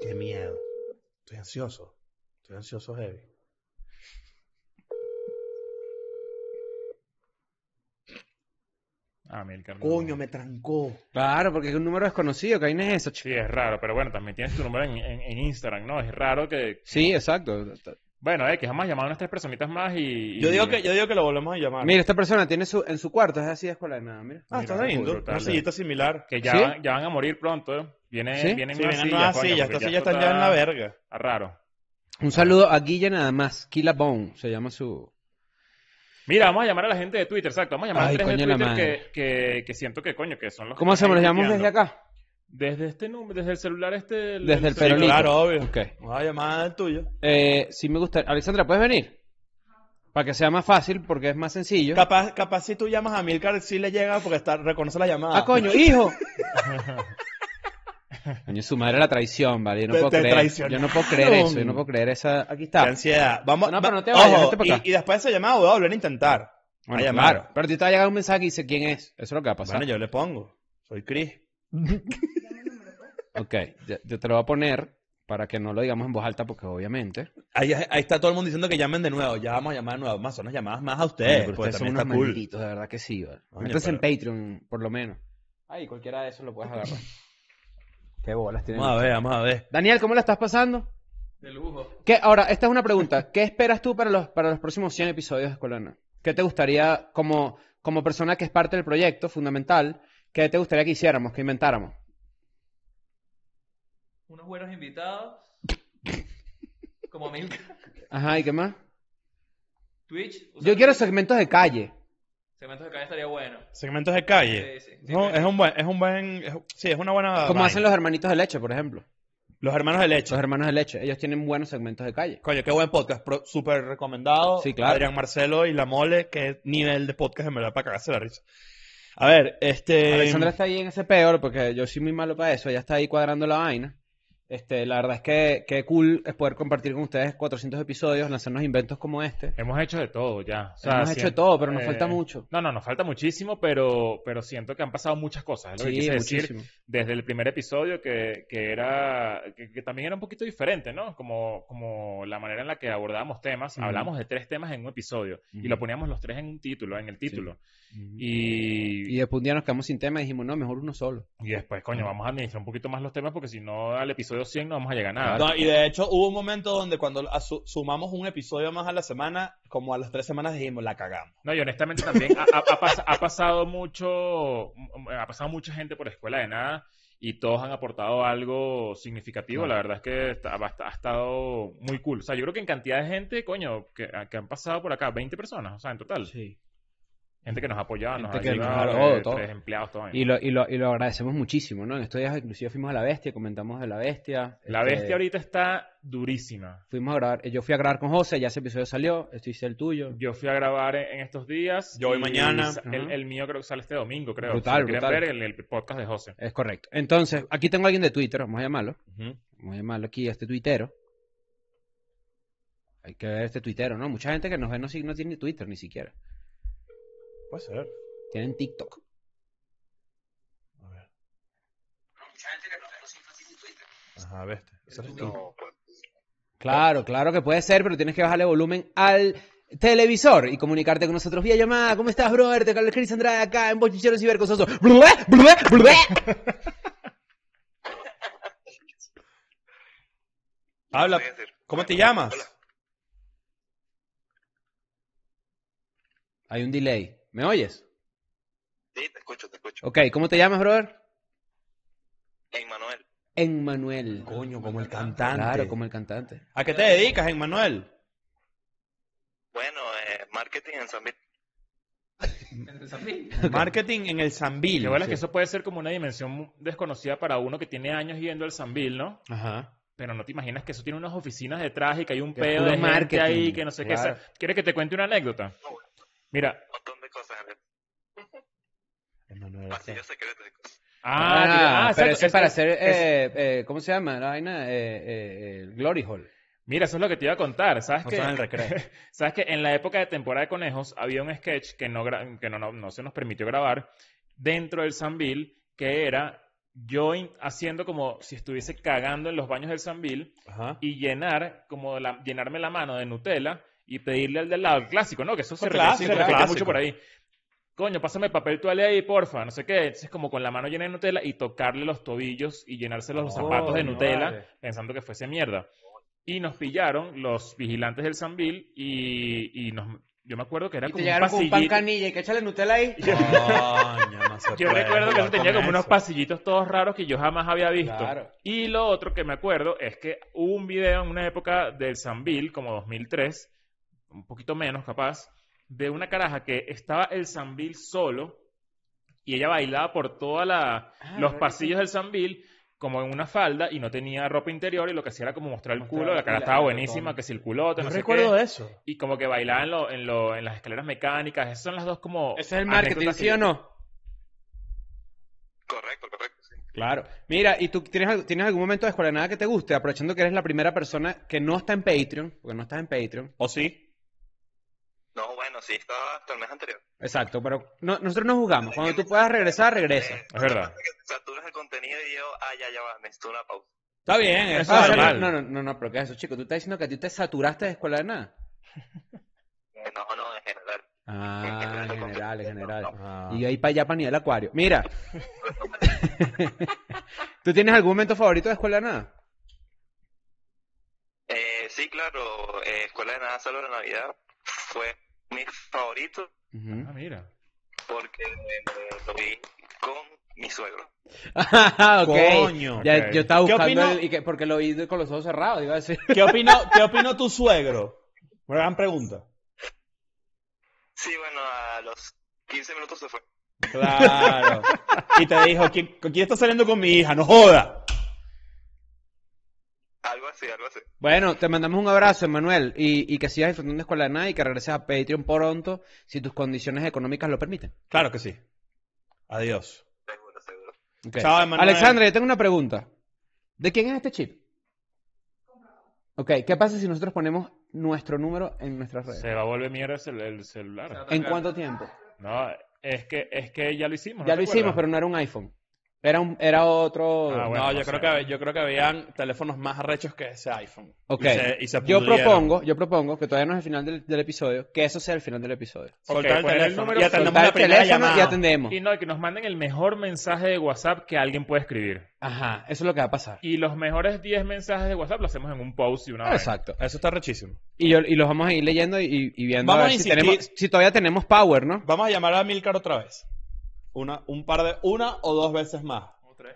Speaker 1: Qué miedo. Estoy ansioso. Estoy ansioso, heavy.
Speaker 4: Ah, Milcar, no.
Speaker 1: Coño, me trancó.
Speaker 3: Claro, porque es un número desconocido, que ahí no es eso, chico.
Speaker 4: Sí, es raro, pero bueno, también tienes tu número en, en- en Instagram, ¿no? Es raro que...
Speaker 3: Sí, exacto.
Speaker 4: Bueno, eh, que jamás llamado a unas tres personitas más y... y-
Speaker 1: Yo digo que, yo digo que lo volvemos a llamar.
Speaker 3: Mira, esta persona tiene su, en su cuarto, es así de escuela de nada, mira.
Speaker 1: ah,
Speaker 4: mira,
Speaker 1: está lindo.
Speaker 4: brutal.
Speaker 1: Una sillita similar.
Speaker 4: que ya,
Speaker 3: ¿Sí?
Speaker 4: van, ya van a morir pronto, ¿eh? Viene,
Speaker 3: ¿Sí?
Speaker 4: Vienen
Speaker 1: Sí,
Speaker 4: nuevas
Speaker 1: vienen
Speaker 4: sillas,
Speaker 1: nuevas
Speaker 4: coño,
Speaker 1: sillas.
Speaker 4: porque
Speaker 1: Estas
Speaker 4: ya
Speaker 1: sillas
Speaker 4: esto
Speaker 1: están ya en
Speaker 4: está
Speaker 1: la verga.
Speaker 4: Raro.
Speaker 3: Un saludo a Guilla nada más, Killa Bone, se llama su...
Speaker 4: Mira, vamos a llamar a la gente de Twitter, exacto. Vamos a llamar
Speaker 3: Ay,
Speaker 4: a tres de
Speaker 3: coño, la
Speaker 4: Twitter
Speaker 3: madre.
Speaker 4: que, que, que siento que, coño, que son los...
Speaker 3: ¿Cómo
Speaker 4: se
Speaker 3: hacemos? ¿Los llamamos desde acá?
Speaker 4: Desde este número, desde el celular este... del-
Speaker 3: Desde
Speaker 4: del-
Speaker 3: el Perolito.
Speaker 1: claro, obvio.
Speaker 3: Ok.
Speaker 1: Vamos a llamar al tuyo.
Speaker 3: Eh, sí me gusta... Alexandra, ¿puedes venir? Para que sea más fácil, porque es más sencillo.
Speaker 1: Capaz, capaz si tú llamas a Milcar, sí le llega porque está, reconoce la llamada.
Speaker 3: ¡Ah, coño, hijo! coño, su madre la traición, ¿vale? Yo no
Speaker 1: Te-
Speaker 3: puedo
Speaker 1: te
Speaker 3: creer.
Speaker 1: traicionaron.
Speaker 3: Yo no puedo creer eso, yo no puedo creer esa... Aquí
Speaker 1: Qué
Speaker 3: está.
Speaker 1: ansiedad. Vamos,
Speaker 3: No,
Speaker 1: va-
Speaker 3: pero no te vayas,
Speaker 1: ojo,
Speaker 3: vente para acá.
Speaker 1: y, y después de esa llamada voy a volver a intentar.
Speaker 3: Bueno,
Speaker 1: a llamar.
Speaker 3: claro. Pero a ti te va a llegar un mensaje que dice quién es. Eso es lo que va a pasar.
Speaker 1: Bueno, yo le pongo. Soy Chris.
Speaker 3: Ok, ya- yo te lo voy a poner para que no lo digamos en voz alta, porque obviamente...
Speaker 1: Ahí, ahí está todo el mundo diciendo que llamen de nuevo. Ya vamos a llamar de nuevo. Más son las llamadas más a
Speaker 3: Coño,
Speaker 1: ustedes.
Speaker 3: pero
Speaker 1: porque
Speaker 3: ustedes son
Speaker 1: pues, también
Speaker 3: unos
Speaker 1: está cool.
Speaker 3: malditos, de verdad que sí. ¿vale?
Speaker 1: Coño,
Speaker 3: Métanse
Speaker 1: pero-
Speaker 3: en Patreon, por lo menos. Ahí, cualquiera de esos lo puedes agarrar. Qué bolas tienen.
Speaker 1: Vamos a ver, vamos a ver.
Speaker 3: Daniel, ¿cómo la estás pasando?
Speaker 2: De lujo.
Speaker 3: ¿Qué, ahora, esta es una pregunta. ¿Qué esperas tú para los, para los próximos 100 episodios de Escolana? ¿Qué te gustaría, como, como persona que es parte del proyecto fundamental, qué te gustaría que hiciéramos, que inventáramos?
Speaker 2: Unos buenos invitados. Como Milka.
Speaker 3: Ajá, ¿y qué más?
Speaker 2: Twitch. o sea,
Speaker 3: Yo quiero segmentos de calle.
Speaker 2: Segmentos de calle estaría bueno.
Speaker 1: Segmentos de calle.
Speaker 2: Sí, sí.
Speaker 1: No,
Speaker 2: Sí,
Speaker 1: es un buen, es un buen, es- sí, es una buena.
Speaker 3: Como
Speaker 1: vaina.
Speaker 3: hacen los hermanitos de leche, por ejemplo.
Speaker 1: Los hermanos de leche.
Speaker 3: Los hermanos de leche, ellos tienen buenos segmentos de calle.
Speaker 1: Coño, qué buen podcast, pro- súper recomendado.
Speaker 3: Sí, claro.
Speaker 1: Adrián Marcelo y La Mole, qué nivel de podcast en verdad para cagarse la risa. A ver, este.
Speaker 3: Alexandra está ahí en ese peor porque yo soy muy malo para eso. Ella está ahí cuadrando la vaina. Este, la verdad es que, que cool es poder compartir con ustedes 400 episodios, lanzarnos inventos como este.
Speaker 4: Hemos hecho de todo ya. O
Speaker 3: Hemos hecho
Speaker 4: siento-
Speaker 3: de todo, pero nos falta mucho.
Speaker 4: No, no, nos falta muchísimo, pero, pero siento que han pasado muchas cosas. es lo que
Speaker 3: Sí,
Speaker 4: quise decir
Speaker 3: muchísimo.
Speaker 4: desde el primer episodio que, que era que, que también era un poquito diferente, ¿no? Como, como la manera en la que abordábamos temas.
Speaker 3: Ujú.
Speaker 4: Hablábamos de tres temas en un episodio y
Speaker 3: Ujú.
Speaker 4: lo poníamos los tres en un título, en el título. Y,
Speaker 3: Y después un día nos quedamos sin tema y dijimos, no, mejor uno solo.
Speaker 4: y después, coño, vamos a administrar un poquito más los temas porque si no, al episodio 100 no vamos a llegar a nada.
Speaker 1: No, y de hecho hubo un momento donde cuando asu- sumamos un episodio más a la semana, como a las tres semanas dijimos, la cagamos.
Speaker 4: No, y honestamente también ha, ha- ha pas- ha pasado mucho, ha pasado mucha gente por escuela de nada y todos han aportado algo significativo. La verdad es que está- ha, ha estado muy cool. O sea, yo creo que en cantidad de gente, coño, que, que han pasado por acá, 20 personas, o sea, en total.
Speaker 3: Sí.
Speaker 4: Gente que nos ha apoyado, nos ha
Speaker 3: Gente Este, que nos
Speaker 4: ayudado,
Speaker 3: ha dado
Speaker 4: eh,
Speaker 3: todo.
Speaker 4: tres empleados, todo.
Speaker 3: Y lo, y, lo, y lo agradecemos muchísimo, ¿no? En estos días inclusive fuimos a La Bestia, comentamos de La Bestia.
Speaker 4: La
Speaker 3: Este,
Speaker 4: bestia ahorita está durísima.
Speaker 3: Fuimos a grabar, eh, yo fui a grabar con José, ya ese episodio salió, esto hice el tuyo.
Speaker 4: Yo fui a grabar en en estos días.
Speaker 1: Yo voy
Speaker 4: y
Speaker 1: mañana.
Speaker 4: sa- El,
Speaker 3: Ajá.
Speaker 4: el mío creo que sale este domingo, creo.
Speaker 3: Brutal,
Speaker 4: Si lo quieren
Speaker 3: brutal.
Speaker 4: ver, el, el podcast de José.
Speaker 3: Es correcto. Entonces, aquí tengo a alguien de Twitter, vamos a llamarlo. Vamos a llamarlo aquí a este tuitero. Hay que ver este tuitero, ¿no? Mucha gente que nos ve no, si- no tiene Twitter ni siquiera.
Speaker 1: Puede ser.
Speaker 3: Tienen TikTok.
Speaker 1: Ajá, veste.
Speaker 10: No, pues,
Speaker 3: Claro, claro que puede ser, pero tienes que bajarle volumen al televisor y comunicarte con nosotros vía llamada. ¿Cómo estás, brother? Te habla Chris Andrade acá en Bochichero Cibercososo. ¡Blue, blue, blue!
Speaker 1: Habla.
Speaker 10: puede ser.
Speaker 1: ¿Cómo te llamas?
Speaker 10: Hola.
Speaker 3: Hay un delay. ¿Me oyes?
Speaker 10: Sí, te escucho, te escucho.
Speaker 3: Ok, ¿cómo te llamas, brother?
Speaker 10: Hey, Manuel.
Speaker 3: Emmanuel.
Speaker 1: Coño, como el cantante.
Speaker 3: Claro, como el cantante.
Speaker 1: ¿A qué te dedicas, Emmanuel?
Speaker 10: Bueno, eh, marketing en San Vito.
Speaker 2: En San Miguel.
Speaker 1: Marketing en el Zambil.
Speaker 4: Qué bueno es que eso puede ser como una dimensión mu- desconocida para uno que tiene años yendo al Sambil, ¿no?
Speaker 3: Ajá.
Speaker 4: Pero no te imaginas que eso tiene unas oficinas detrás y que hay un
Speaker 3: Que
Speaker 4: pedo
Speaker 3: puro
Speaker 4: de gente
Speaker 3: marketing,
Speaker 4: ahí que no sé
Speaker 3: claro.
Speaker 4: qué. Esa- ¿Quieres que te cuente una anécdota? Mira,
Speaker 10: montón de cosas Ah, en el-
Speaker 1: este.
Speaker 10: Pastillas secretas y cosas.
Speaker 4: Ah,
Speaker 3: Ah,
Speaker 4: ah, exacto,
Speaker 3: pero ese es para
Speaker 4: ese-
Speaker 3: hacer,
Speaker 4: ese-
Speaker 3: eh, eh, ¿cómo se llama la vaina? Eh, eh, eh, Glory Hall.
Speaker 4: Mira, eso es lo que te iba a contar. ¿Sabes
Speaker 3: No
Speaker 4: que,
Speaker 3: son el recreo.
Speaker 4: ¿Sabes que en la época de temporada de conejos había un sketch que no, gra- que no, no- no se nos permitió grabar dentro del Sanville que era yo in- haciendo como si estuviese cagando en los baños del Sanville
Speaker 3: Ajá.
Speaker 4: y llenar, como la- llenarme la mano de Nutella y pedirle al del lado, el clásico, ¿no? Que eso se
Speaker 1: Claro,
Speaker 4: repite, se
Speaker 1: claro,
Speaker 4: repite
Speaker 1: clásico.
Speaker 4: mucho por ahí. Coño, pásame papel toalla ahí, porfa, no sé qué. Entonces, como con la mano llena de Nutella y tocarle los tobillos y llenarse los zapatos de
Speaker 3: Coño,
Speaker 4: Nutella
Speaker 3: vale.
Speaker 4: pensando que fuese mierda. Y nos pillaron los vigilantes del Sanville y, y nos, yo me acuerdo que era
Speaker 3: Y te
Speaker 4: como un
Speaker 3: llegaron con un pan
Speaker 4: pasillito.
Speaker 3: canilla y que échale Nutella ahí.
Speaker 1: Ah, Coño, no se
Speaker 4: Yo
Speaker 1: puede
Speaker 4: recuerdo que
Speaker 1: jugar
Speaker 4: eso tenía
Speaker 1: con
Speaker 4: como unos
Speaker 1: eso.
Speaker 4: pasillitos todos raros que yo jamás había visto.
Speaker 3: Claro.
Speaker 4: Y lo otro que me acuerdo es que hubo un video en una época del Sanville, como 2003, un poquito menos capaz, de una caraja que estaba el Sanville solo y ella bailaba por todos los
Speaker 3: ¿verdad?
Speaker 4: pasillos del Sanville como en una falda y no tenía ropa interior y lo que hacía era como mostrar el
Speaker 3: Mostrar
Speaker 4: culo, la
Speaker 3: la-
Speaker 4: cara
Speaker 3: la-
Speaker 4: estaba
Speaker 3: la
Speaker 4: buenísima,
Speaker 3: totona.
Speaker 4: que si el culote,
Speaker 1: Yo
Speaker 4: no sé
Speaker 1: recuerdo
Speaker 4: qué.
Speaker 1: eso.
Speaker 4: Y como que bailaba en, lo- en, lo- en las escaleras mecánicas, esas son las dos como...
Speaker 3: Ese es el marketing,
Speaker 4: anécdotas que
Speaker 3: ¿sí
Speaker 4: yo-
Speaker 3: o no?
Speaker 10: Correcto, correcto, sí.
Speaker 3: Claro. Mira, ¿y tú tienes, al- tienes algún momento de escuela de nada que te guste? Aprovechando que eres la primera persona que no está en Patreon, porque no estás en Patreon.
Speaker 1: ¿O sí?
Speaker 10: No, bueno, sí, estaba hasta el mes anterior.
Speaker 3: Exacto, pero no- nosotros no jugamos. Cuando tú puedas regresar, regresa.
Speaker 10: Eh,
Speaker 4: Es verdad.
Speaker 10: Saturas el contenido y yo, ah, ya, ya va, necesito una pausa.
Speaker 1: Está bien, eso
Speaker 4: Eso
Speaker 1: es
Speaker 4: es
Speaker 3: Ah, o sea,
Speaker 1: normal.
Speaker 4: normal.
Speaker 3: no, no, no, no, pero ¿qué es eso, chico? Tú estás diciendo que a ti te saturaste de escuela de nada.
Speaker 10: Eh, No, no, en general.
Speaker 3: Ah, en general, en general.
Speaker 1: Ah.
Speaker 3: Y de ahí para allá, para ni el acuario. Mira. ¿Tú tienes algún momento favorito de escuela de nada?
Speaker 10: Eh, sí, claro, eh, Escuela de Nada Solo de Navidad fue mi favorito
Speaker 3: Ujú.
Speaker 4: Ah, mira.
Speaker 10: porque eh, lo vi con mi suegro.
Speaker 3: Ah, ok.
Speaker 1: Coño.
Speaker 3: Ya,
Speaker 4: Ok.
Speaker 3: Yo estaba
Speaker 1: ¿Qué
Speaker 3: buscando
Speaker 1: opinó?
Speaker 3: el- y que- porque lo vi de- con los ojos cerrados, iba a decir.
Speaker 1: ¿Qué opinó, ¿Qué opinó tu suegro? Gran pregunta.
Speaker 10: Sí, bueno, a los 15 minutos se fue.
Speaker 1: Claro. Y te dijo, ¿quién, con quién está saliendo con mi hija? No joda.
Speaker 10: Algo así, algo así.
Speaker 3: Bueno, te mandamos un abrazo, Emanuel, y, y que sigas disfrutando de escuela de nada y que regreses a Patreon pronto, si tus condiciones económicas lo permiten.
Speaker 1: Claro que sí. Adiós.
Speaker 10: Seguro, seguro.
Speaker 3: Ok.
Speaker 1: Chao, Emanuel.
Speaker 3: Alexandra, yo tengo una pregunta. ¿De quién es este chip? Ok, ¿qué pasa si nosotros ponemos nuestro número en nuestras redes?
Speaker 4: Se va a volver mierda el, cel- el celular.
Speaker 3: ¿En cuánto tiempo?
Speaker 4: No, es que, es que ya lo hicimos. ¿no
Speaker 3: ya
Speaker 4: te
Speaker 3: lo hicimos,
Speaker 4: acuerdas?
Speaker 3: pero no era un iPhone. Era, un, era otro...
Speaker 4: Ah, bueno,
Speaker 1: no,
Speaker 4: no
Speaker 1: yo,
Speaker 4: sé.
Speaker 1: creo que, yo creo que habían teléfonos más arrechos que ese iPhone.
Speaker 3: Ok.
Speaker 1: Y se- y se
Speaker 3: yo
Speaker 1: pudrieron.
Speaker 3: propongo, yo propongo que todavía no es el final del, del episodio, que eso sea el final del episodio.
Speaker 4: Ok,
Speaker 1: Soltar el
Speaker 4: pon el
Speaker 1: teléfono
Speaker 4: número,
Speaker 1: y atendemos
Speaker 3: Soltar
Speaker 1: la
Speaker 3: el
Speaker 1: primera
Speaker 3: teléfono
Speaker 1: llamada.
Speaker 3: y atendemos.
Speaker 4: Y no, que nos manden el mejor mensaje de WhatsApp que alguien puede escribir.
Speaker 3: Ajá, eso es lo que va a pasar.
Speaker 4: Y los mejores 10 mensajes de WhatsApp lo hacemos en un post y una vez.
Speaker 3: Exacto.
Speaker 1: Eso está rechísimo.
Speaker 3: Y, yo, y los vamos a ir leyendo y- y, y viendo
Speaker 1: Vamos
Speaker 3: a ver
Speaker 1: a
Speaker 3: si,
Speaker 1: insistir.
Speaker 3: tenemos, si todavía tenemos power, ¿no?
Speaker 1: Vamos a llamar a Milcar otra vez. Una, un par de, una o dos veces más.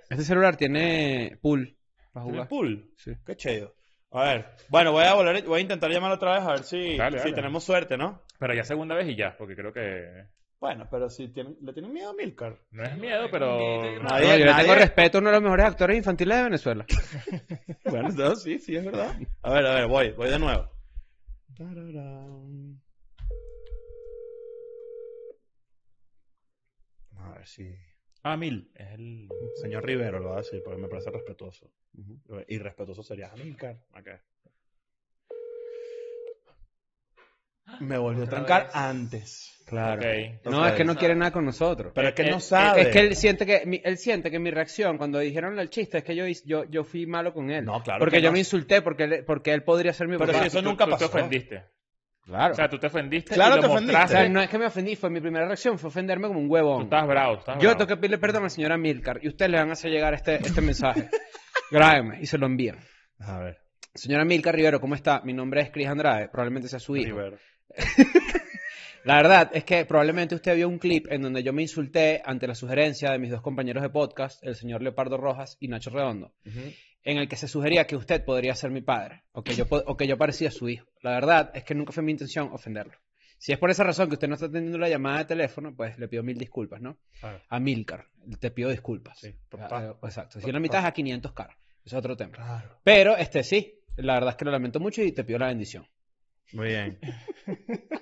Speaker 3: Este celular tiene pool para
Speaker 1: ¿Tiene
Speaker 3: jugar.
Speaker 1: pool?
Speaker 3: Sí.
Speaker 1: Qué chido. A ver. Bueno, voy a volver, voy a intentar llamar otra vez a ver si,
Speaker 4: Dale,
Speaker 1: si
Speaker 4: dale.
Speaker 1: tenemos suerte, ¿no?
Speaker 4: Pero ya segunda vez y ya, porque creo que
Speaker 1: Bueno, pero si tienen, le tienen miedo a Milcar.
Speaker 4: no es miedo, pero...
Speaker 1: Nadie-
Speaker 3: No, yo le tengo
Speaker 1: nadie-
Speaker 3: respeto a uno de los mejores actores infantiles de Venezuela.
Speaker 1: Bueno, no, sí, sí, es verdad. A ver, a ver, voy, voy de nuevo. Tararán. A ver si.
Speaker 4: Ah, mil. Es el...
Speaker 1: Señor Rivero lo va a decir, porque me parece respetuoso. Y respetuoso sería Amilcar. Acá. Me volvió a trancar antes.
Speaker 3: Claro.
Speaker 4: Ok.
Speaker 3: No, es que no quiere nada con nosotros.
Speaker 1: Pero es que
Speaker 4: Eh,
Speaker 1: no
Speaker 4: eh,
Speaker 1: sabe.
Speaker 3: Es que él siente que mi, él siente que mi reacción cuando dijeron el chiste es que yo hice- yo, yo fui malo con él.
Speaker 1: No, claro
Speaker 3: Porque
Speaker 1: que
Speaker 3: yo
Speaker 1: no.
Speaker 3: me insulté porque él, porque él podría ser mi
Speaker 1: Pero
Speaker 3: papá.
Speaker 1: si eso
Speaker 4: Tú-
Speaker 1: nunca
Speaker 4: tú
Speaker 1: pasó.
Speaker 4: te ofendiste.
Speaker 3: Claro.
Speaker 4: O sea, tú te ofendiste
Speaker 1: Claro
Speaker 4: y lo
Speaker 1: te ofendiste.
Speaker 3: O sea,
Speaker 4: mostraste.
Speaker 3: no es que me ofendí, fue mi primera reacción, fue ofenderme como un
Speaker 4: Tú
Speaker 3: huevón.
Speaker 4: estás bravo, tú estás
Speaker 3: Yo
Speaker 4: bravo.
Speaker 3: tengo que pedirle perdón a la señora Milcar y ustedes le van a hacer llegar este, este mensaje. Grábenme y se lo envían.
Speaker 1: A ver.
Speaker 3: Señora Milcar Rivero, ¿cómo está? Mi nombre es Cris Andrade, probablemente sea su hijo.
Speaker 1: Rivero.
Speaker 3: La verdad es que probablemente usted vio un clip en donde yo me insulté ante la sugerencia de mis dos compañeros de podcast, el señor Leopardo Rojas y Nacho Redondo, en el que se sugería que usted podría ser mi padre o que, yo, po- o que yo parecía su hijo. La verdad es que nunca fue mi intención ofenderlo. Si es por esa razón que usted no está atendiendo la llamada de teléfono, pues le pido mil disculpas, ¿no?
Speaker 1: Claro.
Speaker 3: A Milcar, te pido disculpas.
Speaker 1: Sí,
Speaker 3: Ah,
Speaker 1: papá.
Speaker 3: eh, Exacto. Si la mitad es a 500 caras. Es otro tema.
Speaker 1: Claro.
Speaker 3: Pero, este, sí. La verdad es que lo lamento mucho y te pido la bendición.
Speaker 1: Muy bien.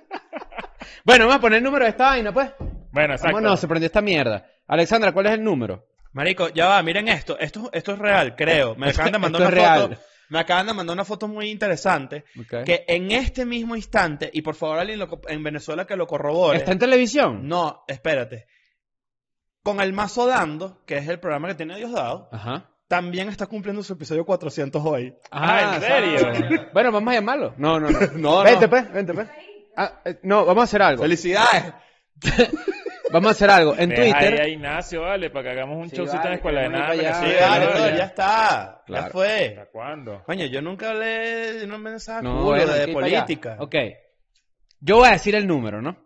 Speaker 3: Bueno, vamos a poner el número de esta vaina, pues.
Speaker 4: Bueno, exacto.
Speaker 3: Vámonos, se prendió esta mierda. Alexandra, ¿cuál es el número?
Speaker 1: Marico, ya va, miren esto. Esto, esto es real, creo. Me
Speaker 3: Esto-
Speaker 1: acaban de mandar
Speaker 3: esto
Speaker 1: una
Speaker 3: es
Speaker 1: foto.
Speaker 3: real.
Speaker 1: Me acaban de mandar una foto muy interesante.
Speaker 3: Ok.
Speaker 1: Que en este mismo instante, y por favor alguien lo co- en Venezuela que lo corrobore.
Speaker 3: ¿Está en televisión?
Speaker 1: No, espérate. Con el mazo dando, que es el programa que tiene Diosdado,
Speaker 3: Ajá.
Speaker 1: también está cumpliendo su episodio 400 hoy.
Speaker 4: Ah, ¿en serio?
Speaker 3: Bueno, vamos a llamarlo. No, no, no.
Speaker 1: No, no.
Speaker 3: Vente, pues, vente, pues. Ah, eh, no, vamos a hacer algo.
Speaker 1: ¡Felicidades!
Speaker 3: Vamos a hacer algo. En
Speaker 4: Deja
Speaker 3: Twitter.
Speaker 4: Eh, ahí a Ignacio, vale, para que hagamos un
Speaker 3: Sí,
Speaker 4: showcito
Speaker 3: vale,
Speaker 4: en Escuela de
Speaker 3: queremos
Speaker 4: Nada.
Speaker 3: ir para allá.
Speaker 1: Sí,
Speaker 4: Venezuela,
Speaker 1: vale,
Speaker 4: ¿no?
Speaker 1: bro, ya está.
Speaker 3: Claro.
Speaker 1: Ya fue.
Speaker 4: ¿Hasta cuándo?
Speaker 1: Coño, yo nunca hablé, no me saco
Speaker 3: No,
Speaker 1: culo
Speaker 3: bueno, hay
Speaker 1: de
Speaker 3: que ir para allá.
Speaker 1: política.
Speaker 3: Ok. Yo voy a decir el número, ¿no?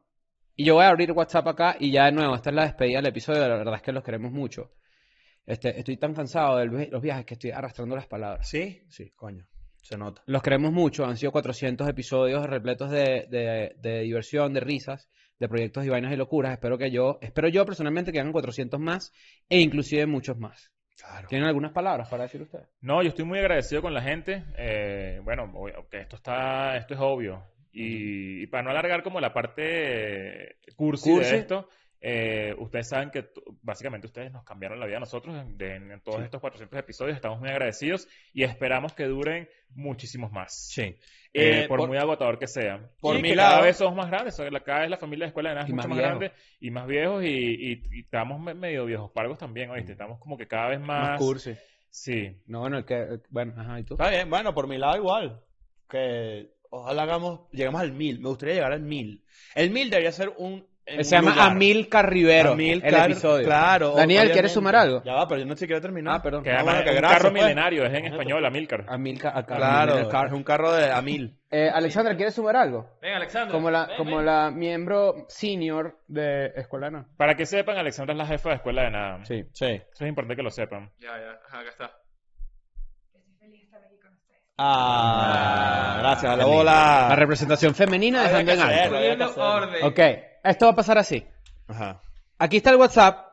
Speaker 3: Y yo voy a abrir WhatsApp acá y ya de nuevo, esta es la despedida del episodio, la verdad es que los queremos mucho. Este, estoy tan cansado de los viajes que estoy arrastrando las palabras.
Speaker 1: ¿Sí? Sí, coño. Se nota.
Speaker 3: Los queremos mucho, han sido 400 episodios repletos de, de- de diversión, de risas, de proyectos y vainas y locuras. Espero que yo, espero yo personalmente que hagan 400 más e inclusive muchos más.
Speaker 1: Claro.
Speaker 3: ¿Tienen algunas palabras para decir ustedes?
Speaker 4: No, yo estoy muy agradecido con la gente. Eh, bueno, obvio, que esto está, esto es obvio. Y, y para no alargar como la parte eh, cursi,
Speaker 3: Cursi.
Speaker 4: de esto, eh, ustedes saben que t- básicamente ustedes nos cambiaron la vida a nosotros en, de- en todos estos 400 episodios. Estamos muy agradecidos y esperamos que duren muchísimos más.
Speaker 1: Sí.
Speaker 4: Eh,
Speaker 1: Eh,
Speaker 4: por,
Speaker 1: por-
Speaker 4: muy agotador que sea.
Speaker 1: por
Speaker 4: y
Speaker 1: mi
Speaker 4: que
Speaker 1: lado-
Speaker 4: cada vez somos más grandes. o sea, Cada vez la familia de escuela de nada es
Speaker 3: Y
Speaker 4: mucho
Speaker 3: más
Speaker 4: más,
Speaker 3: viejos.
Speaker 4: grande y más viejos. Y, y- y estamos me- medio viejos pargos también, ¿oíste? Estamos como que cada vez más.
Speaker 3: Más cursi.
Speaker 4: Sí.
Speaker 3: No, bueno, el que, el- bueno, ajá, ¿y tú?
Speaker 1: Está bien, bueno, por mi lado igual. Que ojalá hagamos, llegamos al mil. Me gustaría llegar al mil. El mil debería ser un. en
Speaker 3: Se
Speaker 1: un
Speaker 3: llama
Speaker 1: lugar.
Speaker 3: Amilcar Rivero,
Speaker 1: Amilcar,
Speaker 3: el episodio.
Speaker 1: Claro.
Speaker 3: Daniel,
Speaker 1: obviamente.
Speaker 3: ¿quieres sumar algo?
Speaker 1: Ya va, pero yo no sé quiero terminar.
Speaker 3: Ah, perdón.
Speaker 4: Que
Speaker 1: Ah,
Speaker 4: además
Speaker 1: bueno, que
Speaker 4: es un
Speaker 1: gracias,
Speaker 4: carro
Speaker 1: pues.
Speaker 4: milenario, es en español, Amilcar.
Speaker 3: Amilcar, acá,
Speaker 1: Claro,
Speaker 3: Amilcar.
Speaker 1: es un carro de a mil.
Speaker 3: Eh, Alexandra, ¿quieres sumar algo?
Speaker 9: Ven, Alexandra.
Speaker 3: Como la,
Speaker 9: ven,
Speaker 3: como
Speaker 9: ven.
Speaker 3: la miembro senior de Escuela No.
Speaker 4: Para que sepan, Alexandra es la jefa de escuela de nada.
Speaker 3: Sí.
Speaker 1: Sí.
Speaker 4: Eso es importante que lo sepan.
Speaker 9: Ya, ya, ajá, acá está.
Speaker 1: Ah, gracias, a la
Speaker 3: La
Speaker 1: bola.
Speaker 3: representación femenina
Speaker 1: Había
Speaker 3: dejando
Speaker 1: que
Speaker 3: en alto.
Speaker 1: hacerlo, había que
Speaker 2: Poniendo
Speaker 1: hacerlo.
Speaker 2: orden.
Speaker 3: Ok, esto va a pasar así.
Speaker 1: Ajá.
Speaker 3: Aquí está el WhatsApp.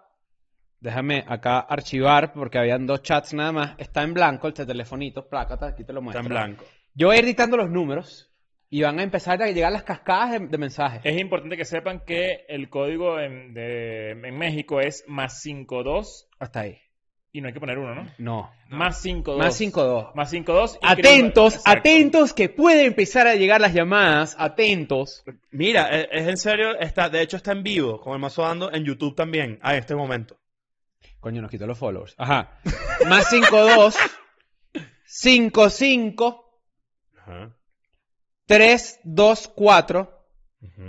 Speaker 3: Déjame acá archivar porque habían dos chats nada más. Está en blanco este telefonito, plácata, aquí te lo
Speaker 1: Está
Speaker 3: muestro.
Speaker 1: en blanco.
Speaker 3: Yo voy a ir dictando los números y van a empezar a llegar las cascadas de, de mensajes.
Speaker 4: Es importante que sepan que el código en, de- en México es más 52
Speaker 3: Hasta ahí.
Speaker 4: y no hay que poner uno, ¿no?
Speaker 3: No.
Speaker 4: Más 52.
Speaker 3: Más 52.
Speaker 4: Más 52. y
Speaker 3: Atentos,
Speaker 4: escriban- Exacto.
Speaker 3: atentos que pueden empezar a llegar las llamadas. Atentos.
Speaker 1: Mira, es, es en serio, está, de hecho está en vivo, con el mazo dando en YouTube también, a este momento.
Speaker 3: Coño, nos quitó los followers. Ajá. Más 52 55
Speaker 1: Ajá.
Speaker 3: 324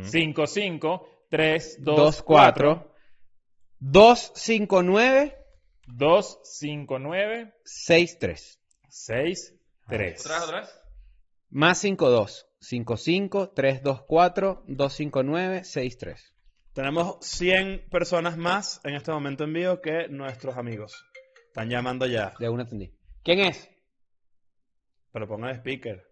Speaker 4: 55 3 2 4
Speaker 3: 24 259
Speaker 4: 2 5 9
Speaker 3: 63.
Speaker 4: 6 3.
Speaker 9: ¿Otra vez, otra vez?
Speaker 3: Más 52 55 324 259 63.
Speaker 1: Tenemos 100 personas más en este momento en vivo que nuestros amigos. Están llamando ya,
Speaker 3: De una atendí. ¿Quién es?
Speaker 1: pero pongan el speaker.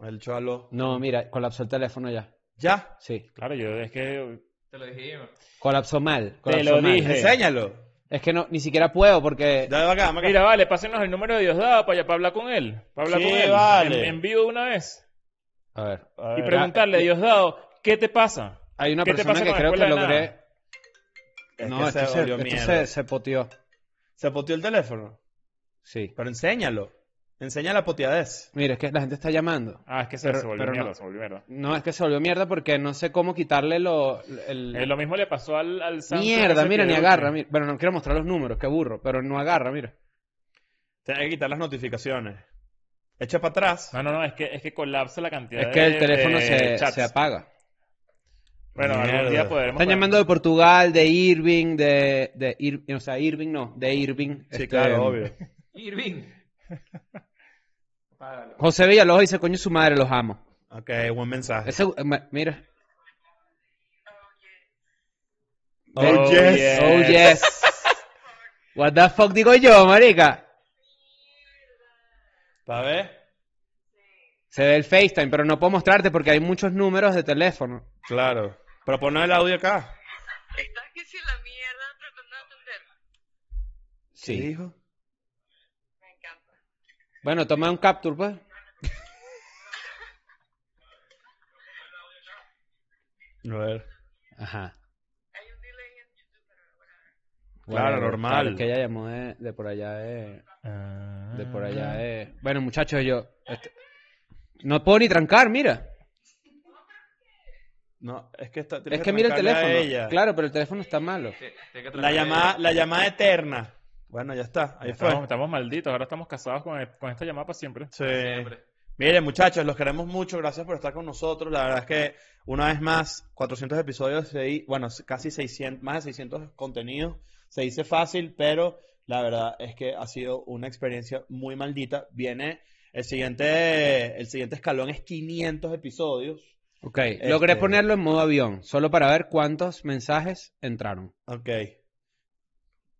Speaker 1: El cholo.
Speaker 3: No, mira, colapsó el teléfono ya.
Speaker 1: ¿Ya?
Speaker 3: Sí.
Speaker 4: Claro, yo es que.
Speaker 9: Te lo dijimos.
Speaker 3: Colapsó mal.
Speaker 4: Te
Speaker 3: colapsó
Speaker 4: lo
Speaker 3: mal.
Speaker 4: dije.
Speaker 1: Enséñalo.
Speaker 3: Es que no, ni siquiera puedo porque.
Speaker 1: Ya, acá, acá.
Speaker 4: Mira, vale, pásenos el número de Diosdado para, para hablar con él. Para hablar
Speaker 1: Sí,
Speaker 4: con él.
Speaker 1: vale.
Speaker 4: En, en vivo de una vez.
Speaker 3: A ver.
Speaker 1: A
Speaker 4: Y
Speaker 1: ver,
Speaker 4: preguntarle, Diosdado, ¿qué te pasa?
Speaker 3: Hay una
Speaker 4: ¿Qué te
Speaker 3: persona
Speaker 4: pasa
Speaker 3: que
Speaker 4: con la
Speaker 3: creo que
Speaker 4: escuela de
Speaker 3: logré.
Speaker 4: nada?
Speaker 1: es
Speaker 3: no,
Speaker 1: que
Speaker 3: esto,
Speaker 1: se
Speaker 3: se,
Speaker 1: volvió
Speaker 3: esto
Speaker 1: mierda.
Speaker 3: se- se poteó.
Speaker 1: Se poteó el teléfono.
Speaker 3: Sí.
Speaker 1: Pero enséñalo. Enseña la poteadez.
Speaker 3: Mira, es que la gente está llamando.
Speaker 4: Ah, es que se,
Speaker 3: Pero-
Speaker 4: se volvió
Speaker 3: pero
Speaker 4: mierda,
Speaker 3: no.
Speaker 4: se volvió mierda.
Speaker 3: No, es que se volvió mierda porque no sé cómo quitarle lo. El...
Speaker 4: Eh, lo mismo le pasó al, al Samsung
Speaker 3: Mierda,
Speaker 4: ese
Speaker 3: mira,
Speaker 4: que-
Speaker 3: ni agarra. Mira. Bueno, no quiero mostrar los números, qué burro, pero no agarra, mira.
Speaker 1: Tienes que quitar las notificaciones. Echa para atrás.
Speaker 4: No, no, no, es que, es que colapsa la cantidad
Speaker 3: Es que el
Speaker 4: de-
Speaker 3: teléfono
Speaker 4: de
Speaker 3: se,
Speaker 4: chats.
Speaker 3: se apaga.
Speaker 4: eh, Bueno, algún
Speaker 1: Mierda.
Speaker 4: día podremos...
Speaker 3: Están llamando de Portugal, de Irving, de. de Ir- O sea, Irving no, de Irving.
Speaker 1: Sí,
Speaker 3: este,
Speaker 1: claro, obvio.
Speaker 9: Irving. Págalo.
Speaker 3: José Villalobos dice, coño, su madre, los amo.
Speaker 1: Ok, buen mensaje.
Speaker 3: Ese- eh, ma- mira.
Speaker 1: Oh,
Speaker 3: Ven-
Speaker 1: yes.
Speaker 3: Oh, yes. What the fuck digo yo, marica.
Speaker 1: ¿Para ver?
Speaker 3: Se ve el FaceTime, pero no puedo mostrarte porque hay muchos números de teléfono.
Speaker 1: Claro. Pero poner el audio acá.
Speaker 7: Estás que si la mierda tratando de atender.
Speaker 1: ¿Qué dijo?
Speaker 7: Me encanta.
Speaker 3: Bueno, toma un capture, pues.
Speaker 1: A ver.
Speaker 3: Ajá.
Speaker 1: Claro, normal.
Speaker 3: es que ella llamó de, de por allá de. De por allá de. Bueno, muchachos, yo. este- no puedo ni trancar, mira.
Speaker 1: No, es que está.
Speaker 3: Es que mira el
Speaker 1: trancarle a
Speaker 3: teléfono.
Speaker 1: ella.
Speaker 3: Claro, pero el teléfono está malo.
Speaker 1: La llamada, la llamada eterna. Bueno, ya está. Ahí fue.
Speaker 4: Estamos, estamos malditos, ahora estamos casados con, el- con esta llamada para siempre.
Speaker 1: Sí. Miren, muchachos, los queremos mucho. Gracias por estar con nosotros. La verdad es que, una vez más, 400 episodios, se hi- bueno, s- casi 600, más de 600 contenidos. Se dice fácil, pero la verdad es que ha sido una experiencia muy maldita. Viene el siguiente, el siguiente escalón es 500 episodios.
Speaker 3: Ok, logré
Speaker 1: Este-
Speaker 3: ponerlo en modo avión, solo para ver cuántos mensajes entraron.
Speaker 1: Ok,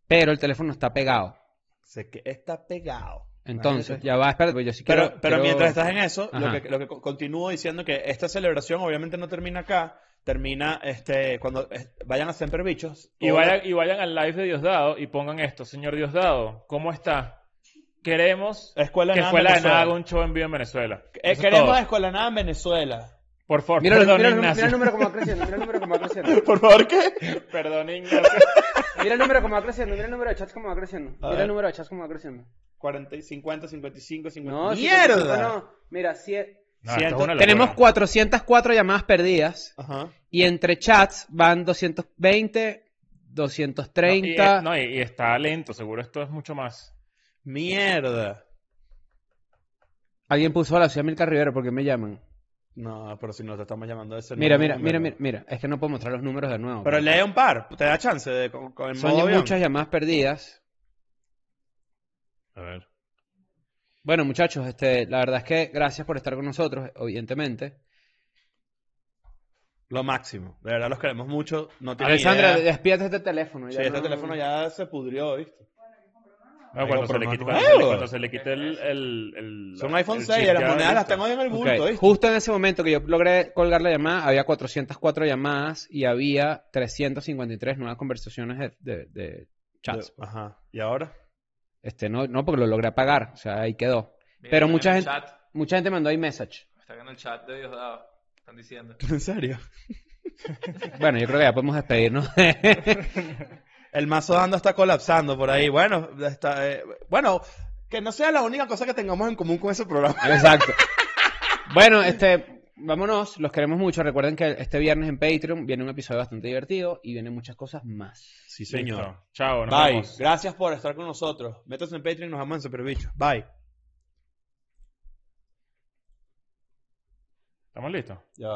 Speaker 3: Pero el teléfono está pegado.
Speaker 1: sé que está pegado.
Speaker 3: Entonces,
Speaker 1: Imagínate.
Speaker 3: ya va, espérate, pues yo sí
Speaker 1: Pero, pero
Speaker 3: quiero- quiero-
Speaker 1: mientras estás en eso, lo
Speaker 3: Ajá.
Speaker 1: que, lo que co- continúo diciendo que esta celebración obviamente no termina acá, termina este cuando eh, vayan a Semper Bichos.
Speaker 4: Y
Speaker 1: todo-
Speaker 4: vayan, y vayan al live de Diosdado y pongan esto. Señor Diosdado, ¿cómo está? Queremos
Speaker 1: Escuela de
Speaker 4: que
Speaker 1: Nada en
Speaker 4: Escuela de
Speaker 1: Venezuela.
Speaker 4: Nada haga un show en vivo en Venezuela.
Speaker 1: Eh,
Speaker 4: Eso es
Speaker 1: queremos
Speaker 4: todo.
Speaker 1: Escuela de Nada en Venezuela.
Speaker 4: Por favor,
Speaker 3: Mira, los-
Speaker 4: perdón,
Speaker 3: mira, los-
Speaker 4: Ignacio.
Speaker 3: mira el número como va creciendo, mira el número como va creciendo.
Speaker 1: Por favor, ¿qué?
Speaker 4: Perdón, Ignacio.
Speaker 3: Mira el número como va creciendo, mira el número de chats como va creciendo.
Speaker 1: A
Speaker 3: Mira
Speaker 1: ver.
Speaker 3: el número de chats como va creciendo.
Speaker 1: 40, 50, 55, 50.
Speaker 3: No,
Speaker 1: ¡Mierda!
Speaker 3: 55 no. Mira, si
Speaker 4: No,
Speaker 3: Ah,
Speaker 4: esto es una locura.
Speaker 3: Tenemos 404 llamadas perdidas
Speaker 1: Ajá.
Speaker 3: y entre chats van 220,
Speaker 4: No,
Speaker 3: 230.
Speaker 4: y, eh, no, y- y está lento, seguro esto es mucho más.
Speaker 1: Mierda.
Speaker 3: Alguien puso hola, soy Amilcar Rivera, porque me llaman?
Speaker 1: No, pero si no te estamos llamando de ese
Speaker 3: Mira,
Speaker 1: número,
Speaker 3: mira, mira, mira,
Speaker 1: número.
Speaker 3: mira. Es que no puedo mostrar los números de nuevo.
Speaker 1: Pero lee un par, te da chance de con, con el
Speaker 3: Son
Speaker 1: modo avión.
Speaker 3: muchas llamadas perdidas.
Speaker 1: A ver.
Speaker 3: Bueno, muchachos, este, la verdad es que gracias por estar con nosotros, evidentemente.
Speaker 1: Lo máximo. De verdad los queremos mucho. No tienen
Speaker 3: Alexandra,
Speaker 1: idea.
Speaker 3: despídate de este teléfono.
Speaker 1: Sí,
Speaker 3: ya
Speaker 1: este
Speaker 3: no-
Speaker 1: teléfono ya se pudrió, ¿viste?
Speaker 4: No, Ah,
Speaker 1: Ay,
Speaker 4: cuando, se
Speaker 1: no, pero
Speaker 4: le
Speaker 1: no
Speaker 4: quite,
Speaker 1: es
Speaker 4: cuando se le-
Speaker 1: nuevo.
Speaker 4: cuando se le quite el, el- el-
Speaker 1: Son iPhone
Speaker 4: el
Speaker 1: 6,
Speaker 4: chip
Speaker 1: las
Speaker 4: ya
Speaker 1: monedas las
Speaker 4: listo.
Speaker 1: tengo ahí en el
Speaker 3: Ok,
Speaker 1: bulto, ¿viste?
Speaker 3: Justo en ese momento que yo logré colgar la llamada, había 404 llamadas y había 353 nuevas conversaciones de, de- de chats.
Speaker 1: Yo- Ajá. ¿Y ahora?
Speaker 3: Este, no, no, porque lo logré apagar, o sea, ahí quedó.
Speaker 9: Mira,
Speaker 3: Pero
Speaker 9: está
Speaker 3: mucha
Speaker 9: en el
Speaker 3: gente,
Speaker 9: chat.
Speaker 3: mucha gente mandó ahí message.
Speaker 9: Está en el chat de Diosdado. Están diciendo.
Speaker 1: ¿En serio?
Speaker 3: Bueno, yo creo que ya podemos despedirnos.
Speaker 1: El mazo dando está colapsando por ahí. Bueno, está, eh, bueno, que no sea la única cosa que tengamos en común con ese programa.
Speaker 3: Exacto. Bueno, este, vámonos, los queremos mucho. Recuerden que este viernes en Patreon viene un episodio bastante divertido y vienen muchas cosas más.
Speaker 1: Sí,
Speaker 4: Listo. Chao, nos
Speaker 1: Bye.
Speaker 4: vemos.
Speaker 1: Gracias por estar con nosotros. Métanse en Patreon y nos vemos en Superbicho. Bye.
Speaker 4: ¿Estamos listos?